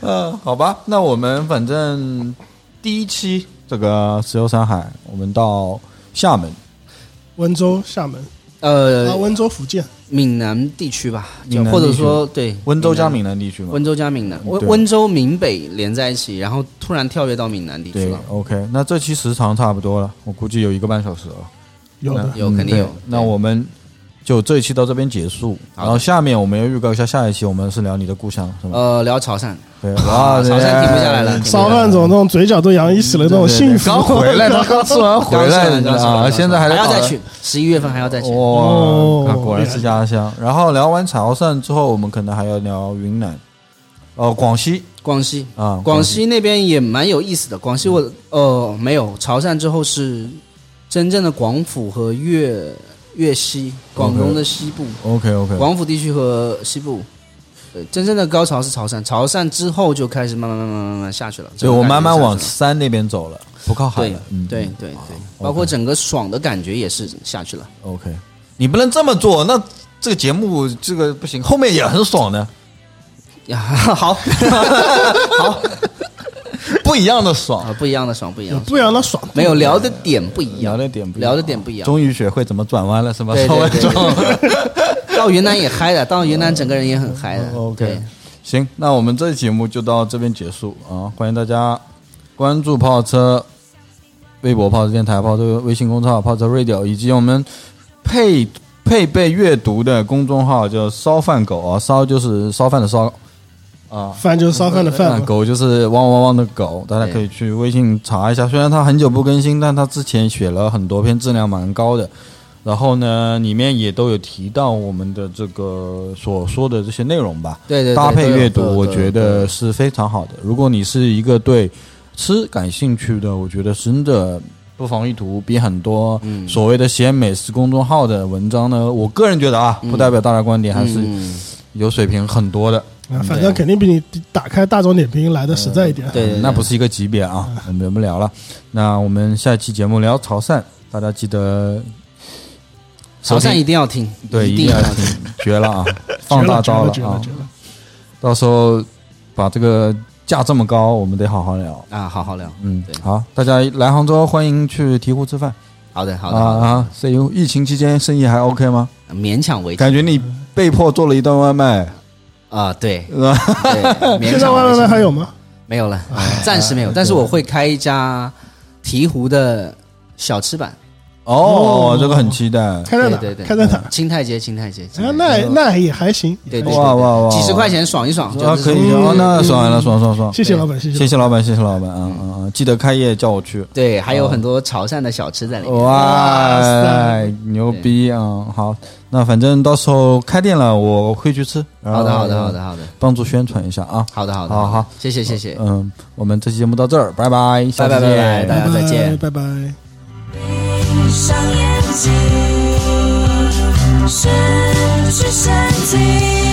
Speaker 2: 嗯，好吧，那我们反正第一期这个石油山海，我们到厦门，
Speaker 4: 温州、厦门啊，
Speaker 3: 呃，
Speaker 4: 温州、福建，
Speaker 3: 闽南地区吧，就
Speaker 2: 闽南
Speaker 3: 或者
Speaker 2: 地区
Speaker 3: 说对
Speaker 2: 温州加
Speaker 3: 南
Speaker 2: 闽南地区嘛。
Speaker 3: 温州加闽南，温
Speaker 2: 对
Speaker 3: 温州闽北连在一起，然后突然跳跃到闽南地区
Speaker 2: 对
Speaker 3: 了，
Speaker 2: ，OK，那这期时长差不多了，我估计有一个半小时了。
Speaker 4: 有的
Speaker 3: 有
Speaker 2: 嗯
Speaker 3: 肯定有
Speaker 2: 对。那我们就这一期到这边结束，
Speaker 3: 好的
Speaker 2: 然后下面我们要预告一下，下一期我们是聊你的故乡，是吗？
Speaker 3: 呃聊潮汕，
Speaker 2: 对，哇，
Speaker 3: 潮汕停不下来了
Speaker 2: 对
Speaker 3: 停不下来
Speaker 4: 烧
Speaker 3: 了
Speaker 4: 饭总那种嘴角都扬起
Speaker 3: 嗯
Speaker 4: 了那种幸福。
Speaker 2: 刚回 来，他刚吃完回来
Speaker 3: 刚吃完刚吃完
Speaker 2: 啊，现在还在
Speaker 3: 还要再
Speaker 2: 搞
Speaker 3: 去，十一月份还要再去。
Speaker 4: 哦
Speaker 2: 哇，啊果然是家乡。然后聊完潮汕之后，我们可能还要聊云南，哦，广西
Speaker 3: 广西
Speaker 2: 啊，
Speaker 3: 广西那边也蛮有意思的。广西我呃没有，潮汕之后是真正的广府和粤粤西，广东的西部，
Speaker 2: OK OK，
Speaker 3: 广府地区和西部。呃，真正的高潮是潮汕，潮汕之后就开始慢慢慢慢慢慢下去了。
Speaker 2: 对我慢慢往
Speaker 3: 整
Speaker 2: 山那边走了，不靠
Speaker 3: 个
Speaker 2: 海
Speaker 3: 感觉
Speaker 2: 了
Speaker 3: 下。去
Speaker 2: 嗯
Speaker 3: 了对对对对，包括整个爽的感觉也是下去 了。
Speaker 2: OK，你不能这么做，那这个节目这个不行，后面也很爽的，
Speaker 3: 呀，好， 好
Speaker 2: 不一样的爽
Speaker 3: 啊，。不一样的爽，不一样的爽，
Speaker 4: 不然那爽，
Speaker 3: 没有聊的点不一
Speaker 2: 聊
Speaker 3: 样，
Speaker 2: 的点不一样
Speaker 3: 聊的点不一样。
Speaker 2: 终于学会怎么转弯了，是吧？
Speaker 3: 对
Speaker 2: 稍微
Speaker 3: 对对
Speaker 2: 转弯
Speaker 3: 到云南也嗨 的，到云南整个人也很嗨的。对
Speaker 2: 哦 OK，行，那我们这期节目就到这边结束啊！欢迎大家关注泡车微博、泡车电台、泡车微信公众号、泡车 Radio，以及我们配配备阅读的公众号叫“烧饭狗”啊，烧就是烧饭的烧，啊。
Speaker 4: 饭就是烧饭的 饭
Speaker 2: 那
Speaker 4: 嘛。
Speaker 2: 狗就是汪汪汪的狗，大家可以去微信查一下。虽然它很久不更新，但它之前写了很多篇，质量蛮高的。然后呢，里面也都有提到我们的这个所说的这些内容吧。
Speaker 3: 对对对
Speaker 2: 搭配阅读，
Speaker 3: 都有
Speaker 2: 我
Speaker 3: 都有
Speaker 2: 觉
Speaker 3: 都
Speaker 2: 得
Speaker 3: 有
Speaker 2: 是非常好的。如果你是一个对吃感兴趣的，我觉得真的不妨一读，比很多
Speaker 3: 嗯
Speaker 2: 所谓的写美食公众号的文章呢，我个人觉得啊，不代表大家观点，还是
Speaker 3: 嗯
Speaker 2: 有水平很多的。
Speaker 4: 啊反正肯定比你打开大众点评来的实在一点。
Speaker 3: 对对对
Speaker 2: 嗯那不是一个级别啊，
Speaker 4: 嗯
Speaker 2: 我们不聊了。那我们下一期节目聊潮汕，大家记得收
Speaker 3: 潮汕
Speaker 2: 听
Speaker 3: 一定要听，
Speaker 2: 对
Speaker 3: 一
Speaker 2: 定
Speaker 3: 定
Speaker 2: 要
Speaker 3: 要听
Speaker 2: 听。，绝了啊，
Speaker 4: 绝
Speaker 2: 放大
Speaker 4: 绝
Speaker 2: 招
Speaker 4: 了，绝了
Speaker 2: 啊
Speaker 4: 绝！了！
Speaker 2: 到时候把这个价这么高，我们得好好聊。
Speaker 3: 啊，好好聊。
Speaker 2: 嗯
Speaker 3: 对，
Speaker 2: 好，大家来杭州欢迎去醍醐吃饭
Speaker 3: 好的，好
Speaker 2: 啊
Speaker 3: 的，好的，
Speaker 2: 啊！所以疫情期间生意还 OK 吗？
Speaker 3: 勉强为止
Speaker 2: 感觉你被迫做了一顿外卖，
Speaker 3: 啊，对，
Speaker 2: 是吧？
Speaker 3: 对勉
Speaker 4: 现在
Speaker 3: 强
Speaker 4: 外
Speaker 3: 为
Speaker 4: 卖
Speaker 3: 止
Speaker 4: 还有哎吗？
Speaker 3: 没有了，啊暂时没有。但是我会开一家鹈鹕的小吃版，
Speaker 2: 哦，这个很期待。
Speaker 4: 开在哪
Speaker 3: 对对？对
Speaker 4: 开在哪？
Speaker 3: 清泰街，清泰街，清
Speaker 4: 啊，
Speaker 3: 泰街
Speaker 4: 那那也还行。
Speaker 3: 对对对，
Speaker 2: 哇哇哇
Speaker 3: 对几十块钱爽一爽，
Speaker 2: 啊，
Speaker 3: 就是嗯
Speaker 2: 可以
Speaker 3: 说
Speaker 4: 哦
Speaker 2: 啊，那爽了，爽爽爽！
Speaker 4: 谢谢老板，谢
Speaker 2: 谢
Speaker 4: 谢。
Speaker 2: 谢老板，谢谢老板啊啊啊！记得开业叫我去。
Speaker 3: 对，还
Speaker 4: 哦
Speaker 3: 有很多潮汕的小吃在里面。
Speaker 2: 哇塞，牛逼啊！好，那反正到时候开店了，我会去吃。
Speaker 3: 好的，
Speaker 4: 哦
Speaker 3: 好的，好的，，好的，
Speaker 2: 帮助宣传一下啊。
Speaker 3: 好的，好的，
Speaker 2: 好好
Speaker 3: 的，谢谢，谢谢。
Speaker 2: 嗯，我们这期节目到这儿，拜拜，下次
Speaker 3: 拜拜拜
Speaker 2: 见
Speaker 3: 拜大家哎再见
Speaker 4: 拜拜拜拜。
Speaker 10: 上眼睛，失去身体。